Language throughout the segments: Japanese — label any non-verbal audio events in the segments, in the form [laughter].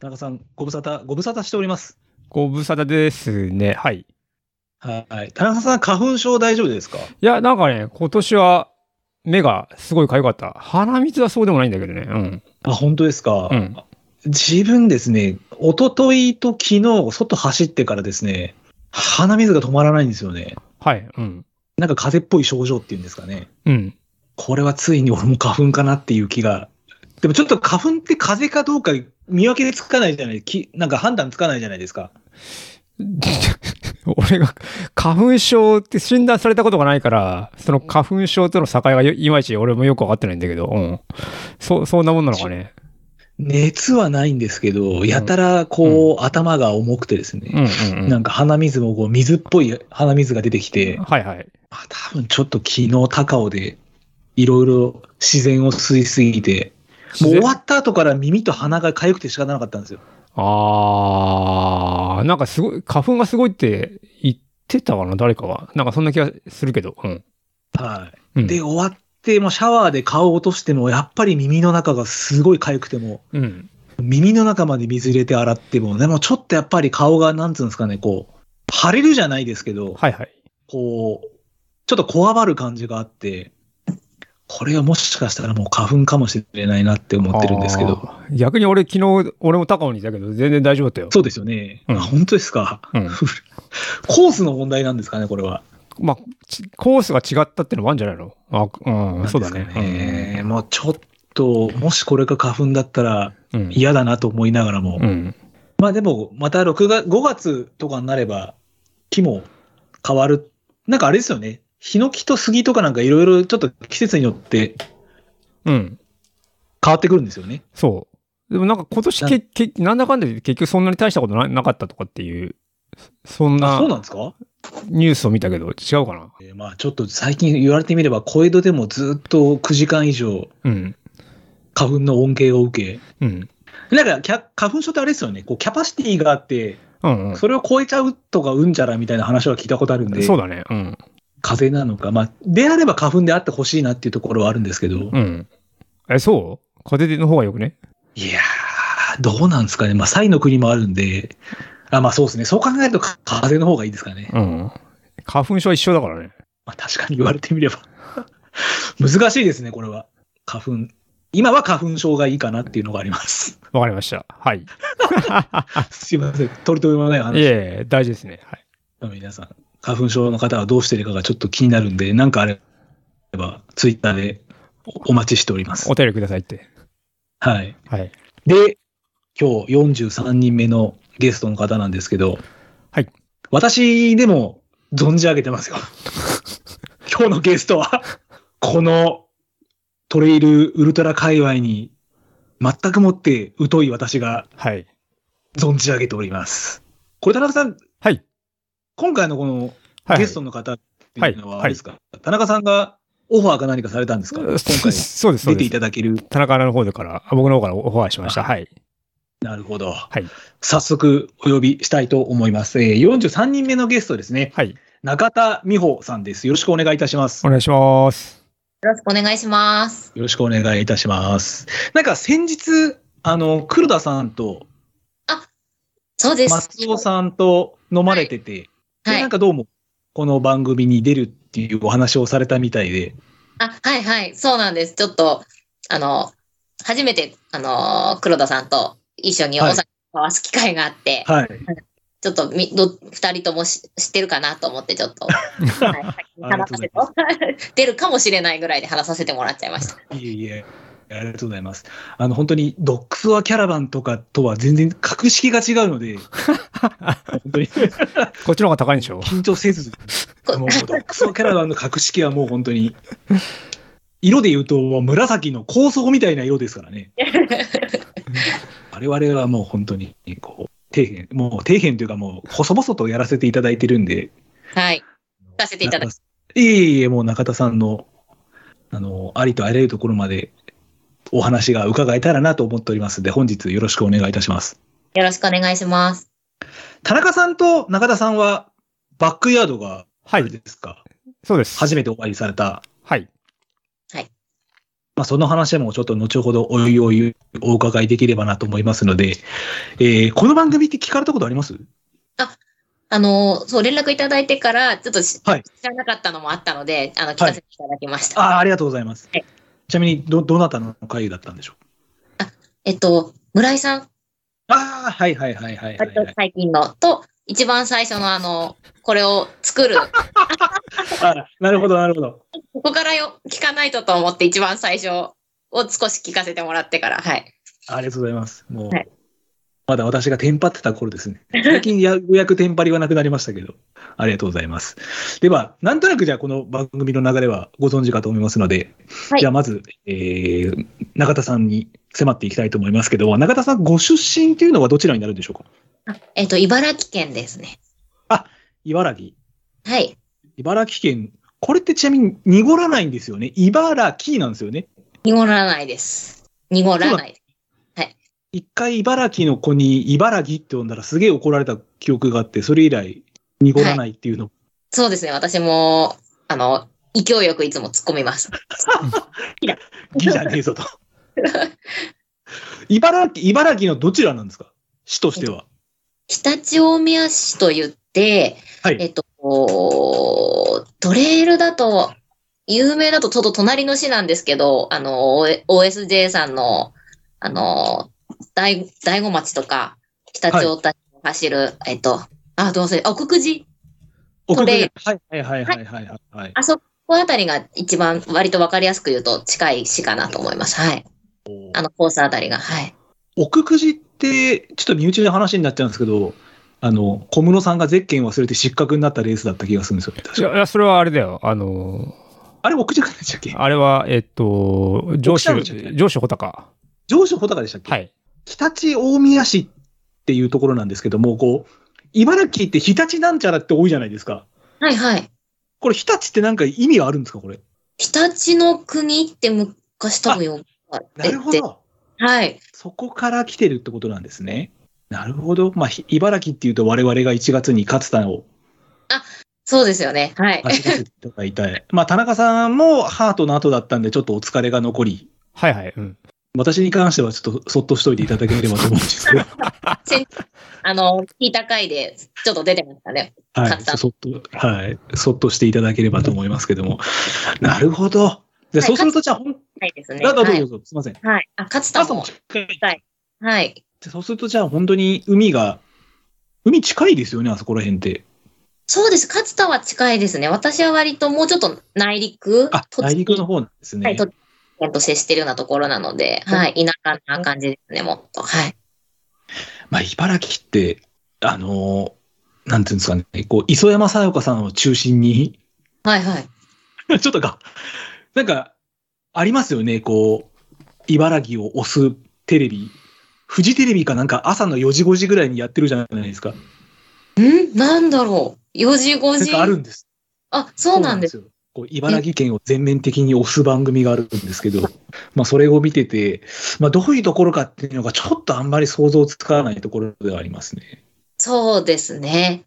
中さん、ご無沙汰、ご無沙汰しております。ご無沙汰ですね。はい。いはい。田中さん、花粉症大丈夫ですかや、なんかね、今年は目がすごい痒かった。鼻水はそうでもないんだけどね。うん。あ、本当ですか、うん自分ですね、一昨日と昨日、外走ってからですね、鼻水が止まらないんですよね。はい。うん。なんか風邪っぽい症状っていうんですかね。うん。 [laughs] これはついに俺も花粉かなっていう気が。でもちょっと花粉って風邪かどうか見分けでつかないじゃない、きなんか判断つかないじゃないですか。俺が花粉症って診断されたことがないから、その花粉症との境がよいまいち俺もよくわかってないんだけど、うん。そ、そんなもんなのかね。熱はないんですけど、やたらこう、頭が重くてですうんね、うんう。なんんか鼻水もこう水っぽい鼻水が出てきて、はいはい。まあ、多分ちょっと昨日高尾でいろいろ自然を吸いすぎて、もう終わった後から耳と鼻が痒くて仕方なかったんですよ。あー、なんかすごい、花粉がすごいって言ってたかな、誰かは。なんかそんな気がするけど。うん。はうい。んで、終わって、もうシャワーで顔を落としても、やっぱり耳の中がすごい痒くても、うん。耳の中まで水入れて洗っても、でもちょっとやっぱり顔が、なんつうんですかね、こう、腫れるじゃないですけど、はいはい。こう、ちょっとこわばる感じがあって、これがもしかしたらもう花粉かもしれないなって思ってるんですけど、あー。逆に俺昨日、俺も高尾にいたけど、全然大丈夫だったよ。そうですよね。うんあ本当ですか。うん。コースの問題なんですかね、これは。まあ、ちコースが違ったってのもあるんじゃないのあ、うん、そうだなんですかね。もうちょっと、もしこれが花粉だったらうん。うん。嫌だなと思いながらも、うん。まあでも、また6月、5月とかになれば、木も変わる。なんかあれですよね。ヒノキと杉とかなんかいろいろちょっと季節によってうん。変わってくるんですよね。そう。でもなんか今年け、け、なんだかんだで結局そんなに大したことななかったとかっていう、そんあなそうなんですかニュースを見たけど、違うかな。えーまあちょっと最近言われてみれば、小江戸でもずっと9時間以上うん。花粉の恩恵を受うん。け、なんかキャ花粉症ってあれですよね。こうキャパシティがあって、うん、うん。それを超えちゃうとかうんちゃらみたいな話は聞いたことあるんで、そうだね。うん。風邪なのか、まあ、であれば花粉であってほしいなっていうところはあるんですけど、うん。え、そう風邪の方がよくねいやー、どうなんですかね、まあ、サイの国もあるんで、あまあそうですね、そう考えるとか風邪の方がいいですかね、うん。花粉症は一緒だからね。まあ、確かに言われてみれば、 [laughs] 難しいですね、これは、花粉、今は花粉症がいいかなっていうのがあります。わかりました。はい。すいません、取り留めもない話いえいえ、大事ですね。はい。皆さん、花粉症の方はどうしてるかがちょっと気になるんで、なんかあれば、ツイッターでおお待ちしておりますお。便りくださいって。はい。はい。で、今日43人目のゲストの方なんですけど、はい。私でも存じ上げてます [laughs] よ。今日のゲストは、このトレイルウルトラ界隈に全くもって疎い私がはい。存じ上げております。これ田中さん、はい。今回のこのはい。ゲストの方っていうのはいはあれですか、田中さんがオファーか何かされたんですか今うそう回そうです、そう出ていです。ただける。田中の方から、あ僕の方からオファーしました。はい。なるほど。はい。早速お呼びしたいと思います。えー、43人目のゲストですね。はい。中田美穂さんです。よろしくお願いいたします。お願いします。よろしくお願いします。よろしくお願いいたします。なんか先日、あの、黒田さんとそうです。松尾さんと飲まれてて、はで、いなん。かどうもこの番組に出るっていうお話をされたみたいで、あ、はいはい。そうなんです。ちょっと、あの、初めて、あの、黒田さんと一緒におはい酒を交わす機会があって、はい。ちょっとみど、二人ともし知ってるかなと思って、ちょ [laughs] っと、はい、話させてありがとう出るかもしれないぐらいで話させてもらっちゃいました。いえいえ。ありがとうございます。あの、本当に、ドックスはキャラバンとかとは全然格式が違うので、本当にこっちの方が高いんでしょ緊張せず、こもうドックスのキャラバンの格式はもう本当に、色で言うともう紫の高層みたいな色ですからね。我々はもう本当に、こう、底辺、もう底辺というかもう、細々とやらせていただいてるんで。はい。させていただき中田いえいえいえ、もう中田さんの、あの、ありとあらゆるところまで、お話が伺えたらなと思っておりますので、本日よろしくお願いいたします。よろしくお願いします。田中さんと中田さんは、バックヤードが、はあれい。ですか、そうです。初めてお会いされたはい。まあ、その話もちょっと後ほどおいおいお伺いできればなと思いますので、えーこの番組って聞かれたことありますあのーそう、連絡いただいてから、ちょっとし、はい知らなかったのもあったので、あの、聞かせていただきました。あありがとうございますはい。ちなみにど、どなたの会議だったんでしょうえっと、村井さん、ああ、はいはいはいはい、はいはい。最近の、と、一番最初のあの、これを作る、あなるほどなるほど。ここからよ聞かないとと思って、一番最初を少し聞かせてもらってから、はい。ありがとうございます。もう、はいまだ私がテンパってた頃ですね。最近やようやくテンパりはなくなりましたけど、ありがとうございます。では、なんとなくじゃあこの番組の流れはご存知かと思いますので、はいじゃあまず、えー、中田さんに迫っていきたいと思いますけど、中田さんご出身というのはどちらになるんでしょうかあえっと、茨城県ですね。茨城。はい。茨城県。これってちなみに濁らないんですよね。茨城なんですよね。濁らないです。濁らない。一回茨城の子に茨城って呼んだらすげえ怒られた記憶があって、それ以来濁らないっていうのをそうですね、私も、あの、勢いよくいつも突っ込みます。ギじゃねえぞと。 [laughs] 茨城、茨城のどちらなんですか市としては。常陸大宮市と言って、はいえっと、こうトレイルだと、有名だとちょっと隣の市なんですけど、あの、O- OSJ さんの、あの、大大子町とか、北朝田市を走る、えっと、あ、どうせ、あ、国寺奥トレイ久慈はいはいはいはいはいはい。あそこあたりが一番割とわかりやすく言うと近い市かなと思います。はい。あのコースあたりが。はい。奥久慈って、ちょっと身内の話になっちゃうんですけど、あの、小室さんがゼッケン忘れて失格になったレースだった気がするんですよ。い確かや、いやそれはあれだよ。あのあれ、奥久慈からでしたっけー、あれは、えっと、上奥さん州のじゃない、上州穂高。上州穂高でしたっけ、はい。常陸大宮市っていうところなんですけども、こう、茨城って日立なんちゃらって多いじゃないですか。はいはい。これ日立ってなんか意味はあるんですかこれ。日立の国って昔多分よなるほ。ど。はい。そこから来てるってことなんですね。なるほど。まあ、ひ茨城っていうと我々が1月に勝田をそうですよね。はい。走らせていただい [laughs] た。まあ、田中さんもハートの後だったんで、ちょっとお疲れが残り、はいはい。うん。私に関してはちょっとそっとしといていただければと思うんです [laughs] けど、あの、聞いた回でちょっと出てましたね。はい、勝田そっと、はい、そっとしていただければと思いますけども。なるほど。はでいそうすると、じゃあ、ほん、はいですね。あどうぞはど。いうぞ、すいません。はい。あ、勝あ田そもも。近いはい。でそうすると、じゃあ、本当に海が、海近いですよね、あそこら辺って。そうです。勝田は近いですね。私は割ともうちょっと内陸、あ、栃木内陸の方なんですね。はい、栃木県と接してるようなところなので、はい。田舎な感じですね、もっと。はい。まあ、茨城って、あのーなんていうんですかね、こう、磯山さやかさんを中心に、 [laughs] はいはい。ちょっとが、なんか、ありますよね、こう、茨城を押すテレビ。フジテレビかなんか朝の4時5時ぐらいにやってるじゃないですか。んなんだろう ?4 時5なん時かあるんです。あ、そうなんです。そうよ。こう茨城県を全面的に押す番組があるんですけど、まあそれを見てて、まあどういうところかっていうのがちょっとあんまり想像つかないところではありますね。そうですね。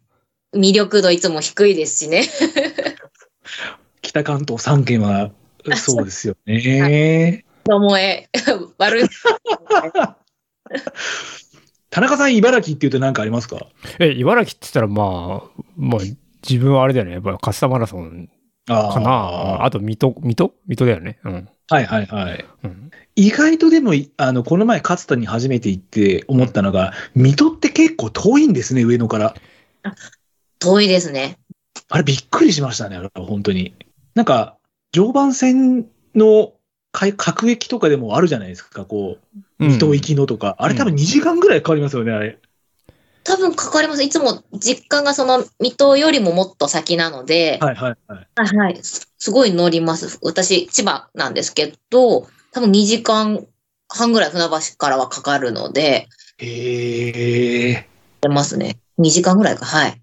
魅力度いつも低いですしね。北関東3県は、そうですよね。子供へ [laughs] 悪い。田中さん、茨城って言うと何かありますかえ、茨城って言ったら、まあ、まあ、自分はあれだよね。やっぱカスタマラソンあーかな。あと、水戸、水戸水戸だよね。うん。はいはいはい。うん、意外とでも、いあの、この前、勝田に初めて行って思ったのが、水戸って結構遠いんですね、上野から。遠いですね。あれ、びっくりしましたね、あれは本当に。なんか、常磐線のか各駅とかでもあるじゃないですか、こう、水戸行きのとか。あれ多分2時間ぐらいかかりますよね、あれ。多分かかります。いつも実家がその水戸よりももっと先なので、はいはいはい。はいはいすすごい乗ります。私、千葉なんですけど、多分2時間半ぐらい船橋からはかかるので、へえ。出ますね。2時間ぐらいか。はい。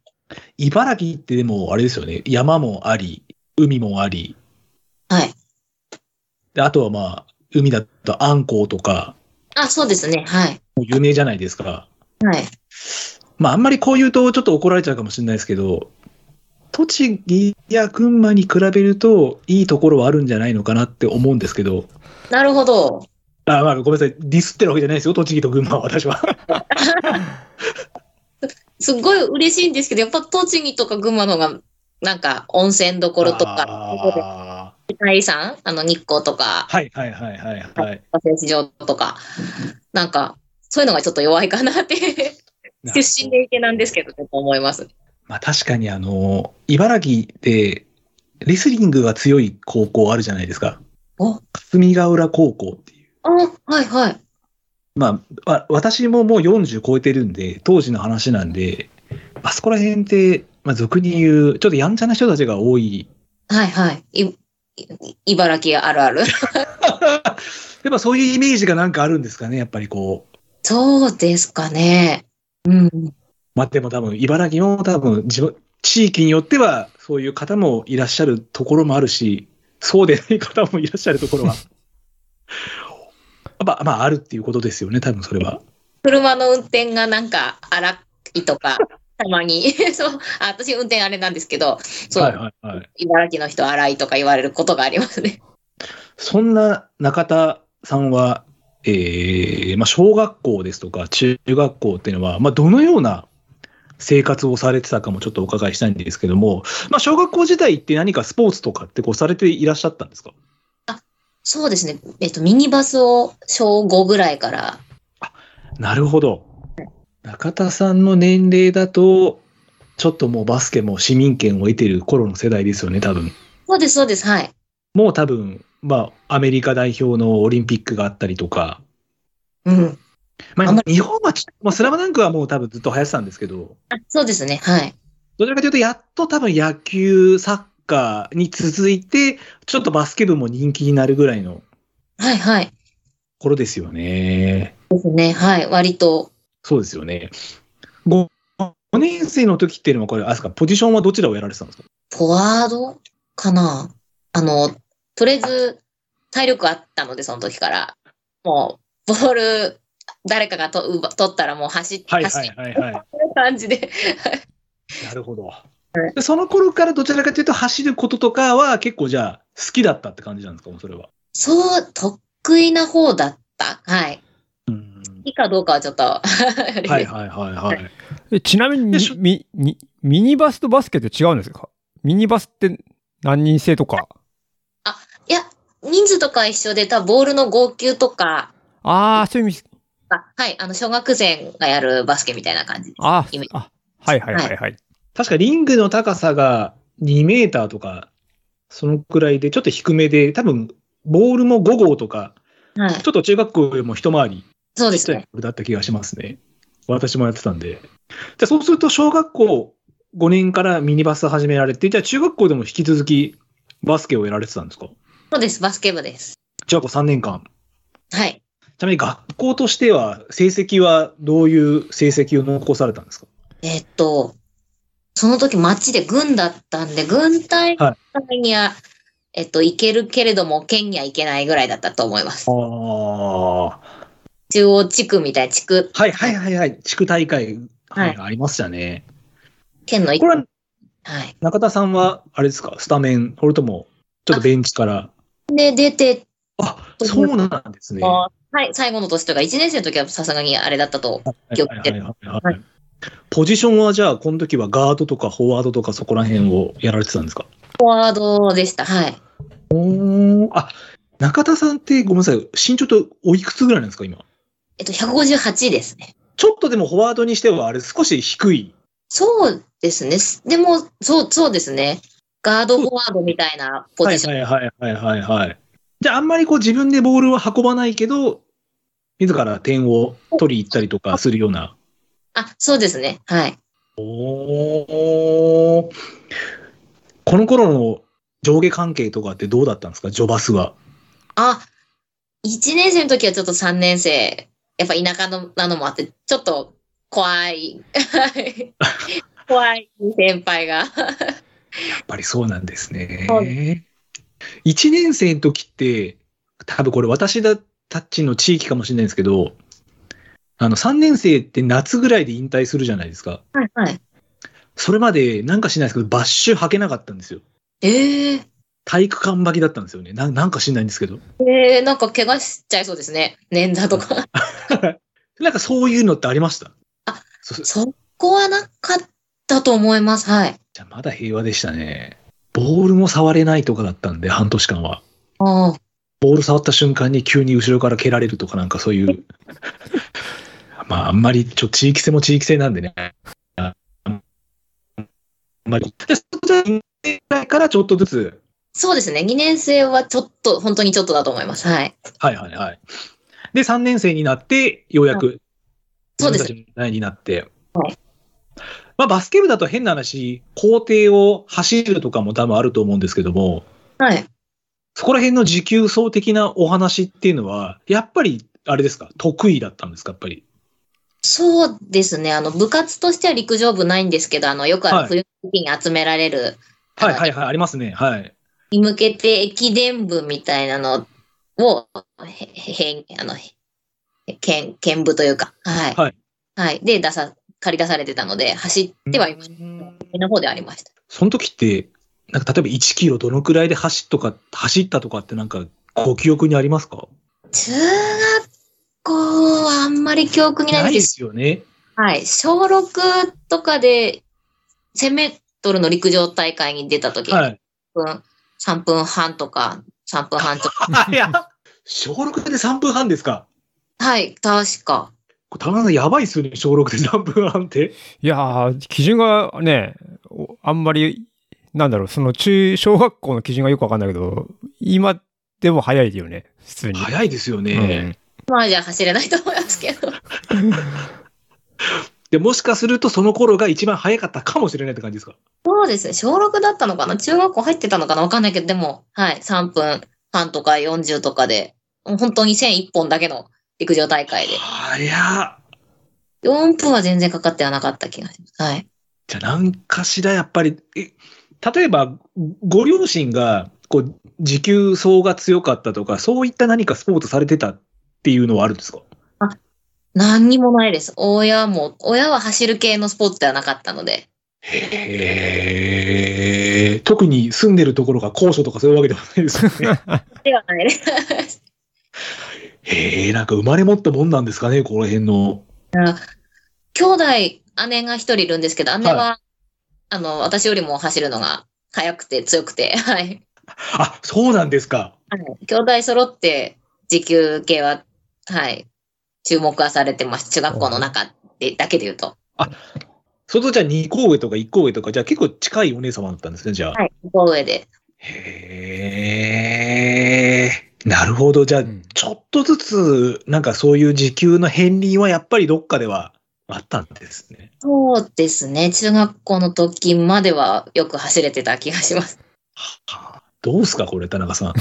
茨城ってでもあれですよね山もあり海もありはい。であとはまあ海だとあんこうとかあ、そうですね。はい。もう有名じゃないですかはい。まああんまりこう言うとちょっと怒られちゃうかもしれないですけど栃木や群馬に比べると、いいところはあるんじゃないのかなって思うんですけど、なるほど。あまあ、ごめんなさい、ディスってるわけじゃないですよ、栃木と群馬は私は。すっごい嬉しいんですけど、やっぱ栃木とか群馬の方が、なんか温泉どころとか、あ世界遺産あの日光とかー、はいはいはいはいはい。製糸場とか、なんか、そういうのがちょっと弱いかなって、出身でいけなんですけどね、と思います。まあ確かにあの、茨城でレスリングが強い高校あるじゃないですか。お霞ヶ浦高校っていう。あ、はいはい。まあ、わ私ももう40超えてるんで、当時の話なんで、あそこら辺って、まあ俗に言う、ちょっとやんちゃな人たちが多い。はいはい。いい茨城あるある。やっぱそういうイメージがなんかあるんですかね、やっぱりこう。 [laughs] そうですかね。うん。まあでも多分、茨城も多分、自分、地域によってはそういう方もいらっしゃるところもあるし、そうでない方もいらっしゃると [laughs] ころは。やっぱ、まああるっていうことですよね、多分それは。車の運転がなんか荒いとか、 [laughs] たまに。そう。あ私運転あれなんですけど、そう。はいはいはい。茨城の人荒いとか言われることがありますね。そんな中田さんは、えーまあ、小学校ですとか中学校っていうのは、まあ、どのような生活をされてたかもちょっとお伺いしたいんですけども、まあ、小学校時代って何かスポーツとかってこうされていらっしゃったんですか [laughs] そうですね。えっと、ミニバスを小5ぐらいから、なるほど。中田さんの年齢だと、ちょっともうバスケも市民権を得てる頃の世代ですよね、多分。そうです、そうです、はい。もう多分、まあ、アメリカ代表のオリンピックがあったりとか、うん。まあんあま、日本はち、まあ、スラムダンクはもう多分ずっと流行ってたんですけど、あそうですね、はい。どちらかというと、やっと多分野球、サッカーに続いて、ちょっとバスケ部も人気になるぐらいのはい、はい。頃ですよね。ですね、はい。割と、そうですよね。5, 年生の時っていうのは、これ、あれですか、ポジションはどちらをやられてたんですかフォワードかなあの、とりあえず、体力あったので、その時から。もう、ボール、誰かがと奪取ったらもう走って、走ってはいはい。る感じで。なるほど。でその頃からどちらかというと、走ることとかは結構じゃあ、好きだったって感じなんですか、もうそれは。そう、得意な方だった。はい。うん。いいかどうかはちょっと、あれですはいはいはいはい。えちなみにでしょみみミニバスとバスケって違うんですかミニバスって何人制とか。いや、人数とかは一緒で、多分ボールの号泣とか、ああ、そういう意味。あはい、あの、小学生がやるバスケみたいな感じ。あイメージあ、はいはいはいはい。確かリングの高さが2メーターとか、そのくらいで、ちょっと低めで、多分ボールも5号とか、はいち。ょっと中学校よりも一回りそうでちっちすゃいね。ボールだった気がしますね。私もやってたんで。じゃあそうすると、小学校5年からミニバス始められて、じゃあ中学校でも引き続きバスケをやられてたんですかそうです。バスケ部です。中学校3年間。はい。ちなみに学校としては、成績はどういう成績を残されたんですかえーっと、その時町で軍だったんで、軍隊はには、えっと、行けるけれども、県には行けないぐらいだったと思います。ああ。中央地区みたいな地区、はいはいはいはい。地区大会、はいはいありましたね。県の一これははい。中田さんは、あれですか、スタメン、それとも、ちょっとベンチから。で、出て、あ、そうなんですね。ははい、最後の年とか、1年生の時はさすがにあれだったと。いはいはいはいはいポジションはじゃあ、この時はガードとかフォワードとかそこら辺をやられてたんですかフォワードでした。はい。おあ、中田さんってごめんなさい、身長とおいくつぐらいなんですか、今。えっと、158ですね。ちょっとでもフォワードにしては、あれ少し低い。そうですね。すでも、そう、そうですね。ガードフォワードみたいなポはジいショはン。いはいはいはいはい。じゃあ、あんまりこう自分でボールは運ばないけど、自ら点を取り行ったりとかするような。あ、そうですね。はい。おーこの頃の上下関係とかってどうだったんですか、ジョバスは。あ、1年生の時はちょっと3年生、やっぱ田舎のなのもあって、ちょっと [laughs] 怖い。はい怖い先輩が。やっぱりそうなんですねそう。 1年生の時って、多分これ私たちの地域かもしれないんですけど、あの3年生って夏ぐらいで引退するじゃないですか。はいはい。それまでなんかしないですけど、バッシュ履けなかったんですよ。ええ体育館履きだったんですよね。ななんかしないんですけど。ええなんか怪我しちゃいそうですね。捻挫とか。なんかそういうのってありましたあそじそこはなかったと思います。はい。ゃあまだ平和でしたね。ボールも触れないとかだったんで、半年間は。ああ。ボール触った瞬間に急に後ろから蹴られるとかなんかそういう。 [laughs] まああんまりちょ地域性も地域性なんでね。ああんまり。で、そこでからちょっとずつ、そうですね。2年生はちょっと、本当にちょっとだと思います。はい。はいはいはい。で、3年生になって、ようやく、そうです自分たちの代になっては。まあ、バスケ部だと変な話、校庭を走るとかも多分あると思うんですけども、はい。そこら辺の持久走的なお話っていうのは、やっぱり、あれですか、得意だったんですか、やっぱり。そうですね。あの、部活としては陸上部ないんですけど、あの、よくあはるい冬の時に集められる、はいはいはい、ありますね。はい。に向けて駅伝部みたいなのを、へへあの、へ県、県部というか、はい。はい。はい。で、出さ、借り出されてたので、走ってはいました。上の方ではありました。その時って、なんか例えば1キロどのくらいで走っとか、走ったとかってなんか、ご記憶にありますか中学校はあんまり記憶になないいで。ですすよね。はい。小6とかで、1000メートルの陸上大会に出た時、はい。 1分3分半とか、3分半とか。 [laughs] あいや、小6で3分半ですか。はい。確か。これ田中さん、やばいっすよね、小6で3分半って。いやー、基準がね、おあんまり、なんだろう、その中、小学校の基準がよくわかんないけど、今でも早いよね、普通に。早いですよね。うんまあじゃあ走れないと思いますけど。で、もしかすると、その頃が一番早かったかもしれないって感じですか。そうですね。小6だったのかな中学校入ってたのかなわかんないけど、でも、はい。3分半とか40とかで、もう本当に1001本だけの陸上大会で。あいや、 4分は全然かかってはなかった気がします。はい。じゃあ、なんかしら、やっぱり、え例えば、ご両親が、こう、持久走が強かったとか、そういった何かスポーツされてたっていうのはあるんですか何にもないです。親も、親は走る系のスポーツではなかったので。へえ。特に住んでるところが高所とかそういうわけではないですよね。 [laughs] ではないです。へえ、なんか生まれ持ったもんなんですかね、この辺の。兄弟、姉が一人いるんですけど、姉は、あの、私よりも走るのが速くて強くて、はい。あ、そうなんですか。兄弟揃って時給系は、はい、注目はされてます。中学校の中で、だけで言うと。それとじゃあ2個上とか1個上とか、じゃあ結構近いお姉様だったんですね、じゃあ。はい。ここ上で。へえ。なるほど。じゃあ、 [laughs] うんちょっとずつ、なんかそういう時給の片鱗はやっぱりどっかではあったんですね。そうですね。中学校の時まではよく走れてた気がし [laughs] ます。はあどうすか、これ、田中さん。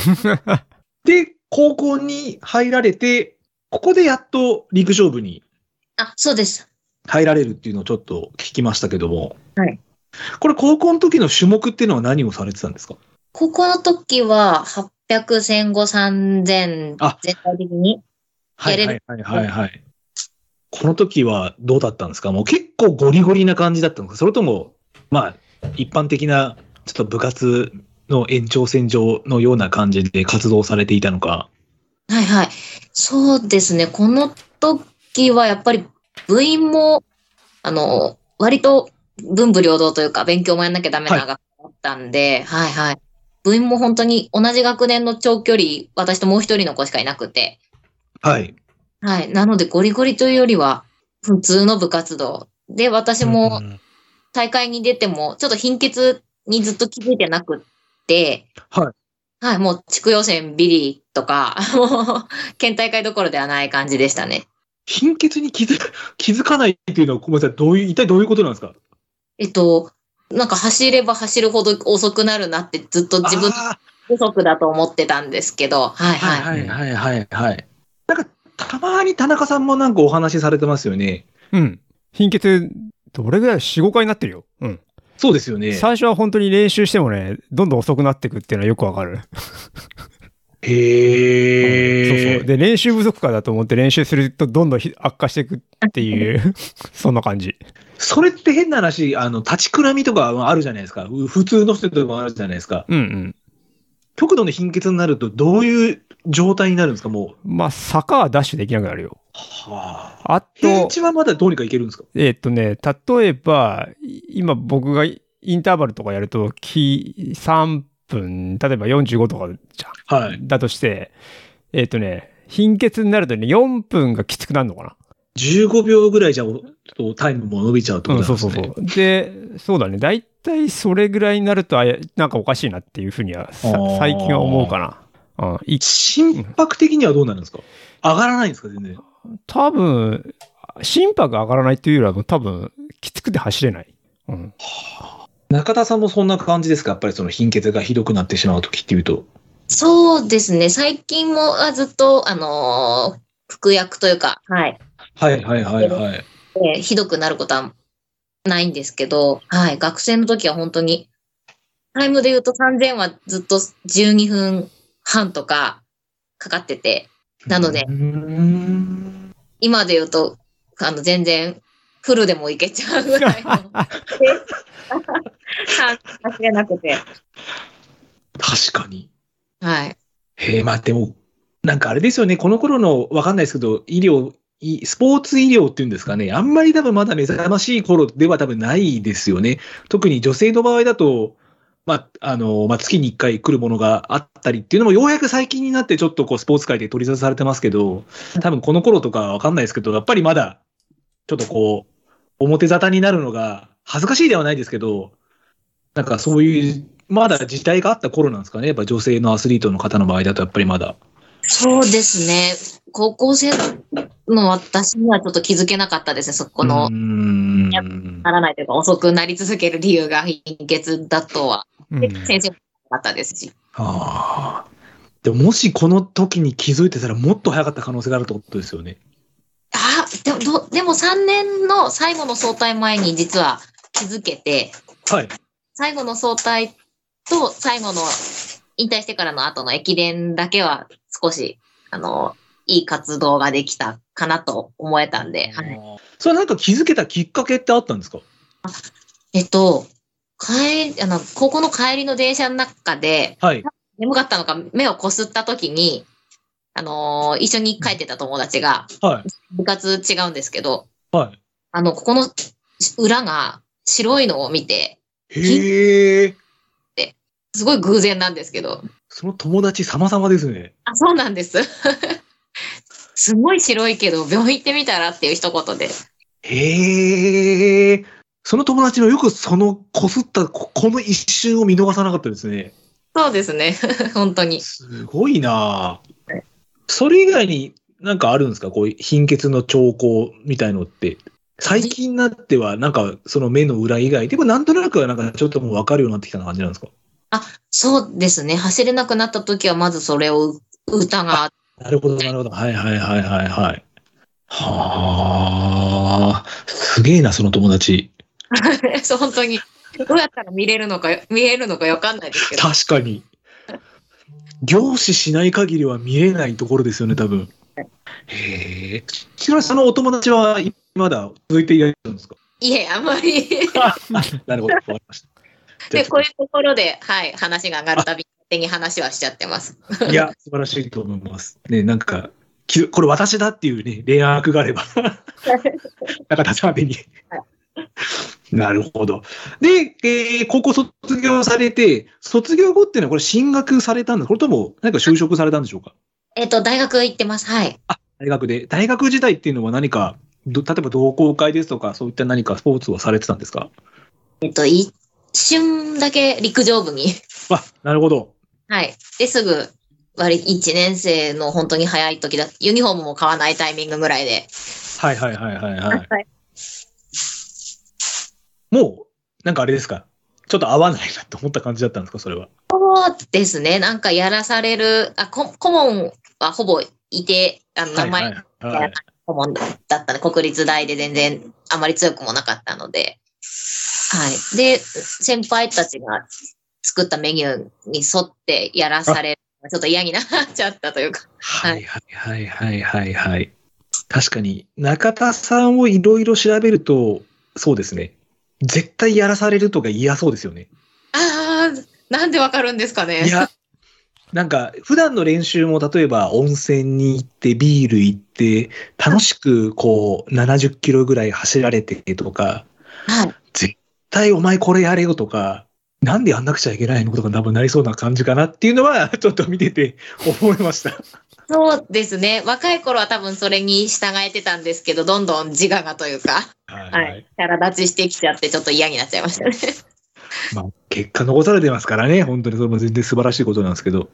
で、高校に入られて、ここでやっと陸上部にあ、そうです。入られるっていうのをちょっと聞きましたけども。はい。これ、高校の時の種目っていうのは何をされてたんですか高校の時は800、1500、3000あ、全体的に。はいやはれいるはいはいはい。この時はどうだったんですかもう結構ゴリゴリな感じだったのかそれとも、まあ、一般的なちょっと部活の延長線上のような感じで活動されていたのか。はいはい。そうですね。この時はやっぱり部員も、あの、割と文武両道というか勉強もやんなきゃダメなは学校だったんで、はい、はいはい部員も本当に同じ学年の長距離、私ともう一人の子しかいなくて、はい。はい。なのでゴリゴリというよりは普通の部活動。で、私うもん大会に出てもちょっと貧血にずっと気づいてなくって、。はいはい、もう地区予選ビリとか、 [laughs] もう県大会どころではない感じでしたね。貧血に気づ [laughs] 気づかないっていうのは、ごめんなさい、どういう、一体どういうことなんですかえっと、なんか走れば走るほど遅くなるなってずっと自分あ不足だと思ってたんですけど、はいーはい。はいはいはいはいはい。なんか、たまに田中さんもなんかお話しされてますよね。うん。貧血、どれぐらい ?4、5回になってるよ。うん。そうですよね。最初は本当に練習してもね、どんどん遅くなってくっていうのはよくわかる。へえ、ええで、練習不足かだと思って練習するとどんどんひ悪化していくっていう、 [laughs] そんな感じ。それって変な話、あの、立ちくらみとかあるじゃないですか。う普通の人とかもあるじゃないですか。うんうん。極度の貧血になると、どういう状態になるんですか、もう。まあ、坂はダッシュできなくなるよ。はあ。あ平と、地はまだどうにかいけるんですかえーっとね、例えば、い今僕がインターバルとかやると、き3分、例えば45とかじゃん。はい。だとして、えーっとね、貧血になるとね、4分がきつくなるのかな。 15秒ぐらいじゃ、おとタイムも伸びちゃうってことなんですね。うんそうそうそう。で、そうだね。大体それぐらいになると、あやなんかおかしいなっていうふうには、さあー最近は思うかな。うん。い心拍的にはどうなるんですか上がらないんですか、全然。多分、心拍が上がらないっていうよりは、多分、きつくて走れない。うん。中田さんもそんな感じですかやっぱりその貧血がひどくなってしまうときっていうと。そうですね。最近もあずっと、あのー服薬というか、はい。はいはいはいはい。えーひどくなることはないんですけど、はい。学生の時は本当に、タイムで言うと3000はずっと12分半とかかかってて、なのでうーん今で言うと、あの、全然、フルでもいけちゃうぐらいの。 [laughs] 走れなくて。確かに。はい。へえ、まあでも、なんかあれですよね、この頃の、わかんないですけど、医療、いスポーツ医療っていうんですかね、あんまり多分まだ目覚ましい頃では多分ないですよね。特に女性の場合だと、まあ、あの、まあ、月に1回来るものがあったりっていうのも、ようやく最近になってちょっとこう、スポーツ界で取り沙汰されてますけど、多分この頃とかはわかんないですけど、やっぱりまだ、ちょっとこう、表沙汰になるのが、恥ずかしいではないですけど、なんかそういう、まだ時代があった頃なんですかね、やっぱ女性のアスリートの方の場合だと、やっぱりまだ。そうですね。高校生の私にはちょっと気づけなかったですね。そこの、うーんならないというか、遅くなり続ける理由が貧血だとは、うん先生もなかったですし。ああでももしこの時に気づいてたら、もっと早かった可能性があるってことですよね。あ、でもど、でも3年の最後の総体前に実は気づけて、はい。最後の総体と最後の引退してからの後の駅伝だけは少し、あの、いい活動ができたかなと思えたんで。はいそれはなんか気づけたきっかけってあったんですかえっと、帰り、あの、高校の帰りの電車の中で、はい。眠かったのか目をこすった時に、あのー一緒に帰ってた友達が、はい。部活違うんですけど、はい。あの、ここの裏が白いのを見て、へえ。すごい偶然なんですけど、その友達様々ですね。あ、そうなんです。 [laughs] すごい白いけど、病院行ってみたらっていう一言で。へえ。その友達のよくそのこすったここの一瞬を見逃さなかったですね。そうですね。 [laughs] 本当に。すごいなぁそれ以外になんかあるんですかこういう貧血の兆候みたいのって。最近になっては、なんかその目の裏以外でもなんとなくはなんかちょっともう分かるようになってきたような感じなんですかそうですね。走れなくなった時は、まずそれを疑っなるほど、なるほど。はいはいはいはいはい。はあ、すげえな、その友達。て、 [laughs] そう本当に。どうやったら見れるのか、見えるのかわかんないですけど。確かに。凝視しない限りは見えないところですよね、多分。へえ。ちなみにそのお友達はまだ続いていらっしゃるんですかいえ、あんまり。 [laughs] なるほど、わかりました。じゃあで、ちこょういうところで、はい、話が上がるたび、勝手に話はしちゃってます。っといや、素晴らしいと思います。ね、なんか、きこれ私だっていうね、恋愛があ [laughs] れば、中田さん宛てに。なるほど。で、えー高校卒業されて、卒業後っていうのはこれ進学されたんですこれとも、なんか就職されたんでしょうかえっと、大学行ってます。はい。大学で。大学時代っていうのは何か、ど例えば同好会ですとか、そういった何かスポーツをされてたんですかえっと、一瞬だけ陸上部に。あ、なるほど。はい。で、すぐ、割り、1年生の本当に早い時だ、ユニフォームも買わないタイミングぐらいで。はいはいはいはいはい。はいもう、なんかあれですか、ちょっと合わないなと思った感じだったんですか、それは。そうですね。なんかやらされる、あ、こ顧問はほぼいて、あの、名前、はいはいはい顧問だったね。国立大で全然あまり強くもなかったので。はい。で、先輩たちが作ったメニューに沿ってやらされちょっと嫌になっちゃったというか。はいはいはいはいはい。確かに、中田さんをいろいろ調べると、そうですね。絶対やらされるとか嫌そうですよね。ああ、なんでわかるんですかね。いや、なんか、普段の練習も、例えば温泉に行って、ビール行って、楽しくこう、70キロぐらい走られてとか、はい。絶対お前これやれよとか、なんでやんなくちゃいけないのとか多分なりそうな感じかなっていうのは、ちょっと見てて思いました。そうですね。若い頃は多分それに従えてたんですけど、どんどん自我がというか、はいはい。キャラ立ちしてきちゃって、ちょっと嫌になっちゃいました [laughs] ね。まあ、結果残されてますからね、本当にそれも全然素晴らしいことなんですけど。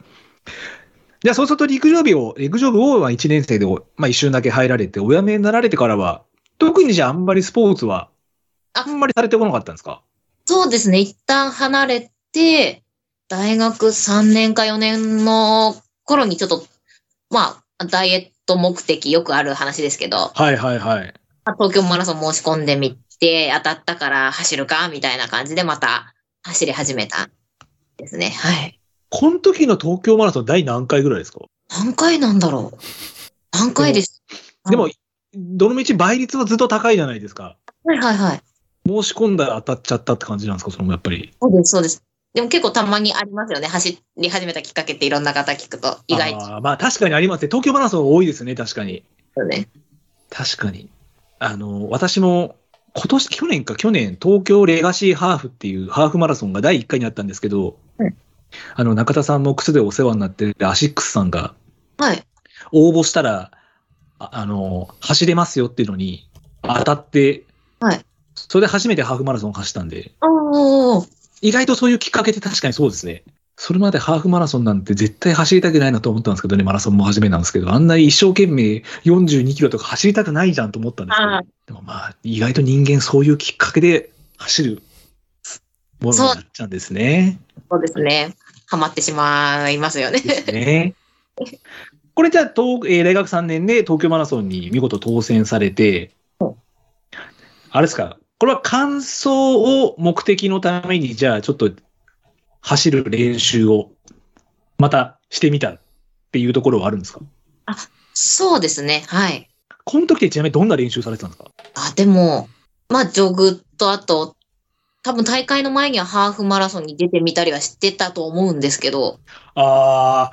じゃあそうすると陸上部を、陸上部を1年生で、まあ、一瞬だけ入られて、お辞めになられてからは、特にじゃああんまりスポーツは、ああんまりされてこなかったんですかそうですね。一旦離れて、大学3年か4年の頃にちょっと、まあ、ダイエット目的よくある話ですけど、はいはいはい。まあ東京マラソン申し込んでみて、当たったから走るか、みたいな感じでまた走り始めたんですね。はい。この時の東京マラソン第何回ぐらいですか何回なんだろう何回ですでも、どの道倍率はずっと高いじゃないですか。はいはいはい。申し込んだら当たっちゃったって感じなんですかそれもやっぱり。そうです、そうです。でも結構たまにありますよね。走り始めたきっかけっていろんな方聞くと、意外とあーまあ確かにありますね。東京マラソン多いですね、確かに。ね。確かに。あの、私も、今年、去年か、去年、東京レガシーハーフっていうハーフマラソンが第1回にあったんですけど、うんあの、中田さんも靴でお世話になってるアシックスさんがはい。応募したら、ああの、走れますよっていうのに当たって、はいそれで初めてハーフマラソンを走ったんで、おー。意外とそういうきっかけって確かにそうですね。それまでハーフマラソンなんて絶対走りたくないなと思ったんですけどね、マラソンも初めなんですけど、あんなに一生懸命42キロとか走りたくないじゃんと思ったんですけどああ、でもまあ、意外と人間そういうきっかけで走るものになっちゃうんですね。そうですね。ハマってしまいますよね。ね。これじゃあ、東えー大学3年で東京マラソンに見事当選されてうん、あれですか、これは完走を目的のために、じゃあちょっと走る練習をまたしてみたっていうところはあるんですか [laughs] そうですね。はい。この時ってちなみにどんな練習されてたんですかあ、でも、まあ、ジョグと、あと、多分大会の前にはハーフマラソンに出てみたりはしてたと思うんですけど、ああ、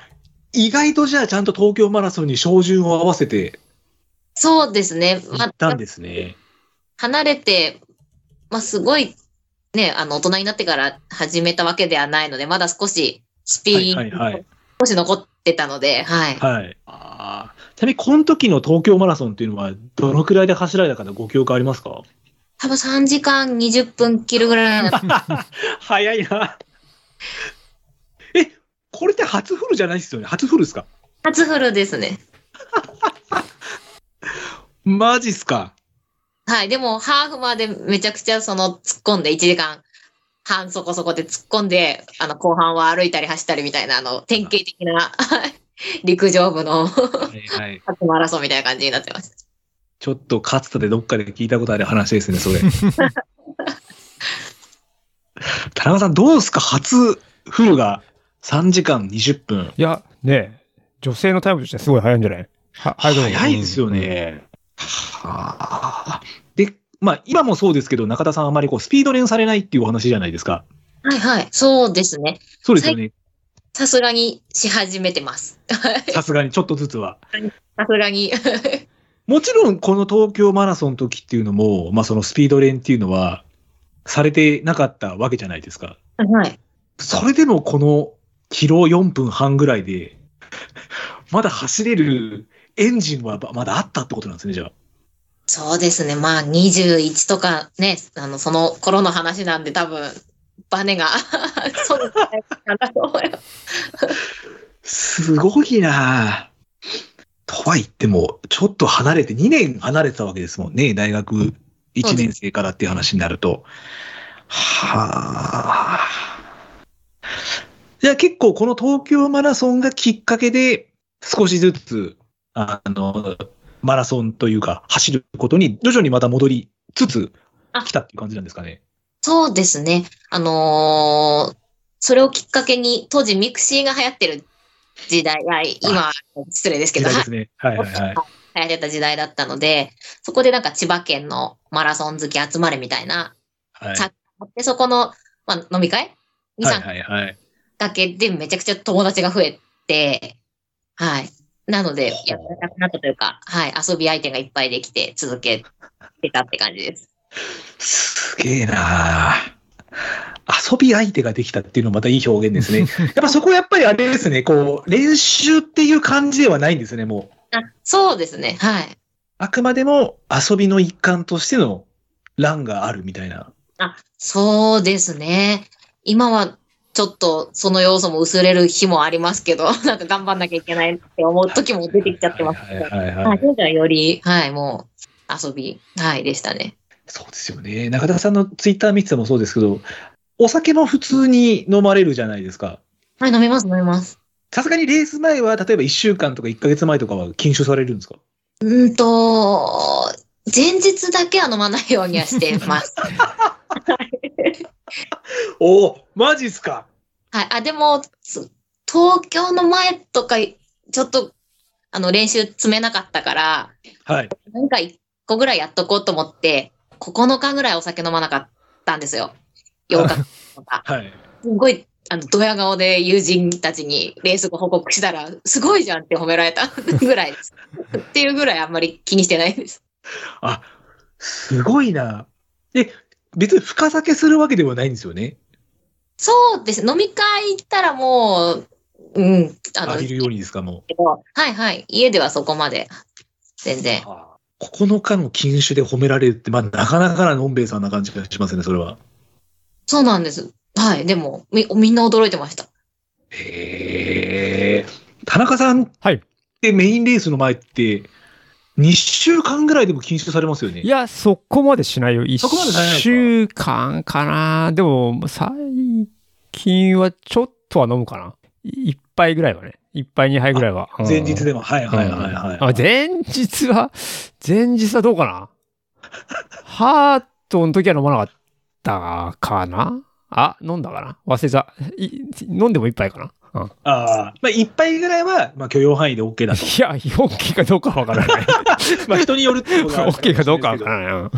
意外とじゃあちゃんと東京マラソンに照準を合わせてそうですね。いまっあ、たんですね。離れて、まあ、すごい、ね、あの、大人になってから始めたわけではないので、まだ少しスピード、はいはいはい少し残ってたので、はい。はい。ああ。ちなみに、この時の東京マラソンっていうのは、どのくらいで走られたかのご記憶ありますか多分3時間20分切るぐらい [laughs] なの早いな。え、これって初フルじゃないですよね。初フルですか初フルですね。マジっすか。はい、でも、ハーフまでめちゃくちゃその突っ込んで、1時間半そこそこで突っ込んで、あの、後半は歩いたり走ったりみたいな、あの、典型的な陸上部のはいはい。初マラソンみたいな感じになってました。ちょっとかつてどっかで聞いたことある話ですね、そ [laughs] れ。田中さん、どうですか初フルが3時間20分。いや、ねえ女性のタイムとしてはすごい早いんじゃないは早いですよ。ね。はあで、まあ、今もそうですけど、中田さん、あまりこうスピード練されないっていうお話じゃないですか。はいはい、そうですね。そうですよね、さすがにし始めてます。さすがにちょっとずつは。さすがに。もちろん、この東京マラソンの時っていうのも、まあ、そのスピード練っていうのは、されてなかったわけじゃないですか。はい。それでも、このキロ4分半ぐらいで、まだ走れるエンジンはまだあったってことなんですね、じゃあ。そうですね。まあ、21とかね、あの、その頃の話なんで、多分、バネが [laughs] そうですねかなと思いますすごいなあとは言っても、ちょっと離れて、2年離れてたわけですもんね。大学1年生からっていう話になると。はあ。じゃあ結構この東京マラソンがきっかけで、少しずつ、あの、マラソンというか、走ることに徐々にまた戻りつつあ来たっていう感じなんですかね。そうですね。あのーそれをきっかけに、当時ミクシーが流行ってる時代、あ今、失礼ですけ時ど、代はでいすね。はいはいはい。流行ってた時代だったので、そこでなんか千葉県のマラソン好き集まれみたいな、はいさで、そこの、まあ、飲み会に参はいはいはい。だけでめちゃくちゃ友達が増えて、はい。なのでほう、やらなくなったというか、はい、遊び相手がいっぱいできて続けてたって感じです。すげえなあ遊び相手ができたっていうのもまたいい表現です [laughs] ね。やっぱそこやっぱりあれですね、こう、練習っていう感じではないんですね、もう。あそうですね、はい。あくまでも遊びの一環としての欄があるみたいな。そうですね。今はちょっとその要素も薄れる日もありますけど、 [laughs] なんか頑張んなきゃいけないって思う時も出てきちゃってますはけいど。はいはいはいはい、現在より、はい、もう遊び、はい、でしたね。そうですよね。中田さんのツイッター見ててもそうですけど、お酒も普通に飲まれるじゃないですか。はい、飲みます、飲みます。さすがにレース前は、例えば1週間とか1ヶ月前とかは禁酒されるんですかうーんと、前日だけは飲まないようにはしてます。おお、マジっすかはい。あ、でも、つ東京の前とか、ちょっと、あの、練習詰めなかったから、はい。なんか1個ぐらいやっとこうと思って、9日ぐらいお酒飲まなかったんですよ。8日 [laughs] とか。はい。すごい、あの、ドヤ顔で友人たちにレース後報告したら、すごいじゃんって褒められた [laughs] ぐらいです。っていうぐらいあんまり気にしてないです。あ、すごいな。で、別に深酒するわけではないんですよね。そうです。飲み会行ったらもう、うん、あの、浴びるようにですか、もけどはいはい。家ではそこまで。全う然。。 9日の禁酒で褒められるって、まあ、なかなかなのんべえさんな感じがしますね、それは。そうなんです。はい。でも、み、みんな驚いてました。へえ。田中さんっはいてメインレースの前って、2週間ぐらいでも禁酒されますよね。いや、そこまでしないよ。一そこまでしないのか週間かな。でも、最近はちょっとは飲むかな。い一杯ぐらいはね。一杯二杯ぐらいは。うん前日でも。はいはいはいはい。あ、前日は、前日はどうかなハートの時は飲まなかったかなあ、飲んだかな忘れた。い飲んでも一杯かな、うん、いああ。まあ、一杯ぐらいは、まあ、許容範囲で [laughs] OK だと。や、OK かどうかはわか [laughs] らない。まあ、人によるっていうことがあるもしれ OK ないですけかどうかはわからないうん。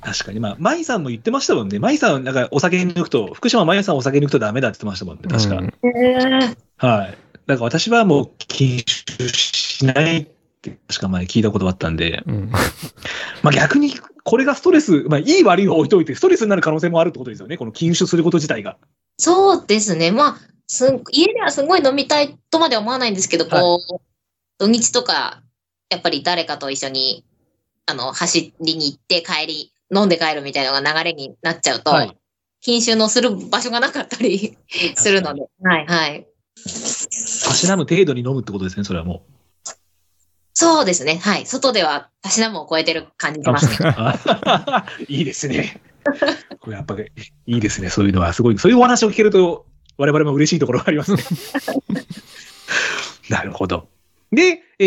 確かに。まあ、舞さんも言ってましたもんね。舞さん、なんかお酒抜くと、福島舞さんお酒抜くとダメだって言ってましたもんね。確か。うんへえ。はい。だから私はもう禁酒しないって、確か前聞いたことがあったんで。うんまあ、逆に、これがストレス、まあ、いい悪いを置いといて、ストレスになる可能性もあるってことですよね。この禁酒すること自体が。そうですね。まあ、すん、家ではすごい飲みたいとまでは思わないんですけど、こう、土日とか、やっぱり誰かと一緒に、あの、走りに行って帰り、飲んで帰るみたいなのが流れになっちゃうと、はい禁酒のする場所がなかったり [laughs] するので、はいはい。たしなむ程度に飲むってことですね、それはもそうですね。はい。外では、たしなむを超えてる感じしますね。う。あいいですね。これやっぱりいいですね、そういうのは。すごい。そういうお話を聞けると、我々も嬉しいところがありますね。 [laughs] なるほど。で、え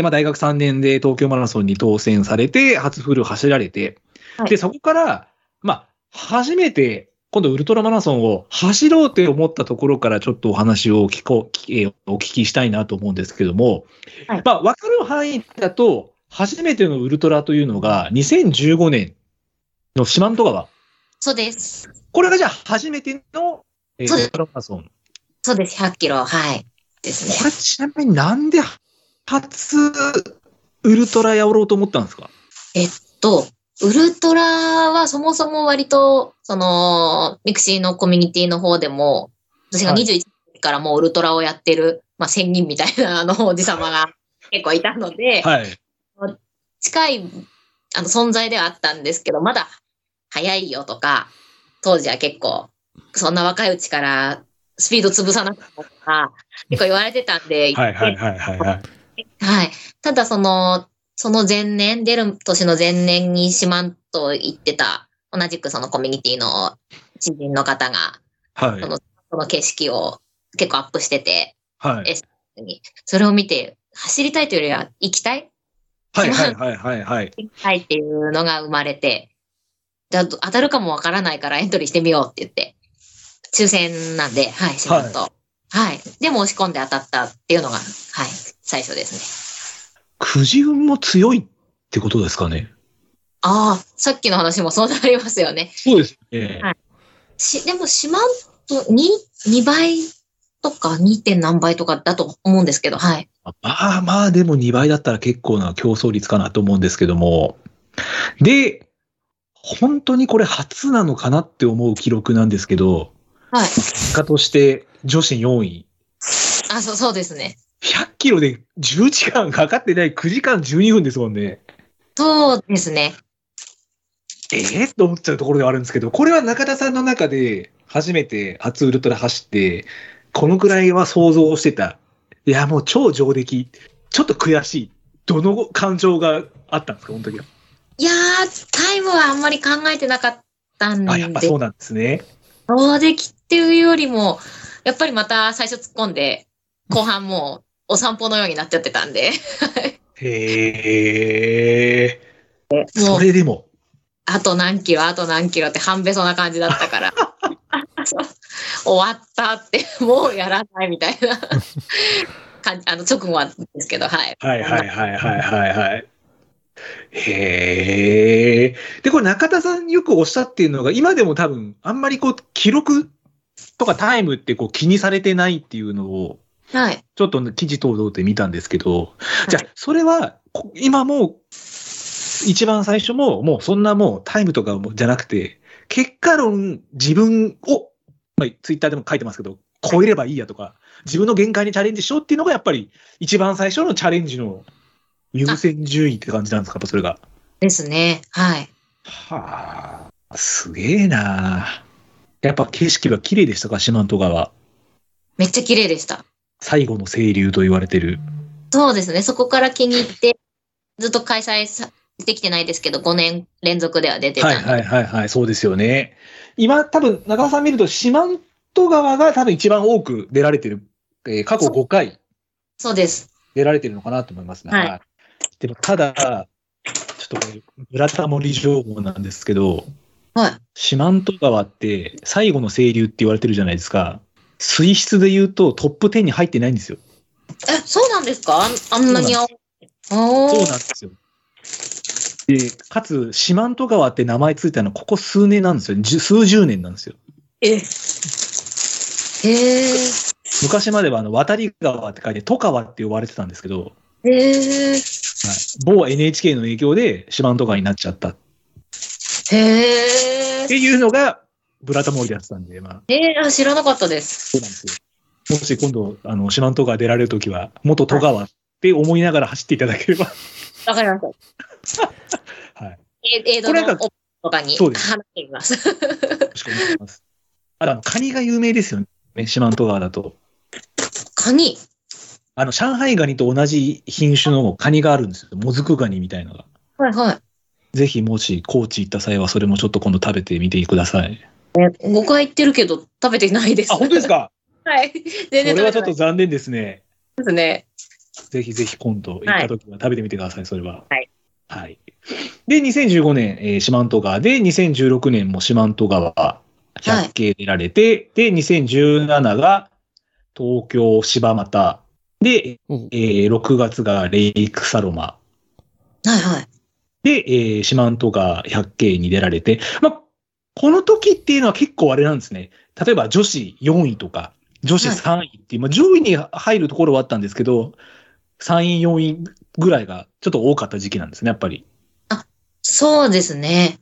ーまあ、大学3年で東京マラソンに当選されて、初フル走られて、はいで、そこから、まあ、初めて、今度ウルトラマラソンを走ろうって思ったところからちょっとお話を聞こう、きえーお聞きしたいなと思うんですけども、はいまあ、わかる範囲だと、初めてのウルトラというのが、2015年の四万十川。そうです。これがじゃあ初めての、えーそうウですルトラマラソン。そうです。100キロ。はい。ですね。これちなみになんで初ウルトラやろうと思ったんですかと、ウルトラはそもそも割と、その、ミクシーのコミュニティの方でも、私がはい21歳からもうウルトラをやってる、まあ、仙人みたいなあのおじさまが結構いたので、はい。近いあの存在ではあったんですけど、まだ早いよとか、当時は結構、そんな若いうちからスピード潰さなくてもとか、結構言われてたんで、はいはいはいはいはい。はい。ただその、その前年、出る年の前年に四万と行ってた、同じくそのコミュニティの知人の方が、はい。その景色を結構アップしてて、はい。それを見て、走りたいというよりは行きたいはいはいはいはいはい。行きたいっていうのが生まれて、じゃあ当たるかもわからないからエントリーしてみようって言って、抽選なんで、はい、四万とはい。で、申し込んで当たったっていうのが、はい、最初ですね。くじ運も強いってことですかね。ああ、さっきの話もそうなりますよね。そうです。ええはいし、でも、四万と2、2倍とか 2. 点何倍とかだと思うんですけど、はい。まあまあ、でも2倍だったら結構な競争率かなと思うんですけども。で、本当にこれ初なのかなって思う記録なんですけど、はい。結果として女子4位。あ、そう、そうですね。 100キロで10時間かかってない9時間12分ですもんね。そうですね。ええと思っちゃうところではあるんですけど、これは中田さんの中で初めて初ウルトラ走って、このくらいは想像してた。いや、もう超上出来。ちょっと悔しい。どの感情があったんですか、この時は。いやー、タイムはあんまり考えてなかったんあ、やっぱでそうなんですね。そうできっていうよりも、やっぱりまた最初突っ込んで、後半もうお散歩のようになっちゃってたんで、 [laughs] へえ。もそうれでも。あと何キロ、あと何キロって半べそな感じだったから、 [laughs] 終わったって、もうやらないみた [laughs] いな感じ、あの直後はですけど、はい。はいはいはいはいはいはい。へえ。で、これ中田さんよくおっしゃっているのが、今でも多分、あんまりこう、記録とかタイムってこう気にされてないっていうのを、はい。ちょっとね記事等々で見たんですけど、じゃあ、それは、こ今もう、一番最初も、もうそんなもうタイムとかもじゃなくて、結果論、自分を、まあ、ツイッターでも書いてますけど、超えればいいやとか、自分の限界にチャレンジしようっていうのが、やっぱり、一番最初のチャレンジの優先順位って感じなんですか、やっぱそれが。ですね。はい。はあ、すげえなやっぱ景色は綺麗でしたか、四万十川。めっちゃ綺麗でした。最後の清流と言われてる。そうですね。そこから気に入って、ずっと開催さできてないですけど、5年連続では出てたんはでいはいはいはい、そうですよね。今、多分中田さん見ると、四万十川が多分一番多く出られてる、えー過去5回そうです。出られてるのかなと思いますね。はいはいでも、ただ、ちょっとこれ、村田森情報なんですけど、はい。四万十川って最後の清流って言われてるじゃないですか。水質で言うとトップ10に入ってないんですよ。え、そうなんですかあんあんなに青い。おそうなんーですよ。で、かつ、四万十川って名前ついたのはここ数年なんですよ。十数十年なんですよ。え。へー昔まではあの渡り川って書いて、戸川って呼ばれてたんですけど、 [laughs] はい、へー某 NHK の影響で四万十川になっちゃったっへていうのが、ブラタモリでやってたんで、まあ、え。えー、あ知らなかったです。そうなんですよ。もし今度、あの、四万十川出られるときは、元戸川って思いながら走っていただけれ [laughs] ば、わかりましはい。よた。え映像これなんのかおとかにそうです話してみます。ろ [laughs] しくお願いします。あとあの、カニが有名ですよね、四万十川だと。カニ。あの、上海ガニと同じ品種のカニがあるんですよ。もずくガニみたいなのが。はいはぜひ、もし、高知行った際は、それもちょっと今度食べてみてください。い。5回行ってるけど食べてないです。あ、本当ですか [laughs] はい。全然 [laughs] そ食れべはちてょっなとい残念ですね。ですね。ぜひぜひ今度行った時は食べてみてください、それは。はい。はい。で、2015年、えー四万十川で、2016年も四万十川、百景出られて、で、2017が東京柴又、で、おえー6月がレイクサロマ、はいはい。で、えー四万十川百景に出られて、まあ、この時っていうのは結構あれなんですね。例えば女子4位とか、女子3位っていう、まあ、上位に入るところはあったんですけど、3位、4位ぐらいがちょっと多かった時期なんですね、やっぱり。そうですね。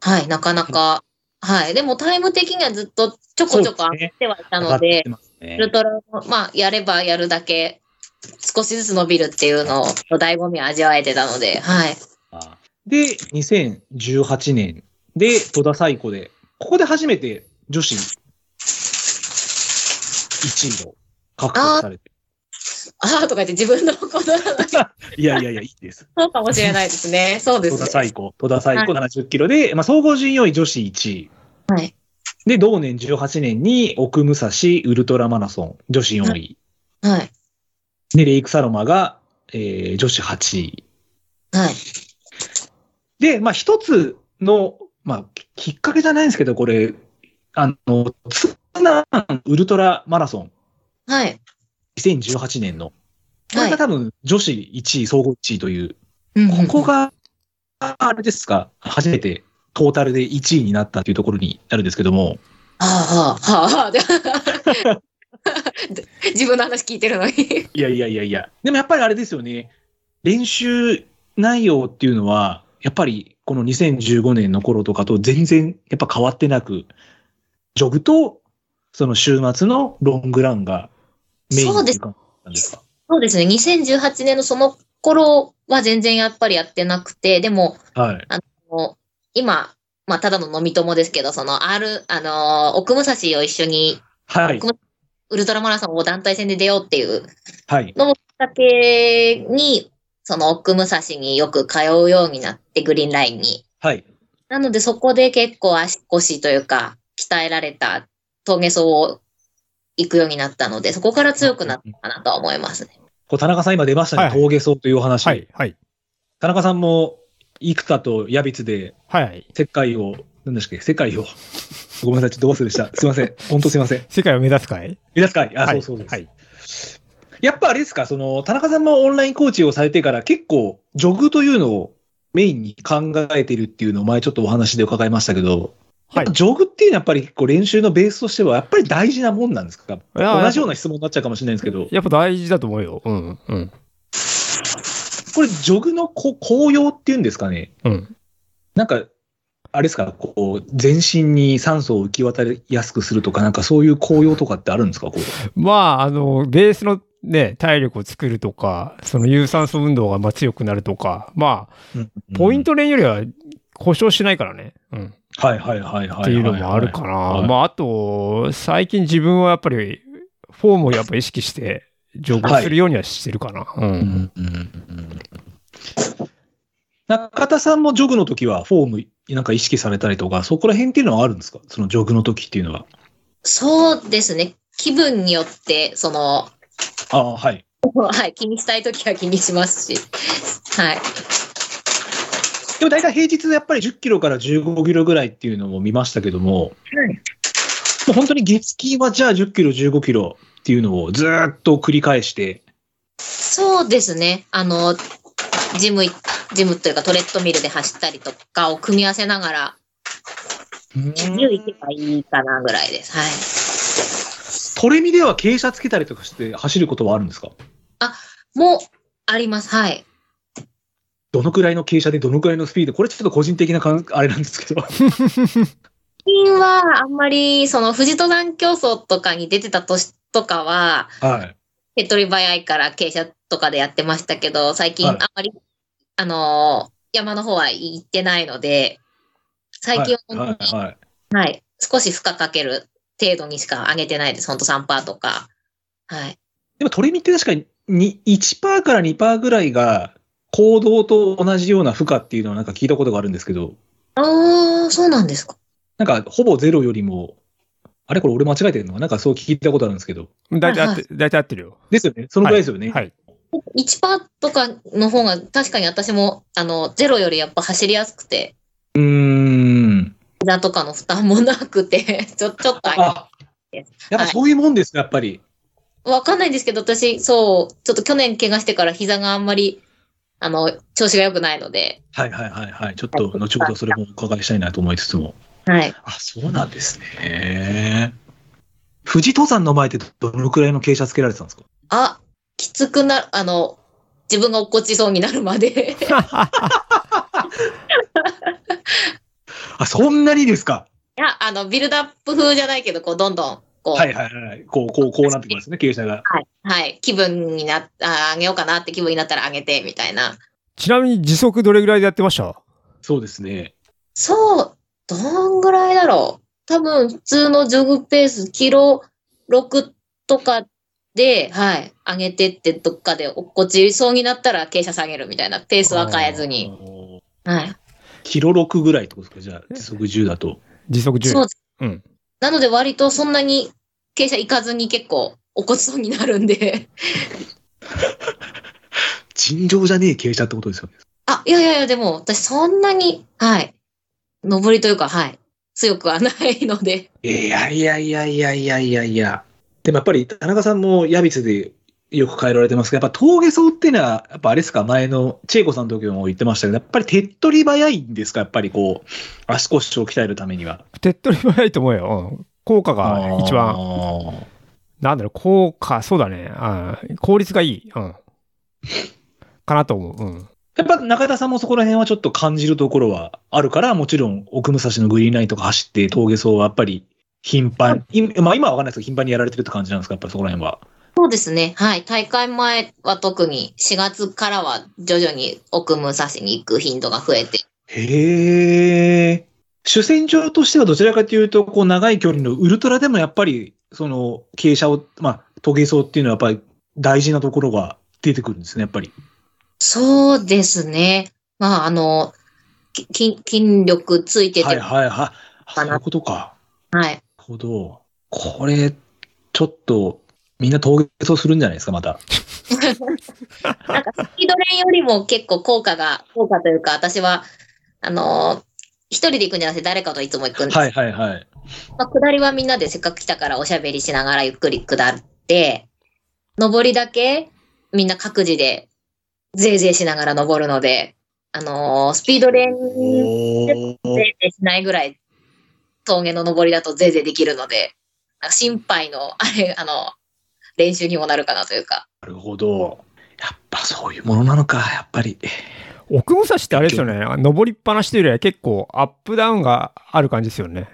はい。なかなか。はい。でもタイム的にはずっとちょこちょこそう上ですねがってはいたなので、ウルね、トラも、まあ、やればやるだけ、少しずつ伸びるっていうのを、醍醐味を味わえてたので、はい。で、2018年で戸田最古で、ここで初めて女子1位を獲得されて。ああとか言って自分のことなのにいやいやいや、いいです。そうかもしれないで [laughs] すね。そうで戸す田ね。最高、戸田最高70キロで、まあ、総合順位女子1位。はい。で、同年18年に奥武蔵ウルトラマラソン女子4位。はい。で、レイクサロマが、えー女子8位。はい。で、まあ、一つの、まあ、きっかけじゃないんですけど、これ、あの、ツナンウルトラマラソンはい。 2018年の。こはれいが。多分女子1位、総合1位という、うんここが、あれですか、初めてトータルで1位になったというところになるんですけども、はあはあはあはあで [laughs] [laughs] 自分の話聞いてるのに。いやいやいやいや、でもやっぱりあれですよね、練習内容っていうのは、やっぱりこの2015年の頃とかと全然やっぱ変わってなく、ジョグとその週末のロングランがメインっていう感じなんですか。そうですね。2018年のその頃は全然やっぱりやってなくて、でも、はい。もう今、まあ、ただの飲み友ですけど、その、R、あのー奥武蔵を一緒に、はい。ウルトラマラソンを団体戦で出ようっていうきっはい。かけに、その奥武蔵によく通うようになって、グリーンラインに。はい。なので、そこで結構足腰というか、鍛えられた峠走を行くようになったので、そこから強くなったかなとは思いますね。こう田中さん今出ましたね、はい峠走というお話。はい、はい。田中さんも幾多と矢光ではい。世界を、何でしたっけ、世界を。ごめんなさい、ちょっと忘れでした。すいません。本当すいません。世界を目指すかい皆さん、あ、はいそうそうです。はいやっぱあれですか、その、田中さんもオンラインコーチをされてから結構、ジョグというのをメインに考えてるっていうのを前ちょっとお話で伺いましたけど、はいやっぱジョグっていうのはやっぱりこう練習のベースとしてはやっぱり大事なもんなんですかや同じような質問になっちゃうかもしれないんですけど、やっぱ大事だと思うよ。うん、うん、これジョグのこ紅葉っていうんですかね、うん。なんか、あれですか、こう、全身に酸素を浮き渡りやすくするとか、なんかそういう紅葉とかってあるんですかこうまあ、あの、ベースのね、体力を作るとか、その有酸素運動がまあ強くなるとか、まあ、うんポイント練よりは故障しないからね。うん。はいはいはいはいはい。っていうのもあるかはな。いまあ、あと、最近自分はやっぱり、フォームをやっぱ意識して、ジョグするようにはしてるかな。うう。んんうんうん中田さんもジョグの時はフォームなんか意識されたりとか、そこら辺っていうのはあるんですかそのジョグの時っていうのは。そうですね。気分によって、その、ああ、はい。はい、気にしたいときは気にしますし、はい。でも大体平日やっぱり10キロから15キロぐらいっていうのも見ましたけども、もう本当に月金はじゃあ10キロ、15キロっていうのをずーっと繰り返して、そうですね。あの、ジムい、ジムというかトレッドミルで走ったりとかを組み合わせながら、10行けばいいかなぐらいです。はい。トレミでは傾斜つけたりとかして走ることはあるんですかもう、あります。はい。どのくらいの傾斜でどのくらいのスピードこれちょっと個人的な感あれなんです [laughs] けど。最近は、あんまり、その、富士登山競争とかに出てた年とかは、はい。手っ取り早いから傾斜とかでやってましたけど、最近、はあいんまり、あのー山の方は行ってないので、最近は本当はい。はに、いはいはい。少し負荷かける程度にしか上げてないです。ほんと3パーとか。はい。でもトレミって確かにに1%から2%ぐらいが行動と同じような負荷っていうのはなんか聞いたことがあるんですけど、ああ、そうなんですか。なんかほぼゼロよりも、あれこれ俺間違えてるのかなんかそう聞いたことあるんですけど。大体合って、大体合ってるよ。ですよね。そのぐらいですよね。はい。 1パーとかの方が、確かに私も、あの、ゼロよりやっぱ走りやすくて、うーん。膝とかの負担もなくて、 [laughs] ちょ、ちょっと上げあ、やっぱそういうもんですか、やっぱり。わかんないんですけど、私、そう、ちょっと去年怪我してから膝があんまり、あの、調子が良くないので。はいはいはいはい。ちょっと後ほどそれもお伺いしたいなと思いつつも。はい。あ、そうなんですね。富士登山の前ってどのくらいの傾斜つけられてたんですかあ、きつくなる、あの、自分が落っこちそうになるまで。 [laughs] あ、そんなにですかいや、あの、ビルドアップ風じゃないけど、こう、どんどん、こう、はいはいはい。こう、こう、こうなってきますね、傾斜が。はい、気分になっあ、上げようかなって気分になったら上げて、みたいな。 [laughs] ちなみに時速どれぐらいでやってましたそうですね。そう、どんぐらいだろう。多分、普通のジョグペース、キロ6とかで、はい、上げてって、どっかで落っこちそうになったら傾斜下げるみたいな、ペースは変えずに。おーはい。キロ6ぐらいってことですかじゃあ、時速10だと。時速そう10。です。うん。なので、割とそんなに傾斜行かずに結構落っこちそうになるんで。 [laughs] 尋常じゃねえ傾斜ってことですよね。あ、いやいやいや、でも、私そんなに、はい、上りというか、はい、強くはないので。いやいやいやいやいやいやいや。でもやっぱり田中さんもヤビツでよく変えられてますけど、やっぱ峠層っていうのは、やっぱあれですか、前の千恵子さんの時も言ってましたけど、やっぱり手っ取り早いんですか、やっぱりこう、足腰を鍛えるためには。手っ取り早いと思うよ。うん効果が一番、番。なんだろう、効果、そうだね。うん効率がいい。うん。かなと思う。うん。やっぱ中田さんもそこら辺はちょっと感じるところはあるから、もちろん奥武蔵のグリーンラインとか走って峠層はやっぱり頻繁、いまあ今はわかんないですけど、頻繁にやられてるって感じなんですか、やっぱりそこら辺は。そうですね。はい。大会前は特に4月からは徐々に奥武蔵に行く頻度が増えて。へえ。主戦場としてはどちらかというと、こう長い距離のウルトラでもやっぱり、その傾斜を、まあ、峠層っていうのはやっぱり大事なところが出てくるんですね、やっぱり。そうですね。まあ、あの、き筋筋力ついてて、ははいい、はいはい。そかなういうことか。なるほど。これ、ちょっと、みんな峠走するんじゃないですか、また。スピードレーンよりも結構効果が、効果というか、私は、あの、一人で行くんじゃなくて誰かといつも行くんです。はいはいはい。まあ、下りはみんなでせっかく来たからおしゃべりしながらゆっくり下って、上りだけみんな各自でぜいぜいしながら登るので、あのースピードレーンおーぜいぜいしないぐらい峠の上りだとぜいぜいできるので、なんか心配の、あれ、あの、練習にもなるかなというか。なるほど。やっぱそういうものなのか、やっぱり。奥武蔵ってあれですよね。登りっぱなしというよりは結構アップダウンがある感じですよね。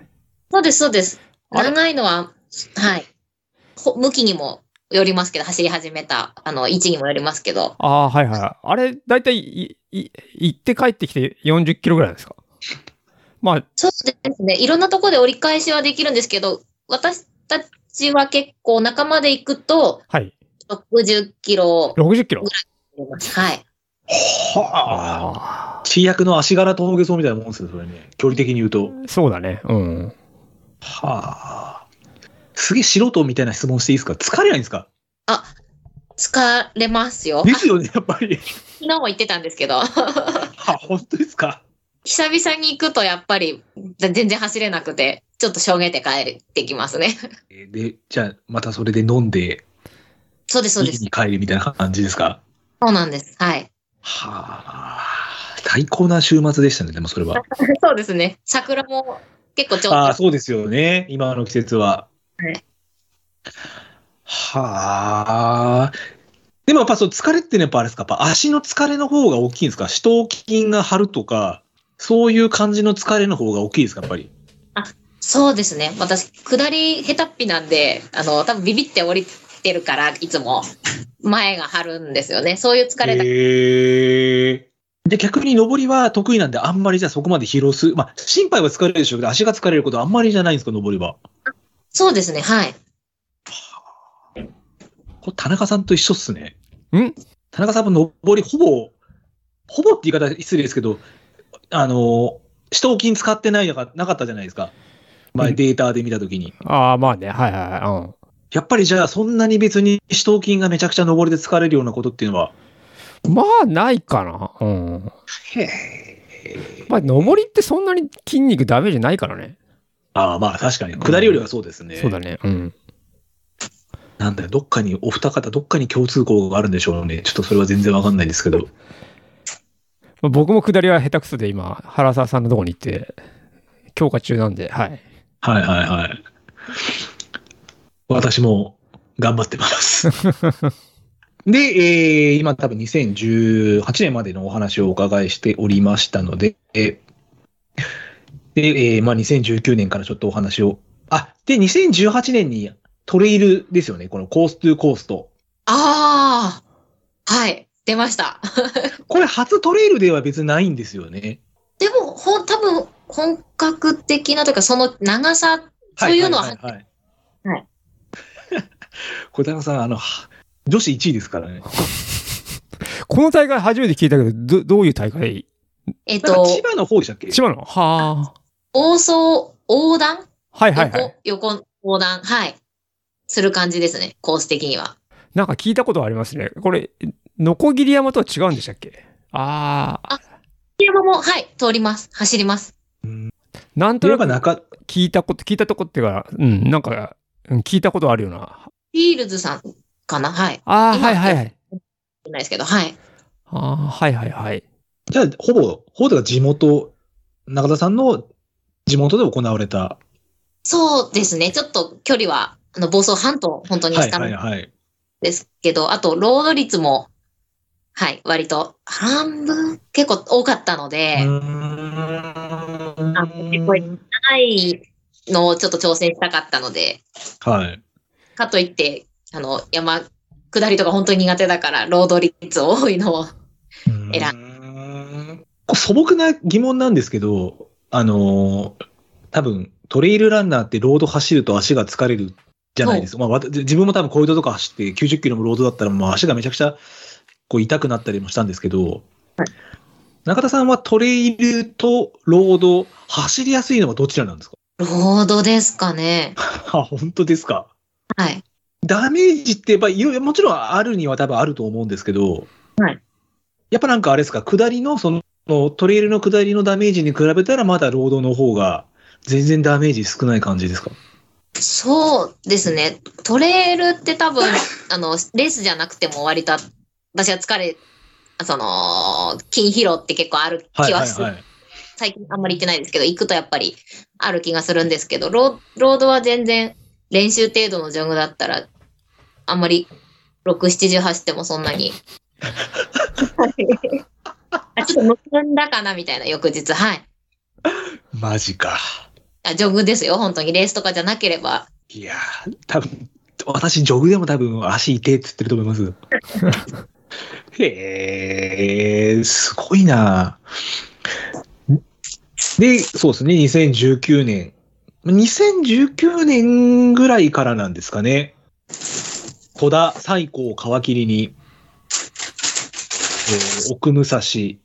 そうです、そうです。あれ長いのは、はい。ほ向きにもよりますけど、走り始めた、あの、位置にもよりますけど、ああ、はいはい。あれ、だいたい、い、い行って帰ってきて40キロぐらいなんですかまあ、そうですね。いろんなところで折り返しはできるんですけど、私たちは結構仲間で行くと、はい。 60キロ60キロ。出ます。はい。はあ。あ知役の足柄峠層みたいなもんですね、それね。距離的に言うと。ーそうだね。うん。はあ。すげえ素人みたいな質問していいですか疲れないんですか疲れますよ。で昨すよね、やっぱり。日も言ってたんですけど、 [laughs] はあ、本当ですか久々に行くとやっぱり全然走れなくて、ちょっとしょげて帰ってきますね。えで、じゃあ、またそれで飲んで、そうです、そうで家す。に帰るみたいな感じですかそうなんです。はい。はあ。最高な週末でしたね、でもそれは。そうですね。桜も結構ちょああ、っと、そうですよね。今の季節は。はいはあ。でもやっぱそう疲れってね、やっぱあれですか、やっぱ足の疲れの方が大きいんですか四頭筋が張るとか、そういう感じの疲れの方が大きいですか、やっぱり。そうですね。私、下り下手っぴなんで、あの、多分ビビって降りてるから、いつも前が張るんですよね。そういう疲れだ。へえ。で、逆に上りは得意なんで、あんまりじゃあそこまで疲労する。まあ、心配は疲れるでしょうけど、足が疲れることはあんまりじゃないんですか、上りは。そうですね。はい。これ田中さんと一緒っすね。ん田中さんも上り、ほぼ、ほぼって言い方失礼ですけど、あの、死闘筋使ってないのがなかったじゃないですか。う前んデータで見たときに。ああ、まあね。はいはいはい。うん。やっぱりじゃあ、そんなに別に死闘筋がめちゃくちゃ上りで疲れるようなことっていうのは。まあ、ないかな。うん。へまあ、登りってそんなに筋肉ダメージないからね。ああ、まあ確かに。下りよりはそうですね。そうだね。うん。なんだよ、どっかに、お二方、どっかに共通項があるんでしょうね。ちょっとそれは全然わかんないですけど。まあ僕も下りは下手くそで今、原沢さんのとこに行って、強化中なんで、はい。はいはいはい。私も頑張ってます。で、えー今多分2018年までのお話をお伺いしておりましたので、えーで、えーまあ、2019年からちょっとお話を。あ、で、2018年にトレイルですよね。このコーストゥーコースト。ああ。はい。出ました。これ初トレイルでは別にないんですよね。でも、ほん、多分、本格的なというか、その長さ、そういうのは、いはいい [laughs] はい小田さん、あの、は女子1位ですからね。この大会初めて聞いたけど、どどういう大会えっなんかと、千葉の方でしたっけ千葉のはあ。放送横断はいはいはい横。、横横断。はい。する感じですね。コース的には。なんか聞いたことありますね。これ、ノコギリ山とは違うんでしたっけああ、山も、はい、通ります。走ります。なんとやなっぱく中、聞いたこと、聞いたとこっていうか、うん、なんか、うん聞いたことあるようなフィールズさんかなはい。ああ、今はいはいはい。ないですけど、はい。ああ、はいはいはい。じゃあ、ほぼ、ほぼというか地元、中田さんの地元で行われた。そうですね。ちょっと距離は、あの、房総半島、本当にはいしたはいんはい。ですけど、あと、労働率も、はい、割と、半分、結構多かったので、うーんあ結構いないのをちょっと挑戦したかったので、はい。かといって、あの、山、下りとか本当に苦手だから、労働率多いのを。えらん。こう素朴な疑問なんですけど、あのー多分トレイルランナーってロード走ると足が疲れるじゃないですか。まあ、わた自分も多分こういうとこ走って90キロもロードだったらもう足がめちゃくちゃこう痛くなったりもしたんですけど、中田さんはトレイルとロード、走りやすいのはどちらなんですか [laughs] 労働ですかね。あ、本当ですか。はい。ダメージってやっぱいろいろ、もちろんあるには多分あると思うんですけど、はいやっぱなんかあれですか、下りの、その、トレイルの下りのダメージに比べたら、まだロードの方が、全然ダメージ少ない感じですかそうですね。トレイルって多分、あの、レースじゃなくても割と、私は疲れ、その、筋疲労って結構ある気はする。い。最近あんまり行ってないですけど、行くとやっぱりある気がするんですけど、ローロードは全然練習程度のジョグだったら、あんまり6、70走ってもそんなに。あちょっとむくんだかなみたいな翌日、はい。マジか。あジョグですよ、本当に。レースとかじゃなければ。いやー、多分私、ジョグでも多分足痛いって言ってると思います。へえ、すごいな。で、そうですね、2019年。2019年ぐらいからなんですかね。戸田最高を皮切りに、えー奥武蔵、レ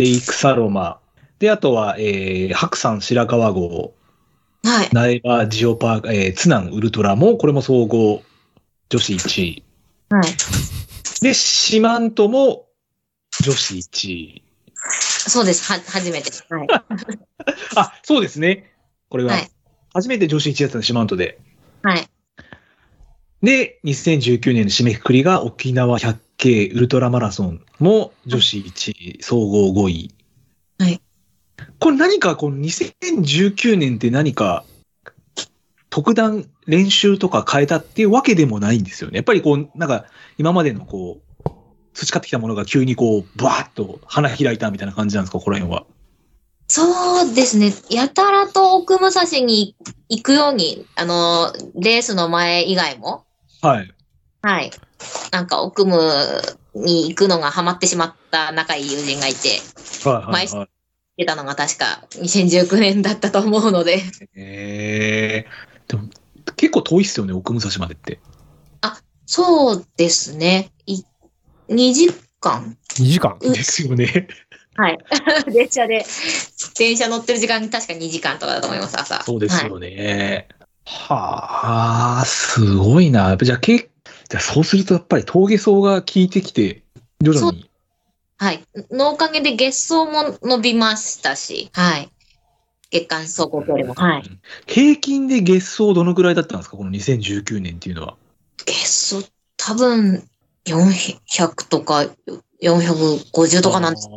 イクサロマ、で、あとは、えー白山白川郷、はい。苗場ジオパーク、えー、津南ウルトラも、これも総合女子1位。はい。で、四万十も女子1位。そうです、は、初めて。はい。あ、そうですね。これははい。初めて女子1位だったの、四万十で。はい。で、2019年の締めくくりが沖縄百景ウルトラマラソンも女子1位、総合5位。はい。これ何か、この2019年って何か、特段練習とか変えたっていうわけでもないんですよね。やっぱりこう、なんか今までのこう、培ってきたものが急にこう、バーッと花開いたみたいな感じなんですか、ここら辺は。そうですね。やたらと奥武蔵に行くように、あの、レースの前以外も、はい。はい。なんか、奥夢に行くのがハマってしまった仲いい友人がいて、はい、毎週出たのが確か2019年だったと思うので、えー、でも結構遠いっすよね、奥武蔵までって。そうですね。い2時間2時間。うんですよね。はい。 [laughs] 電車で、電車乗ってる時間に確か2時間とかだと思います、朝。そうですはいよね。はあ、すごいな。じゃあ、けじゃあそうするとやっぱり峠層が効いてきて、徐々に。はい。のおかげで月層も伸びましたし、はい。月間走行距離も。はい。平均で月層どのくらいだったんですかこの2019年っていうのは。月層多分400とか450とかなんですああ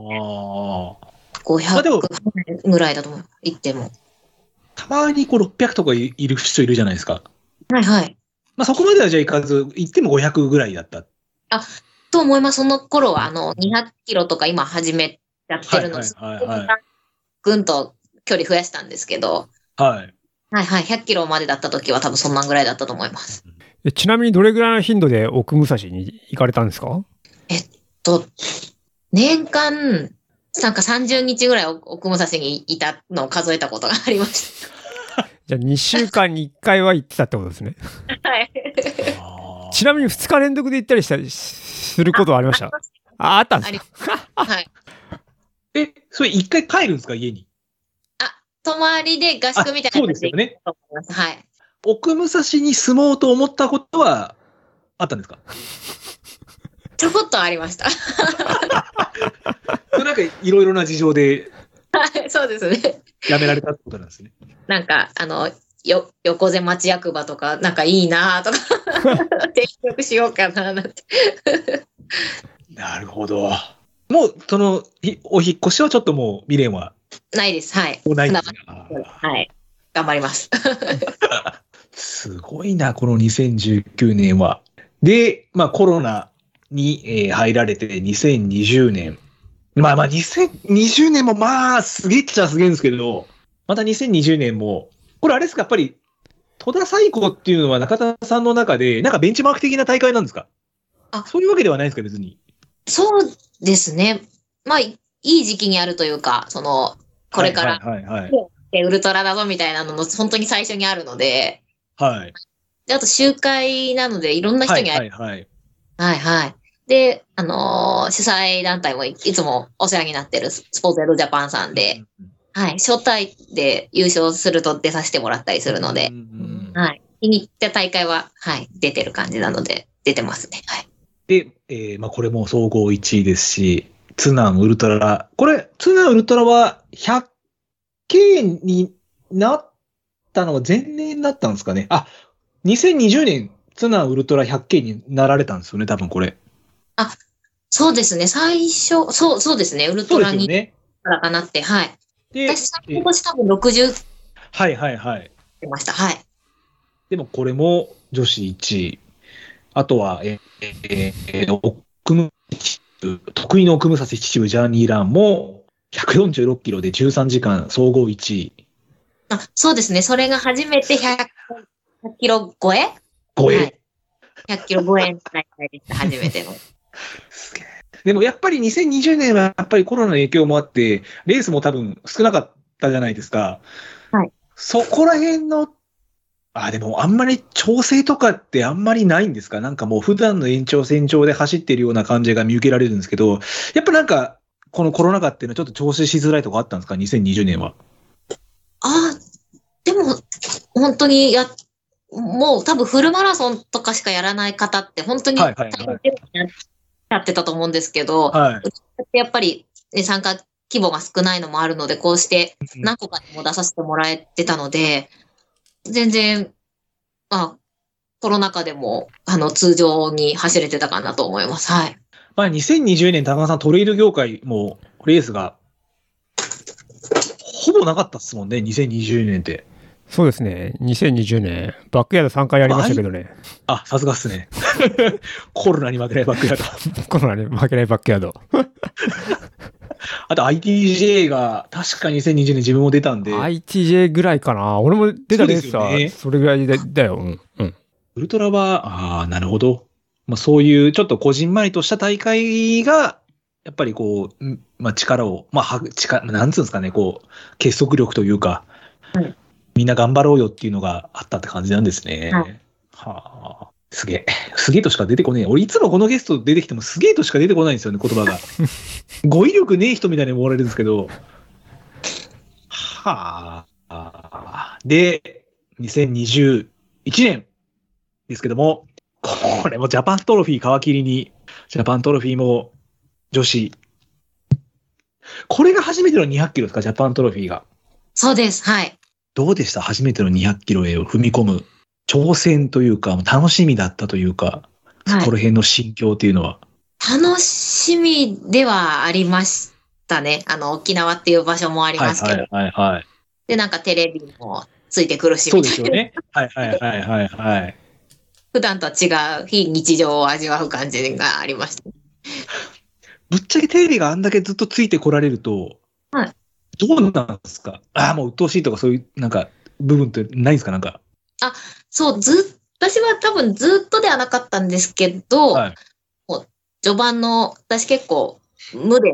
まあでも500ぐらいだと思う。行っても。たまにこう600とかいいる人いるじゃないですか。はいはい。まあそこまではじゃあいかず、行っても500ぐらいだった。と思います。その頃は、あの、200キロとか今始めちゃってはいるのはいで、はいはい。ぐんと距離増やしたんですけど、はい。はいはい。100キロまでだった時は多分そんなんぐらいだったと思います。えちなみにどれぐらいの頻度で奥武蔵に行かれたんですかと、年間、なんか30日ぐらい奥武蔵にいたのを数えたことがありましじゃあ2週間に1回は行ってたってことですね。た。はい。あーちなみに2日連続で行ったりしたりすることはありましたあ、あったんですか [laughs] はい。え、それ一回帰るんですか家に。泊まりで合あ宿みたいなそうですよね。と思います。はい。奥武蔵に住もうと思ったことはあったんですかちょこっとありました。それ [laughs] なんかいろいろな事情ではい、そうですね。やめられたってことなんですね。なんか、あの、よ、横瀬町役場とか、なんかいいなとか、転職しようかななんて。なるほど。もう、その、ひお引っ越しはちょっともう未練はないです。はい。もうないんですがはい。頑張ります。すごいな、この2019年は。で、まあコロナに、えー入られて2020年。まあまあ2020年もまあすげえっちゃすげえんですけど、また2020年も、これあれですか、やっぱり戸田最高っていうのは中田さんの中で、なんかベンチマーク的な大会なんですかあそういうわけではないですか、別に。そうですね。まあ、いいい時期にあるというか、その、これから、はいはいはい、でウルトラだぞみたいなのの、本当に最初にあるので、はい。で、あと集会なので、いろんな人はい。には会えいはい。はい、はい、で、あのー主催団体もいいつもお世話になってるススポーツエドジャパンさんで、はい、招待で優勝すると出させてもらったりするのでう、んはい、気に入った大会は、はい、出てる感じなので、出てますね。はい。で、えーまあ、これも総合1位ですし、ツナンウルトラ、これ、ツナンウルトラは 100K になったのは前年だったんですかね。あ、2020年、ツナンウルトラ 100K になられたんですよね、多分これ。そうですね、最初、そう、そうですね、ウルそトうでラすよにね。からかなって、はい。で、私、え最高年多分60っはいはいはい。てました。はい。でもこれも女子1位。あとは、えーえー奥武秩父得意の奥武蔵秩父ジャーニーランも146キロで13時間総合1位。あそうですね、それが初めて100、100キロ超え超え。はい100キロ超えの大会でした、初め [laughs] ての。でもやっぱり2020年はやっぱりコロナの影響もあって、レースも多分少なかったじゃないですか。はい。そこら辺の、あ、でもあんまり調整とかってあんまりないんですかなんかもう普段の延長線上で走ってるような感じが見受けられるんですけど、やっぱなんか、このコロナ禍っていうのはちょっと調整しづらいとかあったんですか ?2020 年は。ああ、でも、本当にや、もう多分フルマラソンとかしかやらない方って、本当にはい大はいはい変でやってたと思うんですけど、はやっぱり、ね、参加規模が少ないのもあるので、こうしてうん何個かにも出させてもらえてたので、全然、まあ、コロナ禍でも、あの、通常に走れてたかなと思います。はい。まあ、2020年、高田さん、トレイル業界もレースが、ほぼなかったっすもんね、2020年って。 [laughs] そうですね。2020年、バックヤード3回やりましたけどね。あ、さすがっすね。 [laughs] コロナに負けないバックヤード。コロナに負けないバックヤード。あと ITJ が確か2020年自分も出たんで、 ITJ ぐらいかな。俺も出たレースそうですよねは、それぐらいでだよ。うん。うん。ウルトラは、ああ、なるほど。まあ、そういうちょっとこじんまりとした大会が、やっぱりこう、んまあ、力を、まあ、は力、なんつうんですかね、こう、結束力というか、はいみんな頑張ろうよっていうのがあったって感じなんですね。ははあ、すげえ。すげえとしか出てこねえ。俺いつもこのゲスト出てきてもすげえとしか出てこないんですよね、言葉 [laughs] が。語彙力ねえ人みたいに思われるんですけど。はあ。で、2021年ですけども、これもジャパントロフィー皮切りに、ジャパントロフィーも女子。これが初めての200キロですか、ジャパントロフィーが。そうです。はい。どうでした初めての200キロへを踏み込む挑戦というか、楽しみだったというか、はいこの辺の心境っていうのは。楽しみではありましたね。あの、沖縄っていう場所もありますけど、いはいはい。で、なんかテレビもついてくるしそうみでたいすな、よね。はいはいはいはいはい。普段とは違う非日常を味わう感じがありました。ぶっちゃけテレビがあんだけずっとついてこられると、はいどうなんですかああ、もう鬱陶しいとかそういう、なんか、部分ってないんですかなんか。そう、ずっ、私は多分ずっとではなかったんですけど、はい序盤の、私結構無で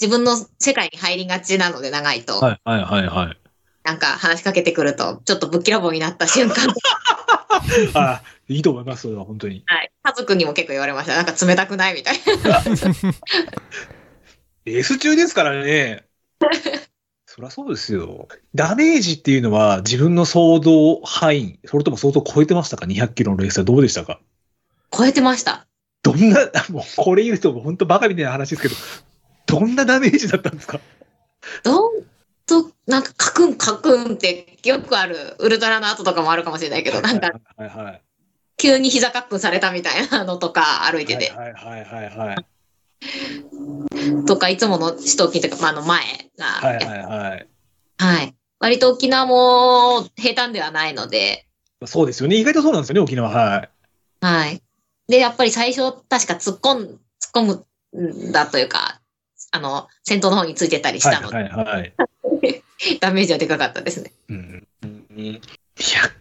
自分の世界に入りがちなので長いと、はいはいはいはい。なんか話しかけてくると、ちょっとぶっきらぼうになった瞬間、ああ、いいと思います、それは本当に。はい [laughs] 家族にも結構言われました。なんか冷たくないみたいな。レース中ですから [laughs] ね。そりゃそうですよ。ダメージっていうのは自分の想像範囲、それとも相当超えてましたか ?200 キロのレースはどうでしたか超えてました。どんな、もうこれ言うと本当バカみたいな話ですけど、どんなダメージだったんですかどんと、なんかカクンカクンってよくあるウルトラの後とかもあるかもしれないけど、なんかはいはい急に膝カックンされたみたいなのとか歩いてて、はいはいはいはいはいとかいつもの首都圏というか、まあ、あの前が、ははいいはいはい割と沖縄も平坦ではないので、そうですよね意外とそうなんですよね沖縄はいはい。で、やっぱり最初確か突っ込ん、突っ込むんだというか、あの、先頭の方についてたりしたので、はいはいはいダメージはでかかったですね。うん200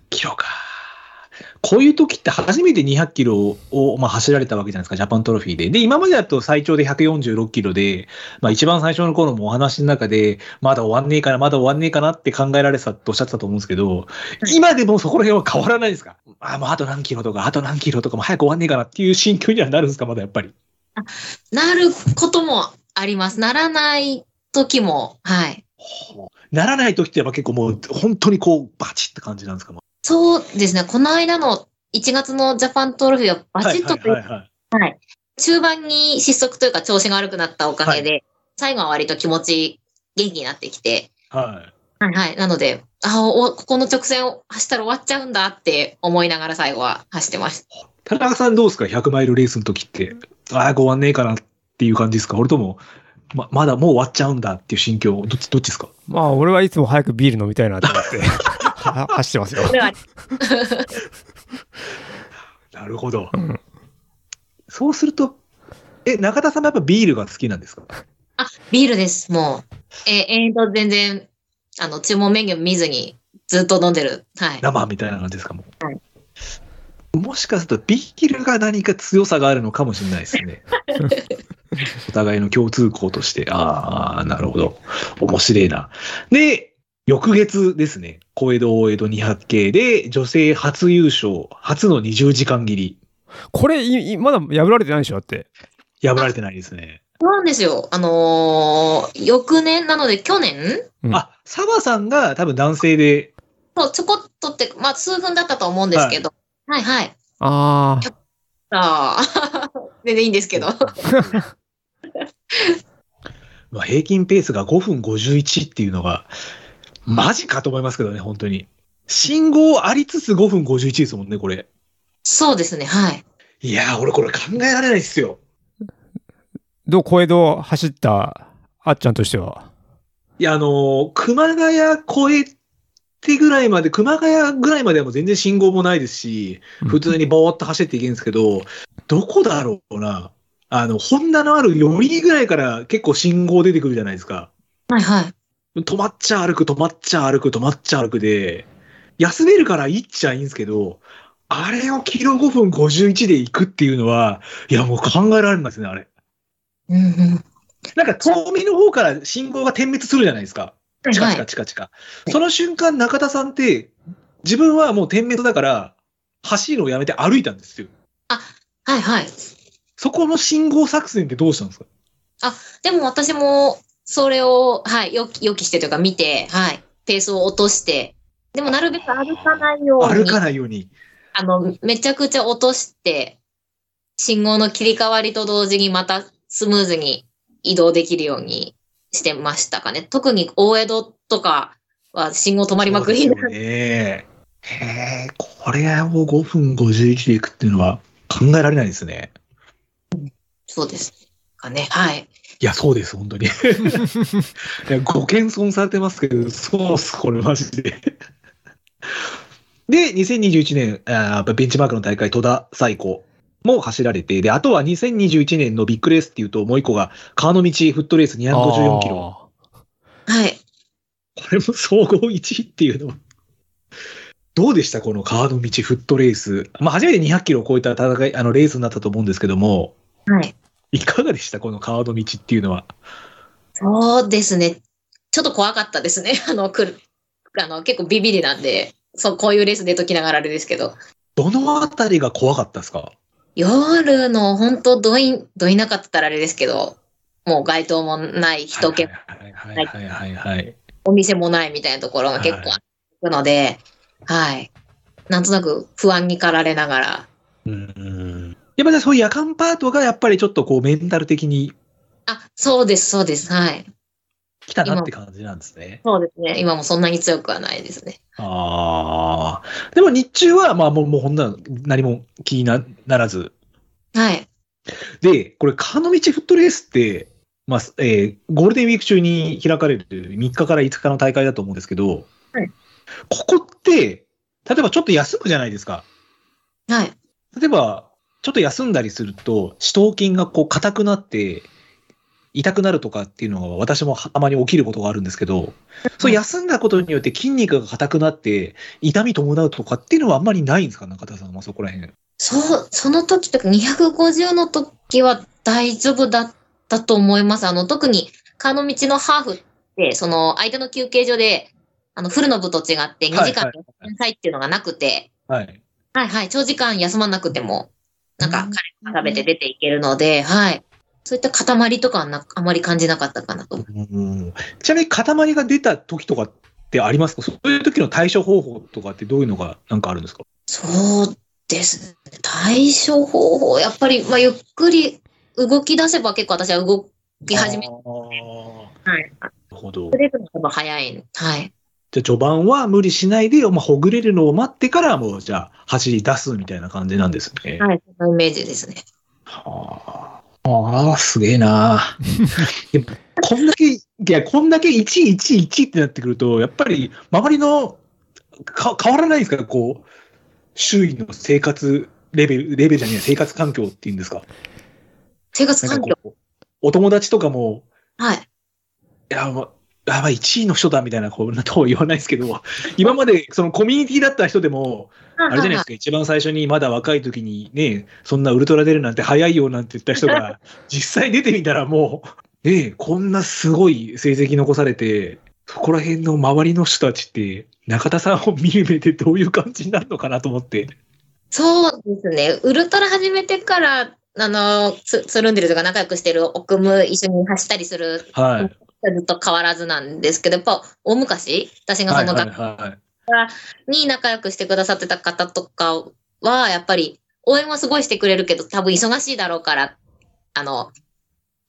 キロか。こういう時って初めて200キロを、まあ、走られたわけじゃないですか、ジャパントロフィーで。で、今までだと最長で146キロで、まあ一番最初の頃もお話の中で、まだ終わんねえかな、まだ終わんねえかなって考えられてたとおっしゃってたと思うんですけど、今でもそこら辺は変わらないですかああ、もうあと何キロとか、あと何キロとか、もう早く終わんねえかなっていう心境にはなるんですか、まだやっぱり。なることもあります。ならない時も、はい。ならない時ってやっぱ結構もう本当にこう、バチって感じなんですか、もそうですね、この間の1月のジャパントロフィーはうバチッとはいはいはいはい中盤に失速というか調子が悪くなったおかげで、最後は割と気持ち元気になってきて、はいはいはい。なので、あお、ここの直線を走ったら終わっちゃうんだって思いながら最後は走ってました。田中さんどうですか ?100 マイルレースの時って。ああ、終わんねえかなっていう感じですか俺とも、ま、まだもう終わっちゃうんだっていう心境、どっち、どっちですかまあ、俺はいつも早くビール飲みたいなと思 [laughs] って、は走ってますよ。これは、なるほど。うんそうすると、え、中田さんもやっぱビールが好きなんですかあ、ビールです、もう。え、えー、と、全然、あの、注文メニュー見ずにずっと飲んでる。はい。生みたいな感じですかもう。もしかするとビールが何か強さがあるのかもしれないですね。お互いの共通項として。ああ、なるほど。面白いな。で、翌月ですね。小江戸大江戸200系で女性初優勝、初の20時間切り。これ、いいまだ破られてないでしょだって。破られてないですね。そうなんですよ。あのー翌年なので去年うんあ、サバさんが多分男性で、そうちょこっとって、まあ、数分だったと思うんですけど。はい、はい、ああ。ああ、 [laughs] 全然いいんですけど。まあ、平均ペースが5分51っていうのが、マジかと思いますけどね、本当に。信号ありつつ5分51ですもんね、これ。そうですね、はい。いやー、俺これ考えられないっすよ。どう、小江戸を走ったあっちゃんとし [laughs] ては。いや、あのー熊谷越えてぐらいまで、熊谷ぐらいまではもう全然信号もないですし、普通にぼーっと走っていけるんですけど、どこだろうな。あの、ホンダのある寄りぐらいから結構信号出てくるじゃないですか。はい、はい。止まっちゃ歩く、止まっちゃ歩く、止まっちゃ歩くで、休めるからいいっちゃいいんですけど、あれをキロ5分51で行くっていうのは、いや、もう考えられないですね、あれ。うんうん。なんか遠目の方から信号が点滅するじゃないですか。チカはチカい。チカチカ。その瞬間、中田さんって、自分はもう点滅だから、走るのをやめて歩いたんですよ。はい、はい。そこの信号作戦ってどうしたんですかでも私も、それを、はい、予期予期してというか見て、はい、ペースを落として、でもなるべく歩かないよう歩に、かないように。あの、めちゃくちゃ落として、信号の切り替わりと同時にまたスムーズに移動できるようにしてましたかね。特に大江戸とかは信号止まりまくりそうですよね。へえ、これを5分51でいくっていうのは考えられないですね。そうですかね。はい。いや、そうです、本当に。いやご謙遜されてますけど、そうっす、これマジで。で、2021年、あーベンチマークの大会、戸田最高も走られて、で、あとは2021年のビッグレースっていうと、もう一個が、川の道フットレース254キロ。あはい。これも総合1位っていうのは。どうでしたこの川の道フットレース。まあ、初めて200キロを超えた戦い、あの、レースになったと思うんですけども、はい。いかがでしたこの川の道っていうのは。そうですね。ちょっと怖かったですね。 [laughs] あの、来る。あの、結構ビビりなんで、そう、こういうレース出ときながらあれですけど。どのあたりが怖かったですか夜の本当どいん、どいなかったらあれですけど、もう街灯もない人気、はいはいはいはいはい。お店もないみたいなところが結構あるので、はい。なんとなく不安に駆られながら、うん。やっぱりそういう夜間パートがやっぱりちょっとこうメンタル的にあ、そうです、そうです、はい。来たなって感じなんですね。そうですね。今もそんなに強くはないですね。ああ。でも日中は、まあもう、もうほんなら何も気になならず。はい。で、これ、川の道フットレースって、まあ、えーゴールデンウィーク中に開かれる3日から5日の大会だと思うんですけど、はいここって、例えばちょっと休むじゃないですか。はい。例えば、ちょっと休んだりすると、死闘筋がこう硬くなって、痛くなるとかっていうのが私もたまに起きることがあるんですけど、そう休んだことによって筋肉が硬くなって、痛み伴うとかっていうのはあんまりないんですか中田さんはそこら辺。そう、その時とか250の時は大丈夫だったと思います。あの、特に川の道のハーフって、その間の休憩所で、あの、フルの部と違って2時間はい休みなさいっていうのがなくて、はい。はいはい、長時間休まなくても、なんか彼が食べて出ていけるので、はい。そういった塊とかはなあまり感じなかったかなと思う。うんちなみに塊が出た時とかってありますかそういう時の対処方法とかってどういうのがなんかあるんですかそうですね。対処方法、やっぱり、まあ、ゆっくり動き出せば結構私は動き始めある。ーはい。なるほど。れるのが早い。はい。じゃあ序盤は無理しないで、まあ、ほぐれるのを待ってからもうじゃあ走り出すみたいな感じなんですね。はい。そのイメージですね。はあ、ああすげえ [laughs] なでもこんだけ、いや、こんだけ111ってなってくると、やっぱり周りのか変わらないですか、こう、周囲の生活レベル、レベルじゃねえ、生活環境っていうんですか。生活なん環か境。こう、お友達とかも、はい。いや、まあ、あまあ、1位の人だみたいな、こう、なとは言わないですけど、今までそのコミュニティだった人でも、 [laughs] あれじゃないですか、一番最初にまだ若い時にね、そんなウルトラ出るなんて早いよなんて言った人 [laughs] が、実際出てみたらもう、ねえ、こんなすごい成績残されて、そこら辺の周りの人たちって、中田さんを見る目でどういう感じになるのかなと思って。そうですね。ウルトラ始めてから、あの、つ、つるんでるとか仲良くしてる奥む一緒に走ったりするはい。 [laughs] ずっと変わらずなんですけど、やっぱ大昔、私がはそい、のはい、学はい。に仲良くしてくださってた方とかは、やっぱり応援はすごいしてくれるけど、多分忙しいだろうから、あの、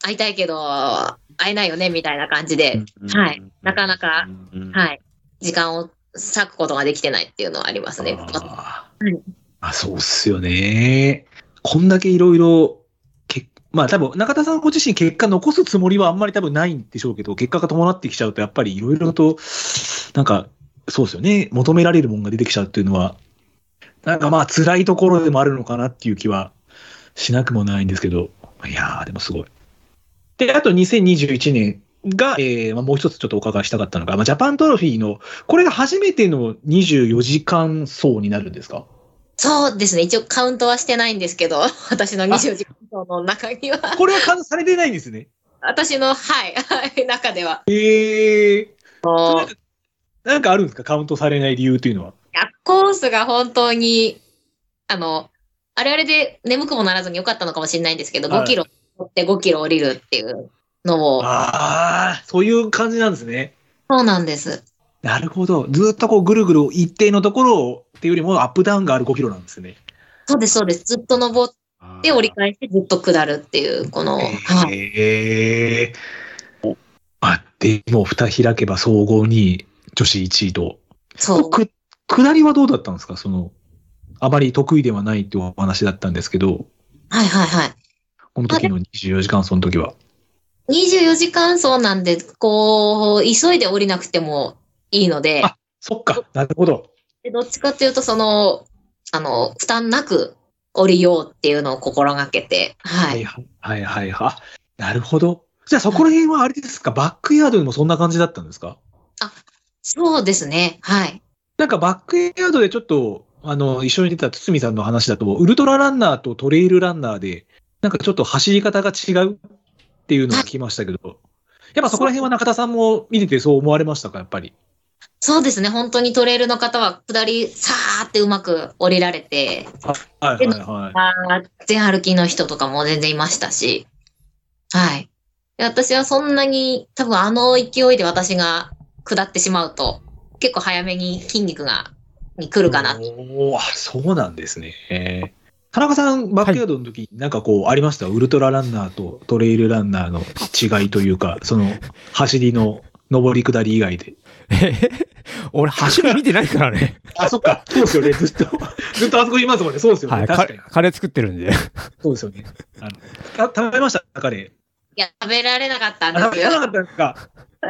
会いたいけど、会えないよね、みたいな感じで、はいなかなかうん、うんはい。時間を割くことができてないっていうのはありますね。あうーんあ、そうっすよね。こんだけいろいろ、けまあ多分、中田さんご自身結果残すつもりはあんまり多分ないんでしょうけど、結果が伴ってきちゃうと、やっぱりいろいろと、なんか、そうですよね。求められるもんが出てきちゃうっていうのは、なんかまあ辛いところでもあるのかなっていう気はしなくもないんですけど、いやー、でもすごい。で、あと2021年が、えーまあ、もう一つちょっとお伺いしたかったのが、まあ、ジャパントロフィーのこれが初めての24時間走になるんですかそうですね。一応カウントはしてないんですけど、 [laughs] 私の24時間走の中には、これは完走されてないんですね。私の、はい、はい、 [laughs] 中では。ええもうなんかあるんですかカウントされない理由というのは。いやコースが本当に、あの、あれあれで眠くもならずに良かったのかもしれないんですけど、はい5キロ乗って5キロ降りるっていうのを、ああ、そういう感じなんですね。そうなんです。なるほど。ずっとこうぐるぐる一定のところをっていうよりもアップダウンがある5キロなんですね。そうです、そうです。ずっと登って折り返してずっと下るっていう、この、はい。ええあ、でも蓋開けば総合2位、女子1位と。そう。く、下りはどうだったんですかその、あまり得意ではないってお話だったんですけど。はいはいはい。この時の24時間、その時は。 24時間走なんで、こう、急いで降りなくてもいいので、あそっか、なるほど。でどっちかっていうと、その、あの、負担なく降りようっていうのを心がけて、ははいい。はいはいはいはい。あなるほど。じゃあそこら辺はあれですか、バックヤードでもそんな感じだったんですかそうですね、はい。なんかバックヤードでちょっと、あの、一緒に出た堤さんの話だと、ウルトラランナーとトレイルランナーで、なんかちょっと走り方が違うっていうのを聞きましたけど、やっぱそこら辺は中田さんも見ててそう思われましたか、やっぱり。そうですね、本当にトレイルの方は下り、さーってうまく降りられて、はいはいはい。あー全歩きの人とかも全然いましたし、はい。で私はそんなに、多分あの勢いで私が下ってしまうと、結構早めに筋肉が、に来るかな。おーあそうなんですね。田中さん、バックヤードの時になんかこうありました、ウルトラランナーとトレイルランナーの違いというか、その走りの上り下り以外で。 [laughs] 俺、走り見てないからね。あ、そっか。 [laughs] そうですよね。ずっと、ずっとあそこいますもんね。そうですよね。はい。確カかにレ。カレー作ってるんで。 [laughs] そうですよね。あのた食べましたカレいや、食べられなかったんー。あで食すべなよ。かったん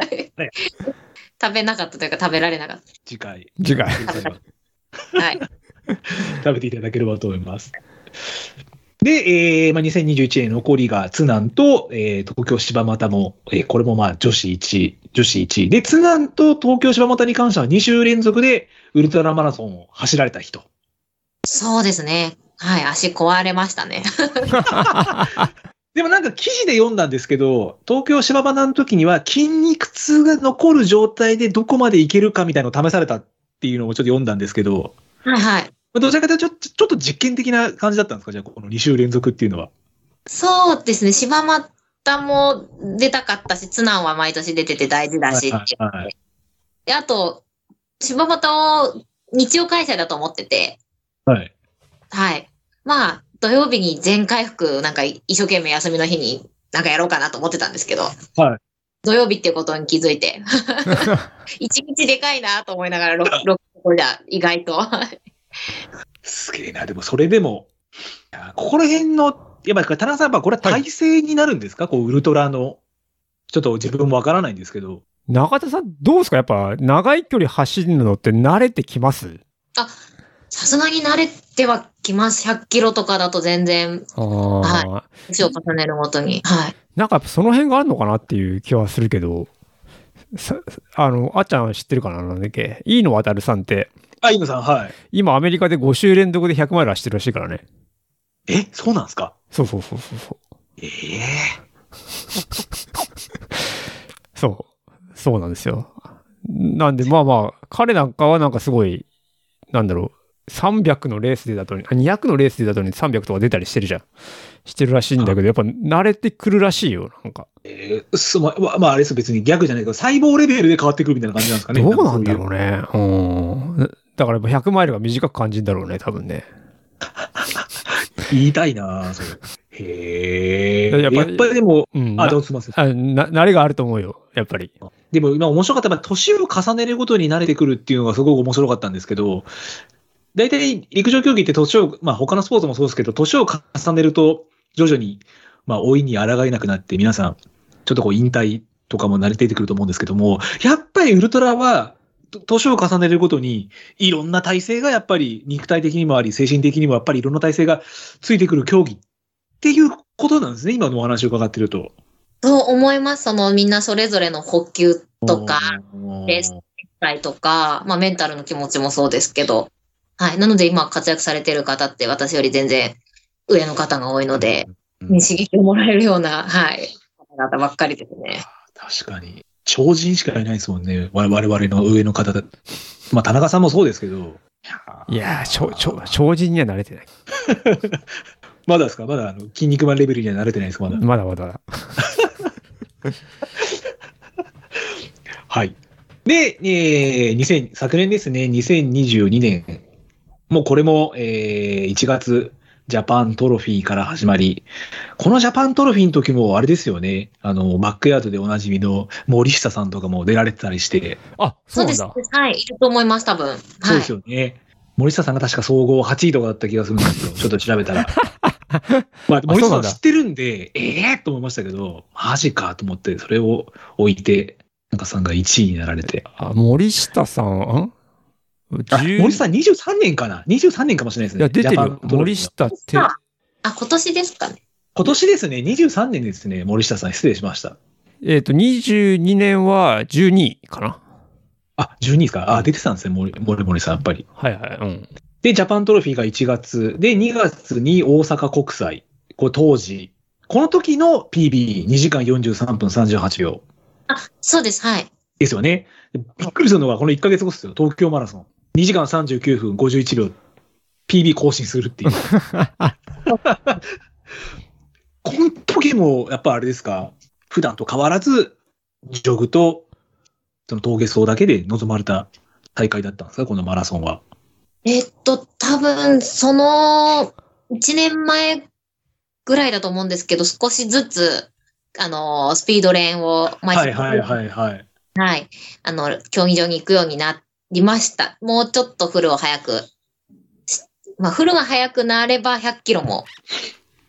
ですか。食べなかったというか、食べられなかっ次回。次 [laughs] 回。た。はい。食べていただければと思います。で、えーまあ、2021年残りが津南と、えー東京柴又も、えーこれもまあ女子1位、女子1位。で、津南と東京柴又に関しては2週連続でウルトラマラソンを走られた人。そうですね。はい、足壊れましたね。でもなんか記事で読んだんですけど、東京柴又の時には筋肉痛が残る状態でどこまでいけるかみたいなのを試されたっていうのをちょっと読んだんですけど、はいはい。まあどちらかというとちょちょちょっと実験的な感じだったんですかじゃあこの2週連続っていうのは。そうですね。柴又も出たかったし、津南は毎年出てて大事だしっていうはいはいはいで、あと、柴又を日曜開催だと思ってて、はい。はい。まあ、土曜日に全回復、なんか一生懸命休みの日になんかやろうかなと思ってたんですけど、はい。土曜日っていうことに気づいて、一日でかいなと思いながら、6個じゃ意外と。すげえな、でもそれでも、いやここら辺の、やっぱり田中さん、やっぱこれは体制になるんですか、こうウルトラの、ちょっと自分もわからないんですけど、中田さん、どうですかやっぱ、長い距離走るのって慣れてきますさすがに慣れてはきます。100キロとかだと全然、ああ。は年を重ねるごとに。はい。なんかやっぱその辺があるのかなっていう気はするけど、さあの、あっちゃん知ってるかななんだっけ飯野渡さんって、あ、イ野さん、はい。今アメリカで5週連続で100マイル走ってるらしいからね。え、そうなんですかそうそうそうそうそう。ええそう。そうなんですよ。なんで、まあまあ、彼なんかはなんかすごい、なんだろう、300のレースでだとに、あ200のレースでだとに300とか出たりしてるじゃん。してるらしいんだけど、やっぱ慣れてくるらしいよ、なんか。えーすま、ままあ、あれです、別にギャグじゃないけど、細胞レベルで変わってくるみたいな感じなんですかね。どうなんだろかうね。うん。だからやっぱ100マイルが短く感じるんだろうね、多分ね。そういう言いたいな、それ。へえ。ややっっぱぱりりでも、うん。あ、などうもすみません。あな慣れがあると思うよ、やっぱり。でも今面白かったのは、年を重ねるごとに慣れてくるっていうのがすごく面白かったんですけど、大体陸上競技って年を、まあ他のスポーツもそうですけど、年を重ねると徐々に、まあ老いに抗えなくなって皆さん、ちょっとこう引退とかも慣れていてくると思うんですけども、やっぱりウルトラは、と年を重ねるごとに、いろんな体制がやっぱり肉体的にもあり、精神的にもやっぱりいろんな体制がついてくる競技っていうことなんですね、今のお話を伺ってると。そう思います。そのみんなそれぞれの補給とか、うんレースはいとか、まあメンタルの気持ちもそうですけど、はい。なので今活躍されてる方って私より全然上の方が多いので、うん刺激をもらえるような、はい。方々ばっかりですね。確かに。超人しかいないですもんね。我我々の上の方だ。まあ、田中さんもそうですけど。いやー、超、超、超人には慣れてない。まだですかまだあの筋肉マンレベルには慣れてないです、まだ。まだまだ。はい。で、えー、2000昨年ですね、2022年。もうこれも、えー、1月、ジャパントロフィーから始まり、このジャパントロフィーの時も、あれですよね、あの、バックヤードでおなじみの森下さんとかも出られてたりして、あ、そうなんです。だ。はい。いると思います、多分。はい。そうですよね。森下さんが確か総合8位とかだった気がするんですよ。ちょっと調べ [laughs] たら。まあ、森そ下うなさんんだ知ってるんで、ええと思いましたけど、マジかと思って、それを置いて、なんかさんが1位になられて。あ、森下さん、んあ10森下さん23年かな ?23 年かもしれないですいね。や、出ジてるャパよン。トロフィ森ーの下って、ああ、今年ですかね。今年ですね、23年ですね、森下さん、失礼しました。えっ、と、22年は12位かな。あ、12ですかあ、出てたんですね、森森森さん、やっぱり。はいはい。うん。で、ジャパントロフィーが1月、で、2月に大阪国際、これ当時、この時の PB、2時間43分38秒あ、そうです。はい。ですよね。でびっくりするのが、この1ヶ月後ですよ、東京マラソン。2時間39分51秒、PB 更新するっていう。この時も、やっぱあれですか、普段と変わらず、ジョグと、その峠走だけで臨まれた大会だったんですか、このマラソンは。えっと、多分、その、 1年前ぐらいだと思うんですけど、少しずつ、あのースピードレーンを毎はい月、はいはいはい。はいあの、競技場に行くようになりました。もうちょっとフルを早くし。まあ、フルが早くなれば100キロも、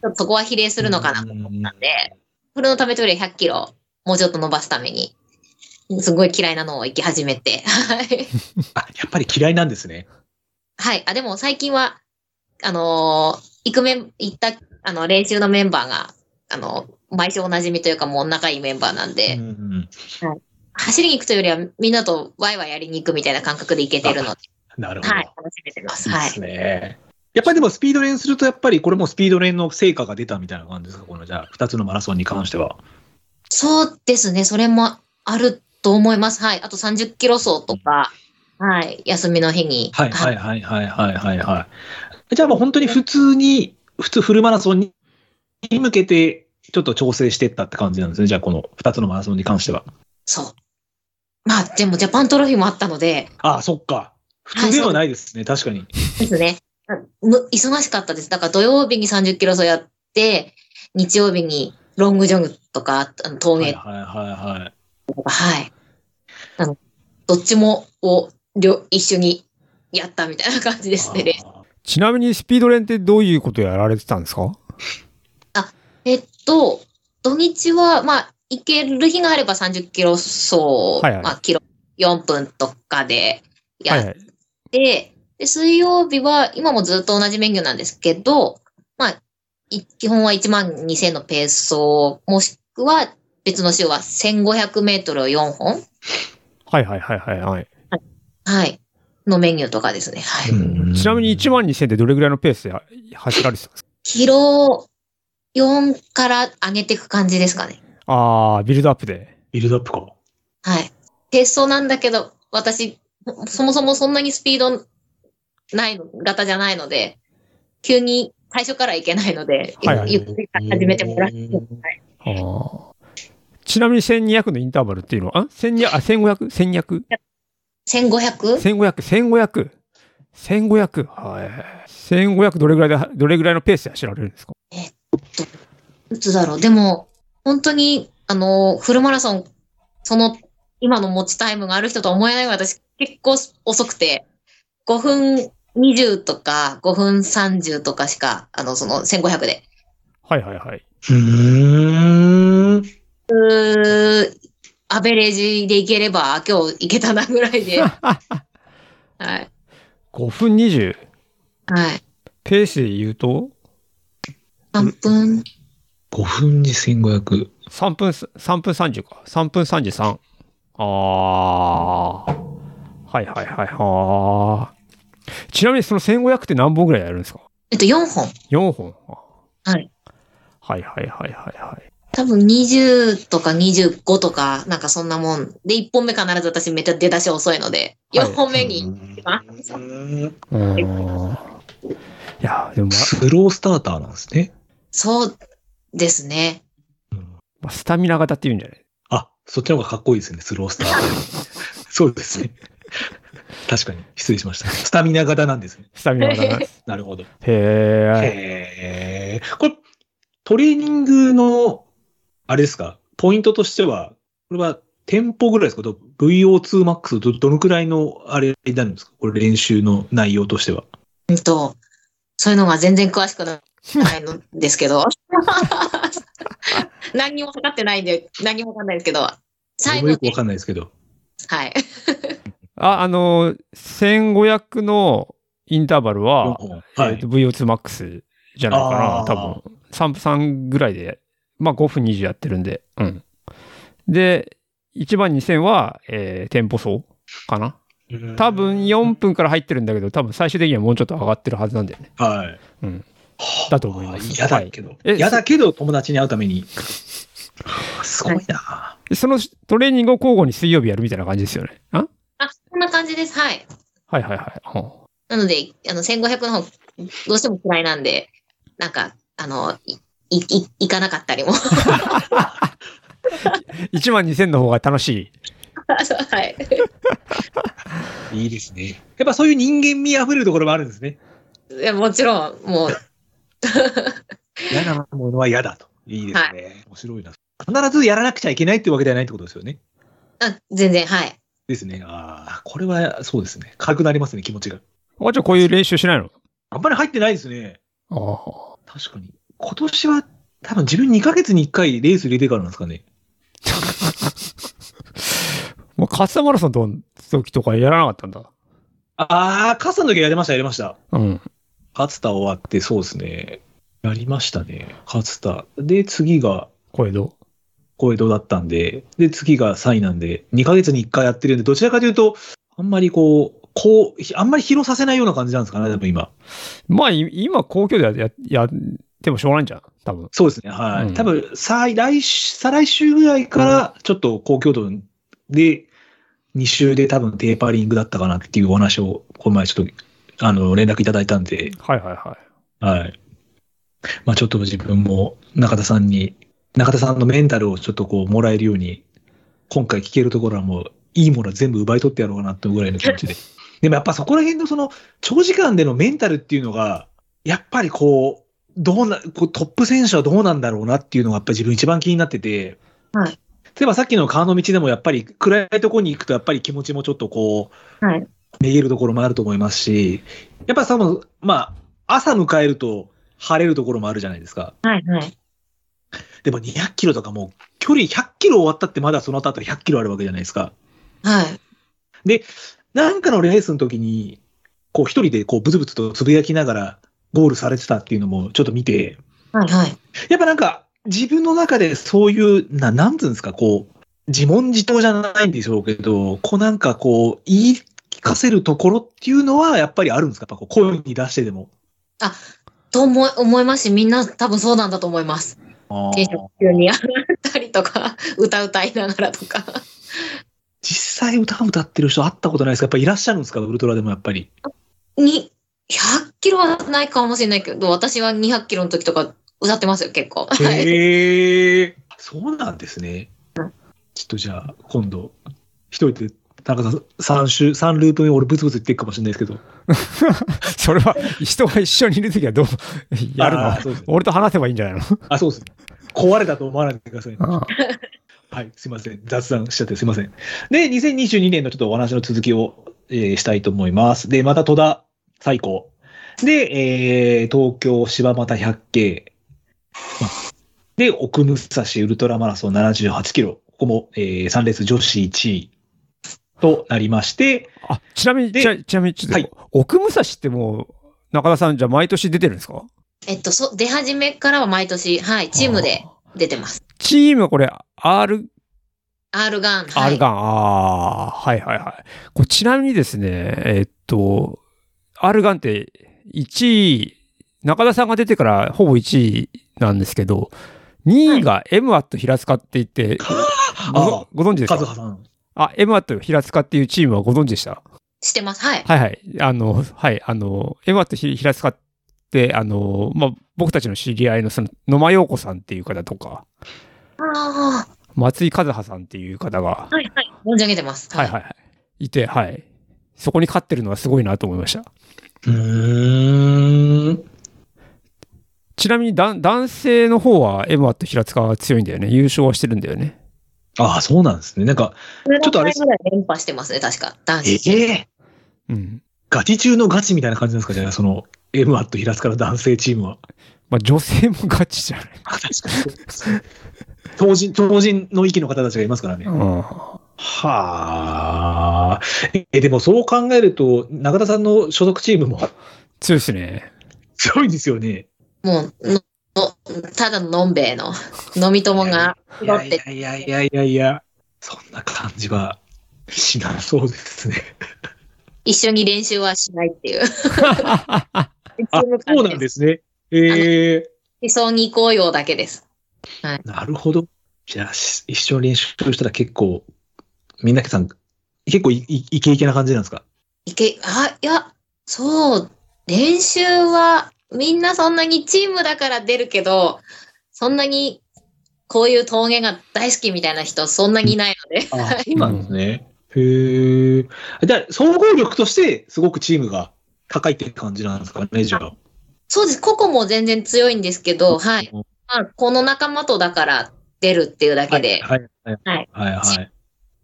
ちょっとそこは比例するのかなと思ったんで、フルのためとより100キロ、もうちょっと伸ばすために、すごい嫌いなのを行き始めて、はい。あ、やっぱり嫌いなんですね。はい。あ、でも最近は、あのー行くメン、行った、あの、練習のメンバーが、あの、毎週おなじみというか、もう仲いいメンバーなんで、うんうん走りに行くというよりは、みんなとワイワイやりに行くみたいな感覚で行けてるので、なるほど。はい。楽しめてます。いいはでい。すね。やっぱりでもスピード練すると、やっぱりこれもスピード練の成果が出たみたいな感じですか、このじゃあ、2つのマラソンに関しては。そうですね。それもあると思います。はい。あと30キロ走とか、はい。休みの日に。はいはいはいはいはいはいはい。じゃあもう本当に普通に、普通フルマラソンに向けて、ちょっと調整していったって感じなんですね、じゃあこの2つのマラソンに関しては。そう。まあ、でも、ジャパントロフィーもあったので、ああ、そっか。普通ではないですね、確かに。ですね。む忙しかったです。だから土曜日に30キロ走やって、日曜日にロングジョグとか、あの陶はい芸はいはいはい。とか、はい、あの、どっちもを両一緒にやったみたいな感じですね。レースあ [laughs] ちなみにスピード練ってどういうことやられてたんですかえっと、土日は、まあ、行ける日があれば30キロ走、はいはいまあ、キロ4分とかでやはっいはい。で、で、水曜日は、今もずっと同じメニューなんですけど、まあ、い基本は1万2000のペーソもしくは別の週は1500メートルを4本はいはいはいはいはい。はい。のメニューとかですね。はい。ーちなみに1万2000ってどれぐらいのペースで走られてたんですかキロ4から上げていく感じですかね。ああ、ビルドアップで。ビルドアップか。はい。ペーソなんだけど、私、そもそもそんなにスピードない、型じゃないので、急に最初からいけないので、はいはいゆっくり始めてもらって、あーちなみに1200のインターバルっていうのは、あ ?1200、あ、1500?1200? 1500? 1500、1500、1500、はい。1500どれぐらいで、どれぐらいのペースで走られるんですかいつだろう。でも、本当に、あの、フルマラソン、その、今の持ちタイムがある人とは思えないぐらい私結構遅くて、5分20とか5分30とかしか、あの、その1500で。はいはいはい。うーん。うーアベレージでいければ、今日いけたなぐら [laughs] いで。はい。 5分20。はい。ペースで言うと、 3分、 5分に1500。 3分、3分30か。3分33。あー。はいはいはいはー。ちなみにその1500って何本ぐらいやるんですかえっと4本。 ?4 本。はい。はいはいはいはいはい。多分20とか25とか、なんかそんなもん。で、1本目必ず私めっちゃ出だし遅いので、はい4本目に行きます。うーん。いや、でも、まスロースターターなんですね。そうですね。まスタミナ型っていうんじゃないあ、そっちの方がかっこいいですね、スロース [laughs] ターター。そうですね。確かに、失礼しました。スタミナ型なんですね。スタミナ型 [laughs] なんです。なるほど。へへーこれ、トレーニングの、あれですか、ポイントとしては、これは店舗ぐらいですかど ?VO2max ど、どのくらいのあれになるんですかこれ練習の内容としては。うんと、そういうのが全然詳しくないのですけ [laughs] ど。何にも分かってないんで、何にも分かんないですけど、最僕も後よくわに、かんないですけど。はい。ーあ、あの、1500のインターバルは、 4本はえっいと。VO2max じゃないかあな、ー多分。3分3ぐらいで、まあ5分20やってるんで、うん。で、1番2000は、えー、テンポ走かな。多分4分から入ってるんだけど、多分最終的にはもうちょっと上がってるはずなんだよね。はい。うんだと思います嫌だけど。え嫌だけど友達に会うために。すごいな。でそのトレーニングを交互に水曜日やるみたいな感じですよね。ああ、そんな感じです。はい。はいはいはい。うんなので、あの、1500の方、どうしても嫌いなんで、なんか、あの、い、い、い行かなかったりも。 [laughs] 1万2000の方が楽しい。はい。いいですね。やっぱそういう人間味あふれるところもあるんですね。いや、もちろん、もう、嫌なものは嫌だと。いいですね。面白いな。必ずやらなくちゃいけないってわけではないってことですよね。あ、全然、はい。ですね。ああ、これはそうですね。軽くなりますね、気持ちが。あ、じゃあこういう練習しないのあんまり入ってないですね。ああ。確かに。今年は多分自分2ヶ月に1回レース入れてからなんですかね。もうカスタマラソンの時とかやらなかったんだ。ああ、傘の時やりました、やりました。うん。勝田終わって、そうですね。やりましたね、勝田。で、次がこれど小江戸だったんで、で、次が3位なんで、2ヶ月に1回やってるんで、どちらかというと、あんまりこう、こう、あんまり疲労させないような感じなんですかね、多分今。う。まあ、い今、公共でやややってもしょうがないんじゃん。多分。そうですね、はい。うん多分、再来週、再来週ぐらいから、ちょっと高強度で、2週で多分テーパリングだったかなっていうお話を、この前ちょっと、あの、連絡いただいたんで、はいはいははい。まあちょっと自分も中田さんに、中田さんのメンタルをちょっとこうもらえるように、今回聞けるところはもういいものは全部奪い取ってやろうかなっていうぐらいの気持ちで。でもやっぱそこら辺のその長時間でのメンタルっていうのが、やっぱりこう、どうな、こうトップ選手はどうなんだろうなっていうのがやっぱり自分一番気になってて、はい例えばさっきの川の道でもやっぱり暗いところに行くとやっぱり気持ちもちょっとこう、はいめげるところもあると思いますし、やっぱその、まあ、朝迎えると晴れるところもあるじゃないですか。はい、はい。でも200キロとかもう距離100キロ終わったってまだその後あと100キロあるわけじゃないですか。はい。なんかのレースの時に、こう一人でこうブツブツとつぶやきながらゴールされてたっていうのもちょっと見て、はい、はい。やっぱなんか自分の中でそういう、ななんつうんですか、こう、自問自答じゃないんでしょうけど、こうなんかこう、言い聞かせるところっていうのはやっぱりあるんですかやっぱこう声に出してでも。と思い思いますし、みんな多分そうなんだと思います。テンション急に上がったりとか、歌歌いながらとか。実際歌歌ってる人会ったことないですかやっぱいらっしゃるんですかウルトラでもやっぱり。に、100キロはないかもしれないけど、私は200キロの時とか歌ってますよ、結構。はい。へえ。そうなんですね。ちょっとじゃあ、今度、一人で、田中さん、3週、三ループ目俺ブツブツ言ってるかもしれないですけど。い。 [laughs] それは、人が一緒にいるときはどう、 [laughs] やるあのそうですね俺と話せばいいんじゃないのあ、そうですね。壊れたと思わないでくださいね。ああはい、すいません。雑談しちゃってすいません。で、2022年のちょっとお話の続きを、えーしたいと思います。で、また戸田、最高。で、えー東京、柴又百景。まあで、奥武蔵ウルトラマラソン78キロ。ここも、え3レース女子1位となりまして、あ、ちなみに、でちなちなみに、ちょっと、はい奥武蔵ってもう、中田さん、じゃあ毎年出てるんですかえっと、そ、出始めからは毎年、はい、チームで。出てます。チームはこれ、R、 R ガン。はい R ガン、ああ、はいはいはい。これちなみにですね、えっと、R ガンって1位、中田さんが出てからほぼ1位なんですけど、2位が MWAT 平塚って言 [laughs] って、あごご存知ですカズかハさん。あ、MWAT 平塚っていうチームはご存知でしたしてます。はい。はいはい。あの、はい、あの、エマってひ平塚って、あの、まあ、僕たちの知り合いの、その、野間陽子さんっていう方とか、あ松井和葉さんっていう方があ。、はい、はい。存じ上げてます。はいはいはい、いて、はい。そこに勝ってるのはすごいなと思いました。うーん。ちなみにだん、男性の方はエマと平塚が強いんだよね。優勝はしてるんだよね。ああ、そうなんですね。なんか、ちちょょっっととああれれぐらい連覇してますね、確か。男え子。えうん。ガチ中のガチみたいな感じなんですかじゃあ、その、M アット平塚の男性チームは。まあ、女性もガチじゃない。確かにそうですね。 [laughs] 超人、超人の域の方たちがいますからね。うん。はあ。え、でもそう考えると、中田さんの所属チームも [laughs] 強いです [laughs] ね。強いんですよね。もう、ののただののんべえの、飲み友がい集っやいて、やいやいやいやいや、そんな感じはしなそうですね。一緒に練習はしないっていう。あ、そうなんですね。ええ [laughs] 理想に行こうよだけです。なるほど。じゃあ、し一緒に練習したら結構、みんなさん、結構いいイケイケな感じなんですかいけ、あ、いや、そう、練習は、みんなそんなにチームだから出るけど、そんなに、こういう峠が大好きみたいな人、そんなにいないので。 [laughs] あ、そうなんですね。へえ。じゃあ、総合力として、すごくチームが高いって感じなんですかね、じゃあ。そうです。個々も全然強いんですけど、はい。まあ、この仲間とだから出るっていうだけで、はいはいはいはいは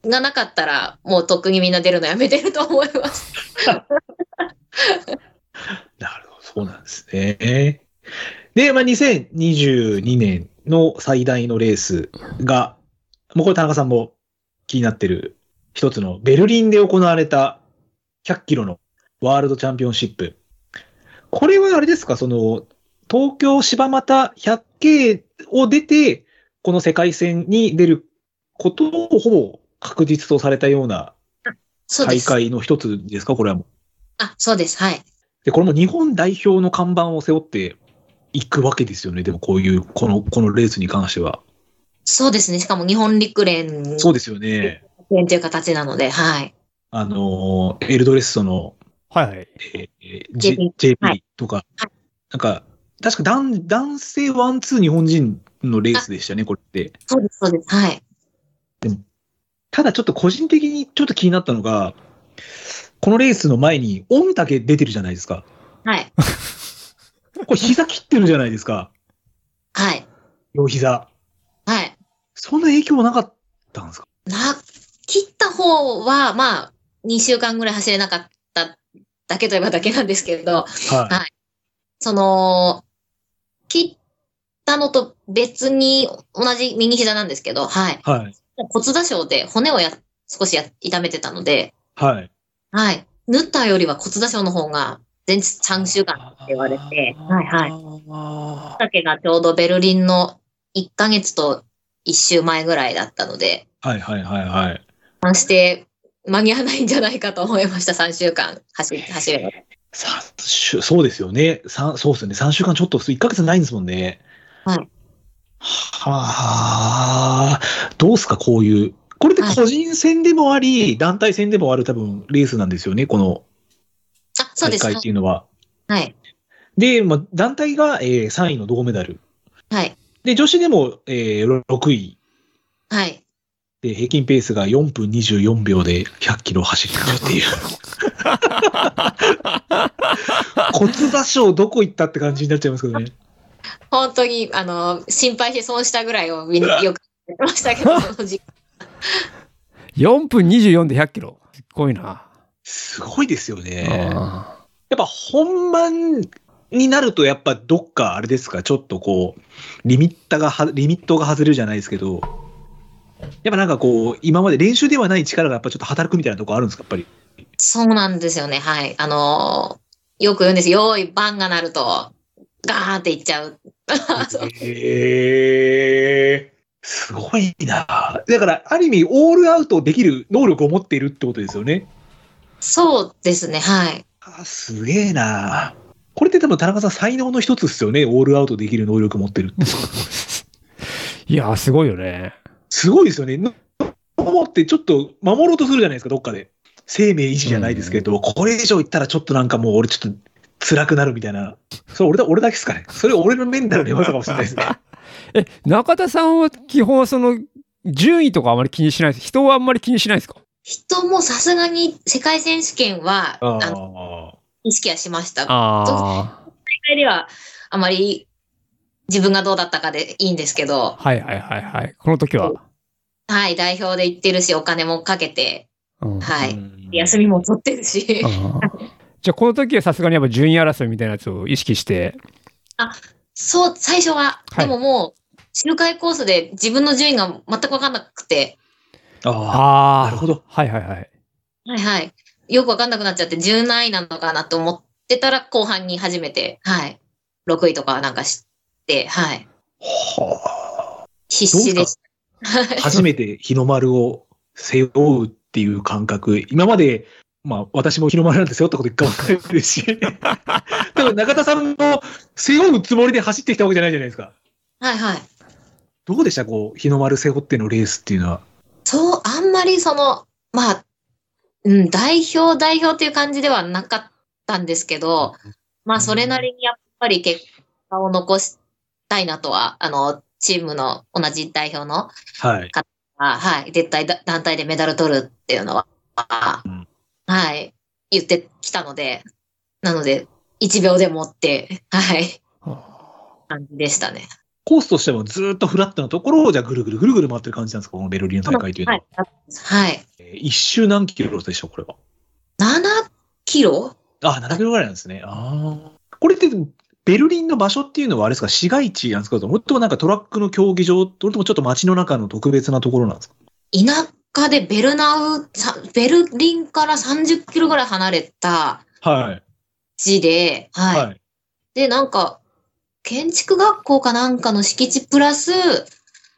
い。がなかったら、もうとっくにみんな出るのやめてると思い [laughs] ます。なるほど、そうなんですね。で、まあ、2022年の最大のレースが、もうこれ田中さんも気になってる一つのベルリンで行われた100キロのワールドチャンピオンシップ。これはあれですか、その、東京柴又100 k を出て、この世界戦に出ることをほぼ確実とされたようなそうで大す。会の一つですか、これはもう。あ、そうです。はい。で、これも日本代表の看板を背負っていくわけですよね。でもこういう、この、このレースに関しては。そうですね。しかも日本陸連そうですよね。連という形なので、はい。あのー、エルドレッソの、はいはい。えー、 JP J- JP はいとか、はなんか、確か男男性ワンツー日本人のレースでしたね、これって。そうです。そうです。はい。ただちょっと個人的にちょっと気になったのが、このレースの前に、御嶽出てるじゃないですか。はい。これ膝切ってるじゃないですか。はい。両膝。はい。そんな影響なかったんですかな、切った方は、まあ、2週間ぐらい走れなかっただけといえばだけなんですけど、はい。その、切ったのと別に同じ右膝なんですけど、はい。はい。骨打症で骨をや、少しや痛めてたので、はい。はい。縫ったよりは骨打症の方が前日3週間って言われて、はいはい。はだけがちょうどベルリンの1ヶ月と1週前ぐらいだったので、い。はいはいはいはい。まして、間に合わないんじゃないかと思いました、3週間走り、走れば。三週、そうですよね。三、そうですよね。三週間ちょっと、一ヶ月ないんですもんね。はい。はあ、どうすか、こういう。これって個人戦でもあり、団体戦でもある多分レースなんですよね、このあ、そうで大す。会っていうのは。はい。で、まあ、団体が、えー、3位の銅メダル。はい。で、女子でも、えー、6位。はい。で、平均ペースが4分24秒で100キロ走ってくるっていう。骨座賞どこ行ったって感じになっちゃいますけどね。本当に、あの、心配して損したぐらいを [laughs] みんなよく言ってましたけど、その時4分24で100キロ。すっごいな。すごいですよね。やあっぱ本番になるとやっぱどっかあれですか、ちょっとこう、リミッターがは、リミットが外れるじゃないですけど、やっぱなんかこう、今まで練習ではない力がやっぱちょっと働くみたいなとこあるんですか、やっぱり。そうなんですよね。はい。あの、よく言うんですよ。用意、バンが鳴ると、ガーンっていっちゃう。そうへえすごいな。だから、ある意味、オールアウトできる能力を持っているってことですよね。 [laughs] そうですね。はい。あすげえな。これって多分田中さん才能の一つですよね。オールアウトできる能力持ってるって。 [laughs] いやー、すごいよね。すごいですよね。の思ってちょっと守ろうとするじゃないですか、どっかで。生命維持じゃないですけど、これ以上いったらちょっとなんかもう俺ちょっと辛くなるみたいな。それ俺だ、俺だけですかね。それ俺のメンタルの弱さかもしれないですね。え、中田さんは基本その、順位とかあまり気にしないです。人はあんまり気にしないですか人もさすがに世界選手権は、あのあ意識はしました。あ大会ではあまり自分がどうだったかでいいんですけど、あ。はいはいはいはい。この時は。はい、代表で行ってるし、お金もかけて、うんーはうい、ん休みも取ってるし、あー [laughs] じゃあこの時はさすがにやっぱ順位争いみたいなやつを意識して。そう、最初は、はいでももう、周回コースで自分の順位が全く分かんなくて、あああ、あ。なるほど。はいはいはい。はいはい、よく分かんなくなっちゃって、10何位なのかなと思ってたら、後半に初めて、はい、6位とかなんかして、はい、は必死でした。あ、初めて日の丸を背負うっていう感覚、今まで、まあ、私も日の丸なんて背負ったこと一回もないですし、多分中田さんも背負うつもりで走ってきたわけじゃないじゃないですか。はいはい。どうでしたこう、日の丸背負ってのレースっていうのは。そう、あんまりその、まあ、うん、代表、代表っていう感じではなかったんですけど、まあ、それなりにやっぱり結果を残したいなとは、あの、チームの同じ代表の、はい。あはい、絶対だ団体でメダル取るっていうのは、あうんはい、言ってきたので、なので、 1秒でもって、はい、は感じでしたね。コースとしてもずーっとフラットなところを、じゃあぐるぐるぐるぐる回ってる感じなんですか、このベルリンの大会というのはは。い。はい。えー一周何キロでしょう、これは。 7キロあ、7キロぐらいなんですね。ああ。これって、ベルリンの場所っていうのはあれですか、市街地なんですかそれともなんかトラックの競技場、それともちょっと街の中の特別なところなんですか田舎でベルナウ、さベルリンから30キロぐらい離れたはい。地で、はい。はい。で、なんか、建築学校かなんかの敷地プラス、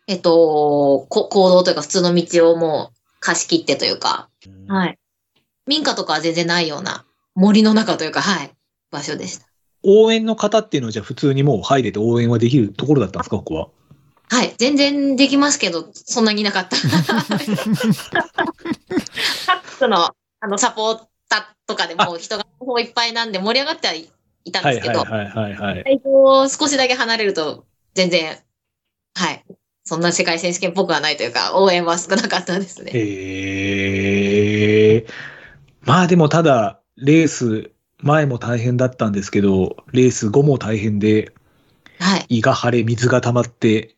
えっと、こ行動というか普通の道をもう貸し切ってというか、はい。民家とかは全然ないような森の中というか、はい、場所でした。応援の方っていうのは、じゃあ普通にもう入れて応援はできるところだったんですか、ここは。はい、全然できますけど、そんなにいなかった。各のあのサポーターとかでもう人がもういっぱいなんで盛り上がってはいいたんはでいすけはいど、はいはいはい。会場を少しだけ離れると全然、はい、そんな世界選手権っぽくはないというか、応援は少なかったですね。へえ。まあでもただ、レース前も大変だったんですけど、レース後も大変で、はい、胃が腫れ、水が溜まって、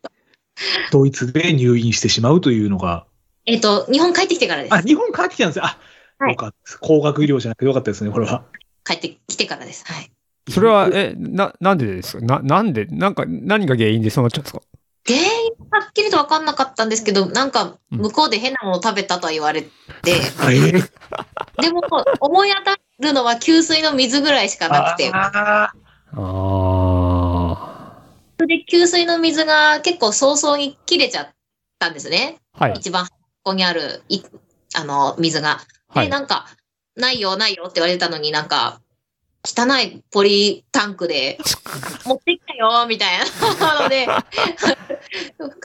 ドイツで入院してしまうというのが、えっ、と、日本帰ってきてからであ、す。日本帰ってきたんですよ。あ、はいよかったです。高額医療じゃなくてよかったですね、これは。帰ってきてからです。はい。いそれは、え、な、なんでですかな、なんで、なんか、何が原因でそうなっちゃうんですか原因はっきりと分かんなかったんですけど、なんか向こうで変なものを食べたとは言われて、あえー [laughs] でも思い当たるのは給水の水ぐらいしかなくて、あーあで給水の水が結構早々に切れちゃったんですね。あ。はい。一番端っこにあるいあの水が。で、はい。なんか、ないよ、ないよって言われたのになんか、汚いポリタンクで、持ってきたよ、みたいな [laughs] ので、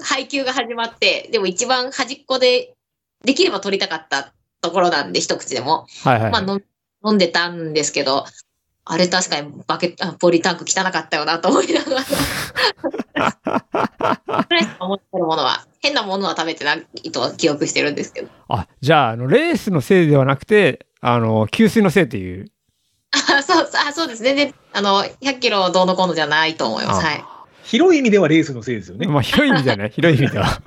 配給が始まって、でも一番端っこで、できれば取りたかったところなんで、一口でも。はいはい。まあ、飲ん飲んでたんですけど、あれ確かにバケあポリタンク汚かったよなと思いながら。ぐらいしか思ってるものは、変なものは食べてないとは記憶してるんですけど。 [laughs] あ、じゃあ、あの、レースのせいではなくて、あの、給水のせいっていう。あそうあそうです。全然、あの、100キロどうのこうのじゃないと思います。あはい。広い意味ではレースのせいですよね。まあ、広い意味では [laughs] ね、広い意味では。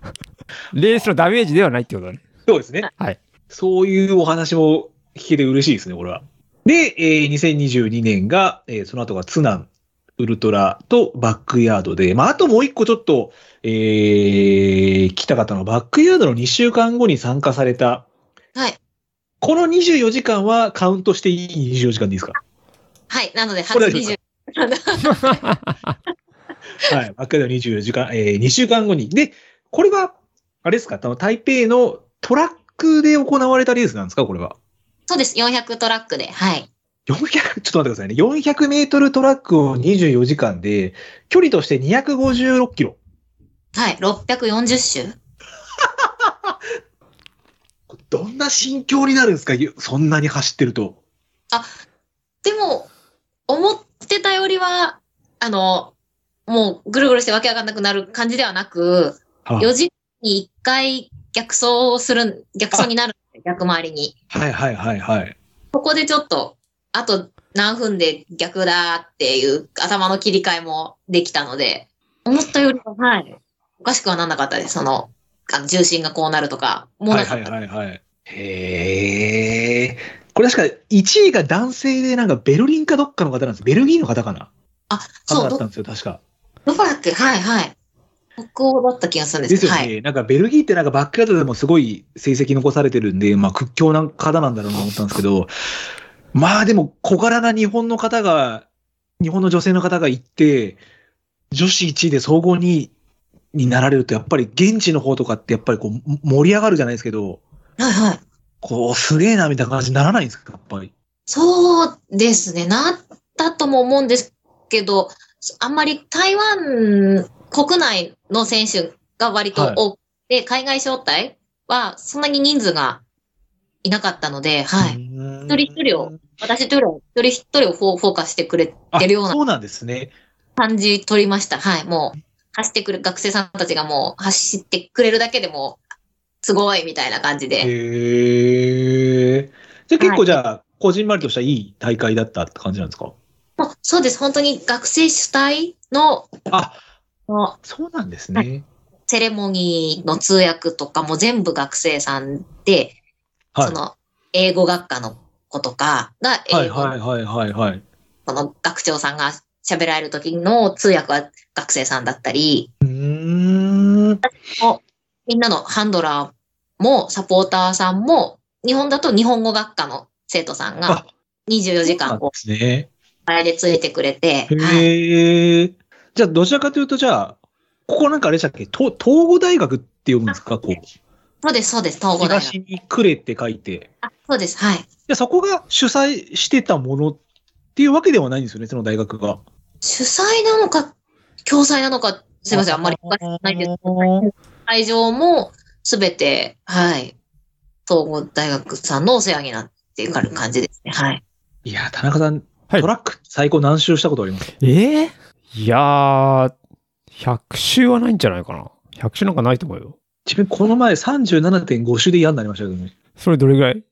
レースのダメージではないってことだね。そうですね。はい。そういうお話も聞けて嬉しいですね、これは。で、えー2022年が、えーその後がツナン、ウルトラとバックヤードで、まあ、あともう一個ちょっと、えー、聞きたかったのは、バックヤードの2週間後に参加された、はい。この24時間はカウントしていい24時間でいいですかはい。なので、初これは大丈夫20で。はい。バックヤード24時間、えー、2週間後に。で、これは、あれですか、あの台北のトラックで行われたレースなんですか、これは。そうです。400トラックで。はい。 400、ちょ [laughs] っと待ってくださいね。400メートルトラックを24時間で、距離として256キロ。はい。640周。どんな心境になるんですかそんなに走ってると。でも、思ってたよりは、あの、もうぐるぐるしてわけわかんなくなる感じではなく、はい4時に1回逆走をする、逆走になる、逆回りに。はいはいはいはい。ここでちょっと、あと何分で逆だっていう頭の切り替えもできたので、思ったよりは、はい、おかしくはなんなかったです。その、あの重心がこうなるとか、もうはないかはっいた。はいはい。へえ。これ確か1位が男性でなんかベルリンかどっかの方なんです。ベルギーの方かなあ、方そう、だっどたんですよ、確か。どこだっけはいはい。北欧だった気がするんでですすけよど、ね、はい。なんかベルギーってなんかバックヤードでもすごい成績残されてるんで、まあ屈強な方なんだろうなと思ったんですけど、まあでも小柄な日本の方が、日本の女性の方が行って、女子1位で総合2位になられると、やっぱり現地の方とかってやっぱりこうも盛り上がるじゃないですけど、はいはい。こうすげえなみたいな感じにならないんですか、やっぱり。そうですね。なったとも思うんですけど、あんまり台湾国内の選手が割と多くて、海外招待はそんなに人数がいなかったので、はい。一一人一人を私というよりは一人一人をフォフォーカスしてくれあてるようなそうなんですね。感じ取りました。はい。もう、走ってくる、学生さんたちがもう走ってくれるだけでも、すごいみたいな感じで。へえ。じゃあ結は構じゃあ、こじんまりとしたいい大会だったって感じなんですかもうそうです。本当に学生主体の、あのそうなんですね。セレモニーの通訳とかも全部学生さんで、はい。その英語学科の子とかがは英い語はいはいはいはい。その学長さんが喋られる時の通訳は学生さんだったり、うーん。みんなのハンドラーもサポーターさんも、日本だと日本語学科の生徒さんがあ24時なん間でこすね。う、あれでついてくれて、はいへえ。じゃあ、どちらかというと、じゃあ、ここなんかあれでしたっけ、東東語大学って読むんですか、こう。そうです、そうです、東郷大学。東にくれって書いて。あそうです、はい。で、そこが主催してたものっていうわけではないんですよね、その大学が。主催なのか、共催なのか、すいません、あんまり詳しくないんですけど、会場もすべて、はい、東郷大学さんのお世話になっている感じですね。はい。いや、田中さん、はいトラック最高何周したことありますかええいやー、100周はないんじゃないかな。100周なんかないと思うよ。自分、この前37.5周で嫌になりましたけどね。それどれぐらい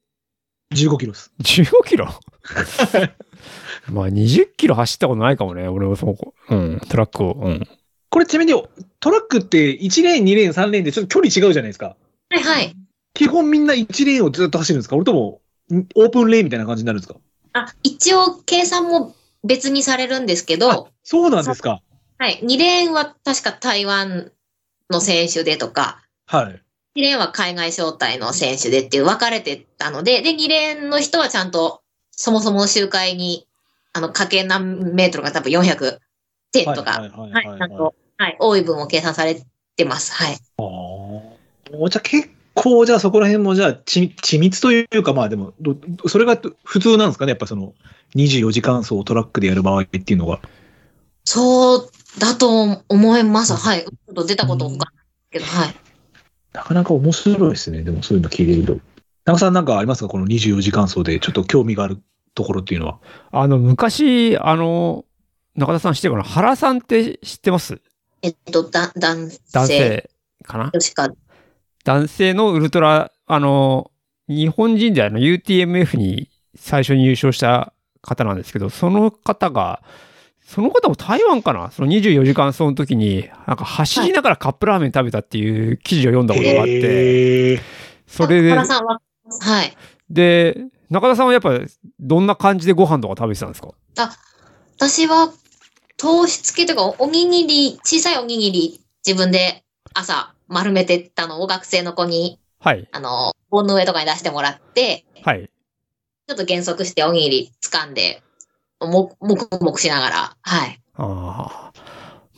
15キロです。 15キロ [laughs] まあ20キロ走ったことないかもね、俺はその子、うん、トラックを。うん。これちなみに、トラックって1レーン、2レーン、3レーンでちょっと距離違うじゃないですか。はい、はい。基本みんな1レーンをずっと走るんですか俺とも、んオープンレーンみたいな感じになるんですかあ、一応、計算も別にされるんですけど、そうなんですかはい。2レーンは確か台湾の選手でとか、はい。 1レーンは海外招待の選手でっていう分かれてたので、で、2レーンの人はちゃんと、そもそもの周回に、あの、かけ何メートルが多分400点とか、いはいはい、ちゃんと、はい、多い分を計算されてます。はい。おじゃあ結構、じゃあそこら辺も、じゃあ、ち緻密というか、まあでも、どどそれが普通なんですかねやっぱその、24時間走をトラックでやる場合っていうのが。そうだと思います。はい。ちょっと出たことうがんないけど、はい。なかなか面白いですね。でもそういうの聞いてると。田中さんなんかありますかこの24時間走で、ちょっと興味があるところっていうのは。あの、昔、あの、中田さん知ってるかな原さんって知ってますえっと、だ男性、男性かな吉川男性のウルトラ、あの、日本人であの UTMF に最初に優勝した方なんですけど、その方が、その方も台湾かなその24時間走の時に、なんか走りながらカップラーメン食べたっていう記事を読んだことがあっへて、ーそれで原、さんは、はい。で、中田さんはやっぱどんな感じでご飯とか食べてたんですか私は糖質系というかおにぎり小さいおにぎり自分で朝丸めてったのを学生の子にはい、あの棒の上とかに出してもらってはい。ちょっと減速しておにぎり掴んでももくもくしながらはいああ。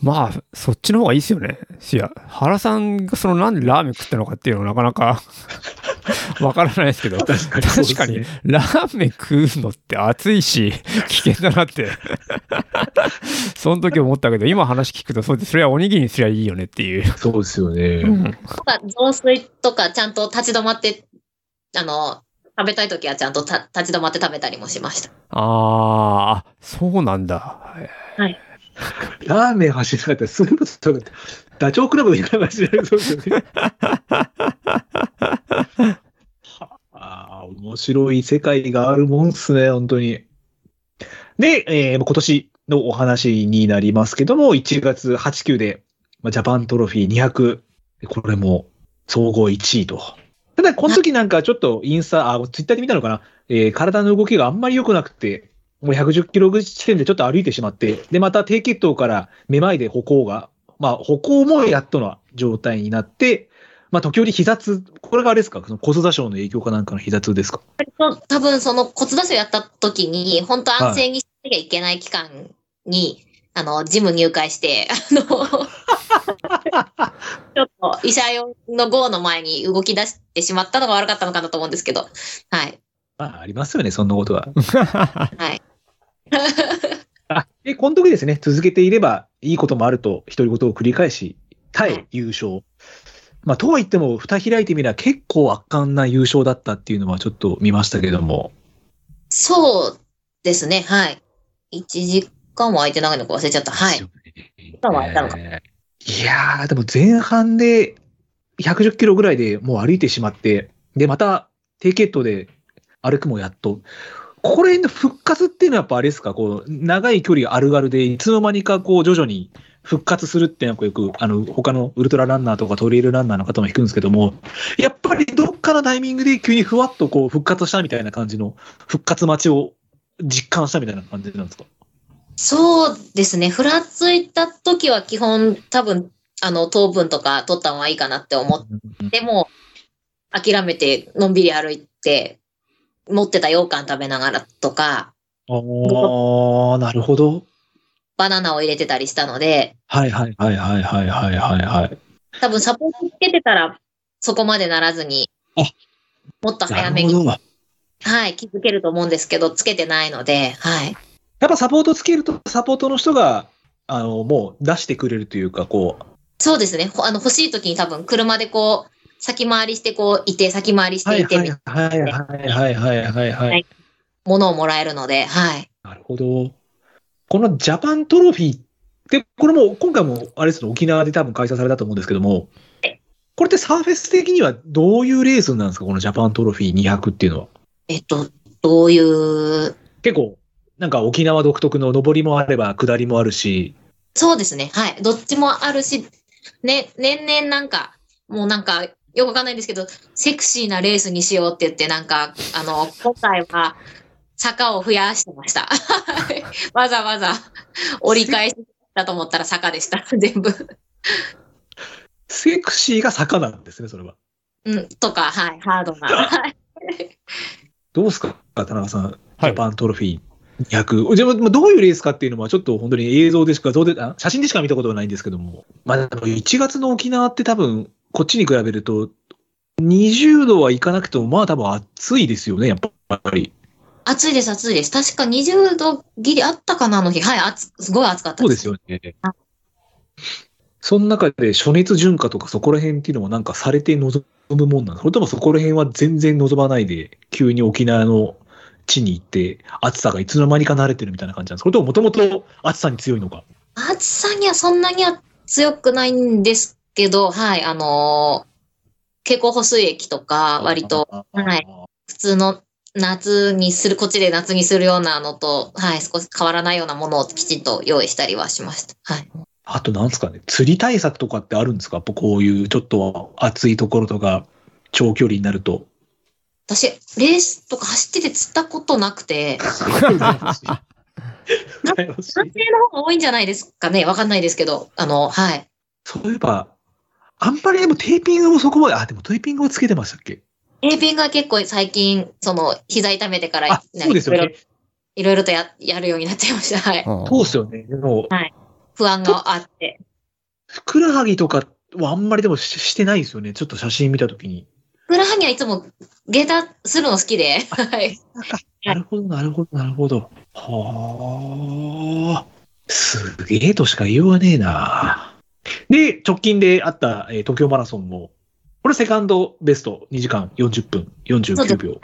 まあ、そっちの方がいいですよね。いや、原さんがそのなんでラーメン食ったのかっていうのはなかなか [laughs] わからないですけど、確かにそうです確ねかに、ラーメン食うのって暑いし、危険だなって、 [laughs] その時思ったけど、今話聞くと、そうです。それはおにぎりにすりゃいいよねっていう。そうですよね。とか雑炊とかちゃんと立ち止まってあの食べたい時はちゃんとた立ち止まって食べたりもしましたああ、そうなんだ。ラーメン走りなかったら、そういうこととか、ダチョウ倶楽部で行かな走られそうですよね。ああ、面白い世界があるもんっすね、本当に。で、えー今年のお話になりますけども、1月8、9で、まあジャパントロフィー200、これも総合1位と。ただ、この時なんかちょっとインスタ、あ、ツイッターで見たのかな、えー体の動きがあんまり良くなくて、もう110キロ地点でちょっと歩いてしまって、で、また低血糖からめまいで歩行が、まあ、歩行もやっとの状態になって、まあ、時折膝痛、これがあれですかその骨座症の影響かなんかの膝痛ですかそう多分その骨出しをやった時に、本当安静にしなきゃいけない期間に、あの、ジム入会して、あの、ちょっと医者用の GO の前に動き出してしまったのが悪かったのかなと思うんですけど、はい。まあ、ありますよね、そんなことは。はい。あ、で、この時ですね、続けていればいいこともあると、独り言を繰り返し、対優勝。まあ、とはいっても、蓋開いてみれば結構圧巻な優勝だったっていうのはちょっと見ましたけども。そうですね、はい。1時間も空いてないのか忘れちゃった。はい。今はなんかえーいやー、でも前半で110キロぐらいでもう歩いてしまって、で、また低血糖で歩くもやっと、これの復活っていうのはやっぱあれですか、こう、長い距離あるがるで、いつの間にかこう、徐々に復活するってなんかよく、あの、他のウルトラランナーとかトレイルランナーの方も聞くんですけども、やっぱりどっかのタイミングで急にふわっとこう、復活したみたいな感じの、復活待ちを実感したみたいな感じなんですかそうですね。ふらついた時は基本多分、あの、糖分とか取った方がいいかなって思っても、諦めてのんびり歩いて、持ってた羊羹食べながらとか、ああ、なるほど。バナナを入れてたりしたので、はいはいはいはいはいはいはいはい。多分サポートつけてたらそこまでならずにあ、もっとな早るめほに、ど。やはい、気づけると思うんですけど、つけてないので、はい。っぱサポートつけると、サポートの人が、あの、もう出してくれるというか、こう、そうですね。ほあの、欲しい時に多分車でこう、先回りしてこう、いて、先回りしていて、はいはいはいはいはいはいはい。はい物をもらえるので、はい。なるほど。このジャパントロフィーって、これも今回もあれですね、沖縄で多分開催されたと思うんですけども、これってサーフェス的にはどういうレースなんですか、このジャパントロフィー200っていうのは。えっと、どういう、結構、なんか沖縄独特の上りもあれば下りもあるし、そうですね。はい。どっちもあるし、ね、年々なんか、もうなんか、よくわかんないんですけど、セクシーなレースにしようって言って、なんか、あの、今回は、坂を増やしてました。 [laughs] わざわざ、折り返しだと思ったら坂でした。 [laughs] 全部。セクシーが坂なんですね、それは。うん、とか、はい、ハードな。はいどうですか、田中さん、ジはいャパントロフィー。200じゃあまあどういうレースかっていうのは、ちょっと本当に映像でしか、像であ写真でしか見たことはないんですけども、まあ、でも1月の沖縄って多分、こっちに比べると、20度はいかなくても、まあ多分暑いですよね、やっぱり。暑いです、暑いです。確か20度ギリあったかな、あの日。はい、暑、すごい暑かったそうで。ですすよねあ。その中で、暑熱順化とかそこら辺っていうのもなんかされて望むもんなんですかそれともそこら辺は全然望まないで、急に沖縄の地に行って、暑さがいつの間にか慣れてるみたいな感じなんですかそれとももともと暑さに強いのか暑さにはそんなには強くないんですけど、はい、あのー蛍光補水液とか、割と。はい普通の夏にする、こっちで夏にするようなのと、はい、少し変わらないようなものをきちんと用意したりはしました。はい。あとなんですかね、釣り対策とかってあるんですかやっぱこういうちょっと暑いところとか、長距離になる [laughs] と。私、レースとか走ってて釣ったことなくて、羨ましい男性の方が多いんじゃないですかね。わかんないですけど、あの、はい。そういえば、あんまりでもテーピングもそこまで、あ、でもテーピングをつけてましたっけテーピングは結構最近、その、膝痛めてから、あ、そうですよね。いろいろとややるようになっちゃいました。はい。そううですよね。でも、不安があって。ふくらはぎとかはあんまりでもししてないですよね。ちょっと写真見たときに。ふくらはぎはいつも下駄するの好きで、はい。なるほど、なるほど、なるほど。はあ。すげえとしか言いようがねえな。で、直近であった、えー東京マラソンも、これセカンドベスト2時間40分そう49です秒。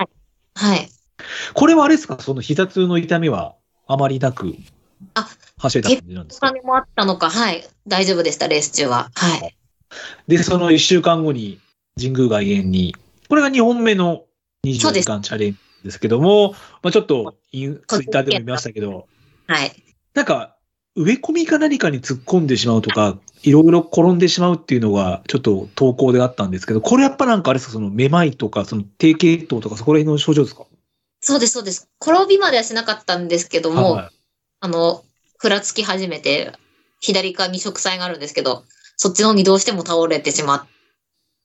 はい。これはあれですかその膝痛の痛みはあまりなくあ走れた感じなんでおすか金もあったのか、はい。大丈夫でした、レース中は。はい。で、その1週間後に神宮外苑に、これが2本目のそ24うで時す間チャレンジですけども、まあ、ちょっとイン個ツ人イッターでも見ましたけど、はい。なんか植え込みか何かに突っ込んでしまうとか、いろいろ転んでしまうっていうのがちょっと投稿であったんですけど、これやっぱなんかあれですか、そのめまいとか、その低血糖とか、そこら辺の症状ですかそうです、そうです。転びまではしなかったんですけども、はいあの、ふらつき始めて、左側に植栽があるんですけど、そっちの方にどうしても倒れてしまっ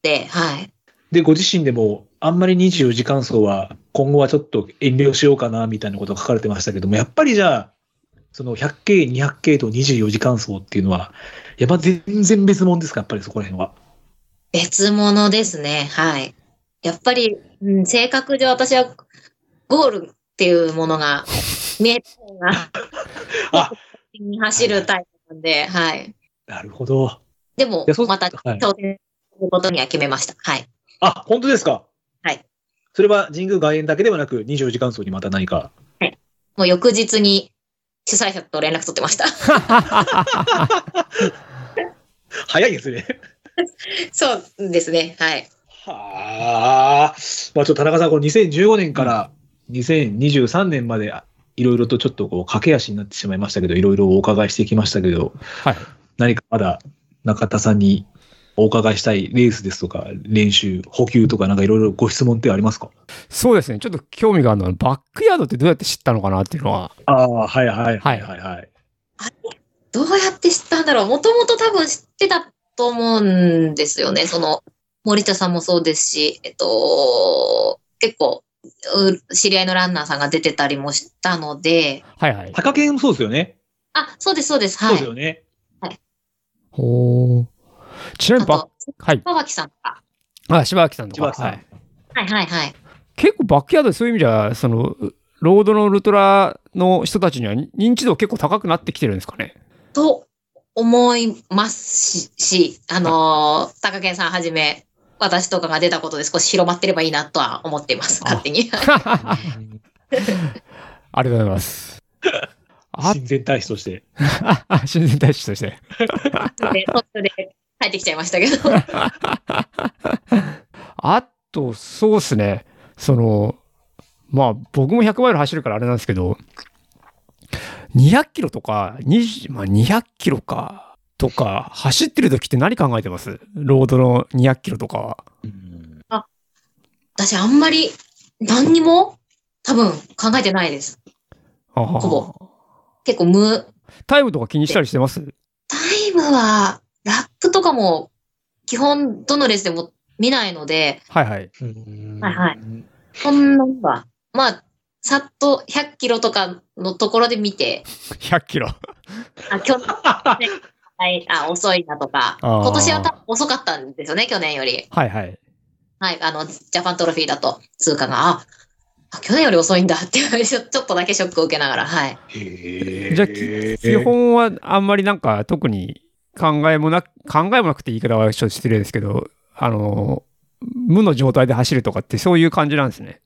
て、はい。で、ご自身でも、あんまり24時間走は、今後はちょっと遠慮しようかな、みたいなことが書かれてましたけども、やっぱりじゃあ、その 100K、200K と24時間走っていうのは、やっぱ全然別物ですか、やっぱりそこら辺は。別物ですね。はい。やっぱり、うん、性格上私はゴールっていうものが見えた方があに走るタイプなんで、はい。なるほど。でもいやそう、またはい挑戦することには決めました。はい。あ、本当ですかはい。それは神宮外苑だけではなく、24時間走にまた何か。もう翌日に主催者と連絡取ってました。 [laughs] 早いですね。そうですね。はい。はあ。まあちょっと田中さん、この2015年から2023年まであいろいろとちょっとこう駆け足になってしまいましたけど、いろいろお伺いしてきましたけど、はい。何かまだ中田さんにお伺いしたいレースですとか、練習、補給とか、なんかいろいろご質問ってありますかそうですね。ちょっと興味があるのは、バックヤードってどうやって知ったのかなっていうのは、ああ、はいはいはいはいはい。どうやって知ったんだろうもともと多分知ってたと思うんですよね。その、森田さんもそうですし、えっと、結構、う知り合いのランナーさんが出てたりもしたので、はいはい。高健もそうですよね。あ、そうです、そうです、そうはですい。よね。ほーちなみあにバックと、、はい。馬脇さんとか。あ、柴脇さんと柴か。脇さんはい。はいはいはい。結構バックヤードそういう意味では、その、ロードのウルトラの人たちには認知度結構高くなってきてるんですかね。 [laughs] と思いますし、しあのー高健さんはじめ、私とかが出たことで少し広まってればいいなとは思っています、あ勝手に。 [laughs] ありがとうございます。あ [laughs] 親善大使として。あ、親善大使として。で途中で帰ってきちゃいましたけど。あと、そうっすね。その、まあ、僕も100マイル走るからあれなんですけど、200キロとか、20まあ、200キロか、とか、走ってる時って何考えてますロードの200キロとかは。うん私あんまり何にも多分考えてないです。ああほ結構無、タイムとか気にしたりしてますタイムはラップとかも基本どのレースでも見ないので、はいはい。はいはいそんなのは、まあ、さっと100キロとかのところで見て、 100キロ。あ、去年、はい、 [laughs] あ、遅いなとか、あー今年は多分遅かったんですよね、去年より。はいはい。はい、あの、ジャパントロフィーだと通過が、あ、あ去年より遅いんだって [laughs] いう、ちょちょっとだけショックを受けながら、はい。へーじゃあ、き基本はあんまりなんか特に考えもなく、考えもなくて言い方はちょっと失礼ですけど、あの、無の状態で走るとかってそういう感じなんですね。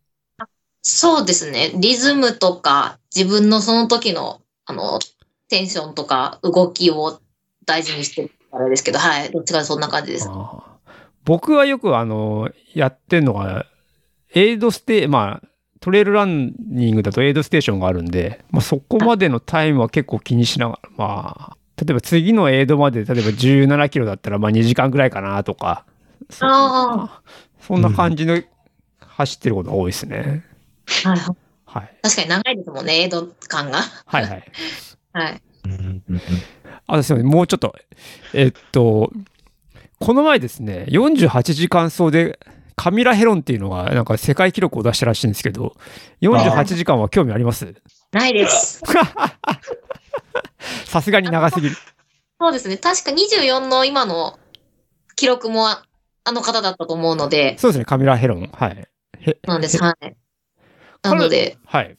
そうですね。リズムとか、自分のその時の、あの、テンションとか、動きを大事にしてるからですけど、はい。どっちかそんな感じです。ああ僕はよくあの、やってんのが、エイドステー、まあ、トレイルランニングだとエイドステーションがあるんで、まあ、そこまでのタイムは結構気にしながら、まあ、例えば次のエイドまで、例えば17キロだったら、まあ2時間ぐらいかなとか、そあそんな感じの走ってることが多いですね。はい。確はい。かに長いですもんね、エイド感が。はいはい。 [laughs] はい。うんうんうんあ、すみません。もうちょっと。えっと、この前ですね、48時間走で、カミラ・ヘロンっていうのが、なんか世界記録を出したらしいんですけど、48時間は興味ありますないです。さすがに長すぎる。そうですね。確か24の今の記録もああの方だったと思うので、そうですね、カミラ・ヘロン。はい。へなんです。はい。なので、はい。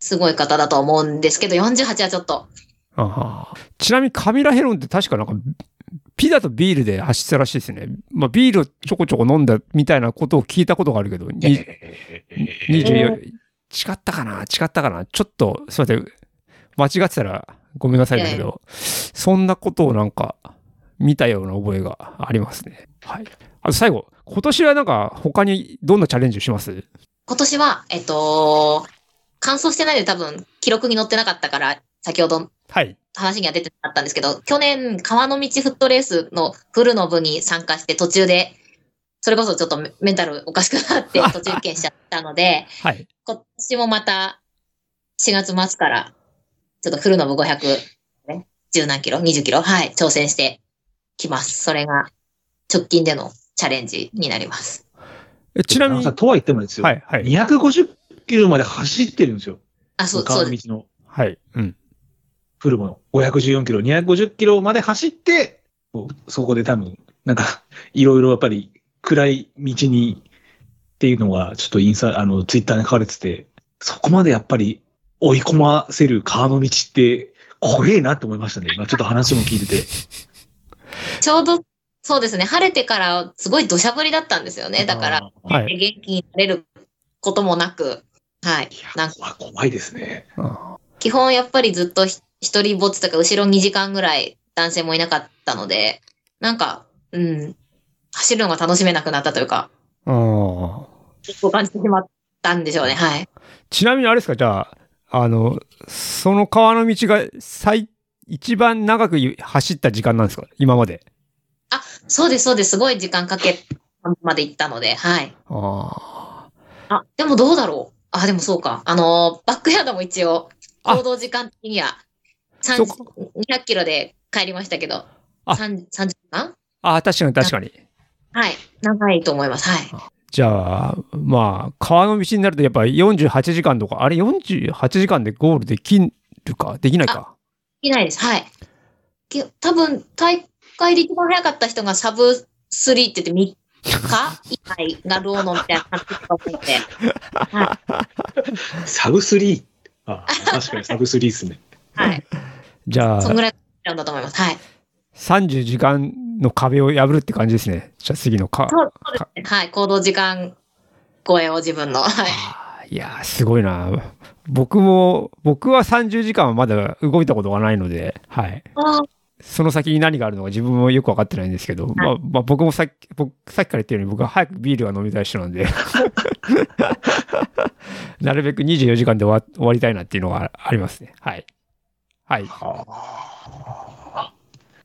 すごい方だとは思うんですけど、48はちょっと。あはちなみにカミラ・ヘロンって確かなんか、ピザとビールで走ってたらしいですね。まあ、ビールをちょこちょこ飲んだみたいなことを聞いたことがあるけど、に24、違ったかな違ったかなちょっと、すいません。間違ってたらごめんなさいだけいやいど、そんなことをなんか見たような覚えがありますね。はい。あと最後、今年はなんか他にどんなチャレンジをします今年は、えっと、完走してないので多分記録に載ってなかったから、先ほどはい。話には出てなかったんですけど、去年、川の道フットレースのフルの部に参加して途中で、それこそちょっとメメンタルおかしくな [laughs] って途中棄権しちゃったので、はい。今年もまた4月末から、ちょっとフルの部500、ね、10何キロ ?20 キロはい、挑戦してきます。それが直近でのチャレンジになります。えちなみに、さはとは言ってもですよ、い、はい。 250キロまで走ってるんですよ。あ、そう、そ川うので道す。のはい。うん。フルボの514キロ、250キロまで走って、こうそこで多分、なんか、いろいろやっぱり暗い道にっていうのが、ちょっとインスタ、あの、ツイッターに書かれてて、そこまでやっぱり追い込ませる川の道って、怖えなって思いましたね。今ちょっと話も聞いてて。ちょうど、そうですね、晴れてからすごい土砂降りだったんですよね。だから、はでい。元気になれることもなく、はい。なんか怖い怖いですね。あ基本やっぱりずっとひ一人ぼっちとか後ろ2時間ぐらい男性もいなかったので、なんか、うん、走るのが楽しめなくなったというか、あー。そう感じてしまったったんでしょうね。はい。ちなみにあれですか、じゃあ、あの、その川の道が最、一番長く走った時間なんですか今まで。そうです、そうです。すごい時間かけまで行ったので、はい。ああ、でもどうだろう。あ、でもそうか。あの、バックヤードも一応、あ行動時間的には、そ30うか200キロで帰りましたけど、あ30 30時間あ。あ、確かに確かに。はい。長いと思います。はい。じゃあ、まあ、川の道になるとやっぱ48時間とか、あれ48時間でゴールできるかできないか。いないです。はい。け多分、大会で一番早かった人がサブ3って言って3日 [laughs] 以内がローノみたいな感じだと思って。サブスリー。あ確かにサブスリーですね。はい。じゃあそん、ぐらいなんだと思います。はい。 30時間の壁を破るって感じですね。じゃあ次のか。そうそうですね。はい。行動時間超えを自分の。はい。あーいやー、すごいな。僕も、僕は30時間はまだ動いたことがないので、はい。あその先に何があるのか自分もよく分かってないんですけど、まあ、まあ僕もさっき、僕、さっきから言ってるように僕は早くビールが飲みたい人 [laughs] なんで、なるべく24時間で終わ終わりたいなっていうのがあありますね。はい。はい。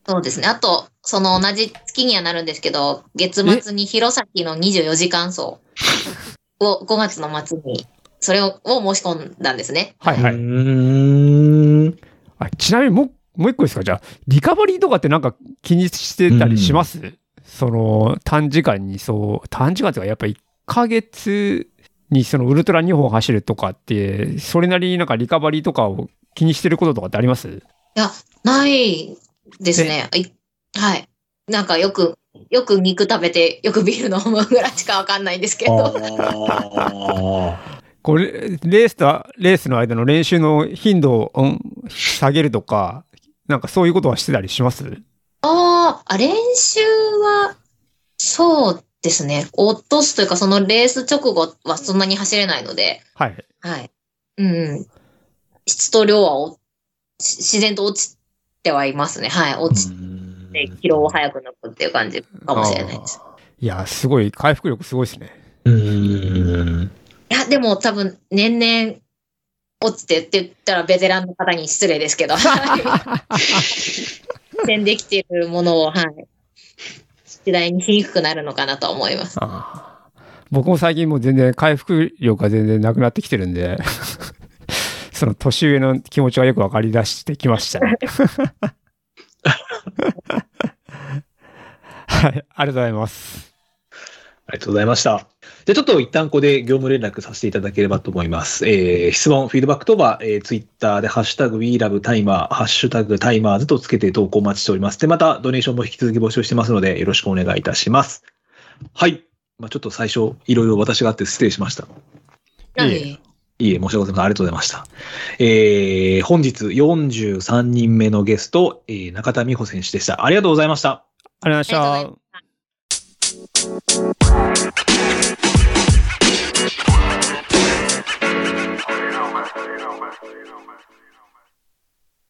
そうですね。あと、その同じ月にはなるんですけど、月末に弘前の24時間走を5月の末に、それをを申し込んだんですね。はいはうい。ーん。あちなみにもう、もう一個ですかじゃあ、リカバリーとかってなんか気にしてたりします、その、短時間にそう、短時間とかやっぱ1ヶ月にそのウルトラ2本走るとかって、それなりになんかリカバリーとかを気にしてることとかってありますないですね。いはい。なんかよく、よく肉食べて、よくビール飲むぐらいしかわかんないんですけど。ああ。これ、レースと、レースの間の練習の頻度をうん下げるとか、なんかそういうことはしてたりしますあーあ、練習は、そうですね。落とすというか、そのレース直後はそんなに走れないので、はい。はい。うんうん。質と量はおし自然と落ちてはいますね。はい。落ちて、疲労を早く抜くっていう感じかもしれないです。いや、すごい、回復力すごいですね。うーん。いや、でも多分、年々、落ちてって言ったらベテランの方に失礼ですけど、 [laughs] はい。戦できているものを、はい。次第にしにくくなるのかなと思います。あー僕も最近もう全然回復力が全然なくなってきてるんで、 [laughs] その年上の気持ちがよく分かり出してきま [laughs] したね。はい、ありがとうございます。ありがとうございました。じゃあちょっと一旦ここで業務連絡させていただければと思います。えー質問、フィードバック等は、えー、ツイッターでハッシュタグ WeLoveTimer、ハッシュタグ Timers とつけて投稿お待ちしております。で、またドネーションも引き続き募集してますので、よろしくお願いいたします。はい。まあ、ちょっと最初、いろいろ私があって失礼しました。ええはいいえ、申し訳ございません。ありがとうございました。えー本日43人目のゲスト、えー中田美穂選手でした。ありがとうございました。ありがとうございまあしりがとうございたます。 You know, man. You know, man. You know, man.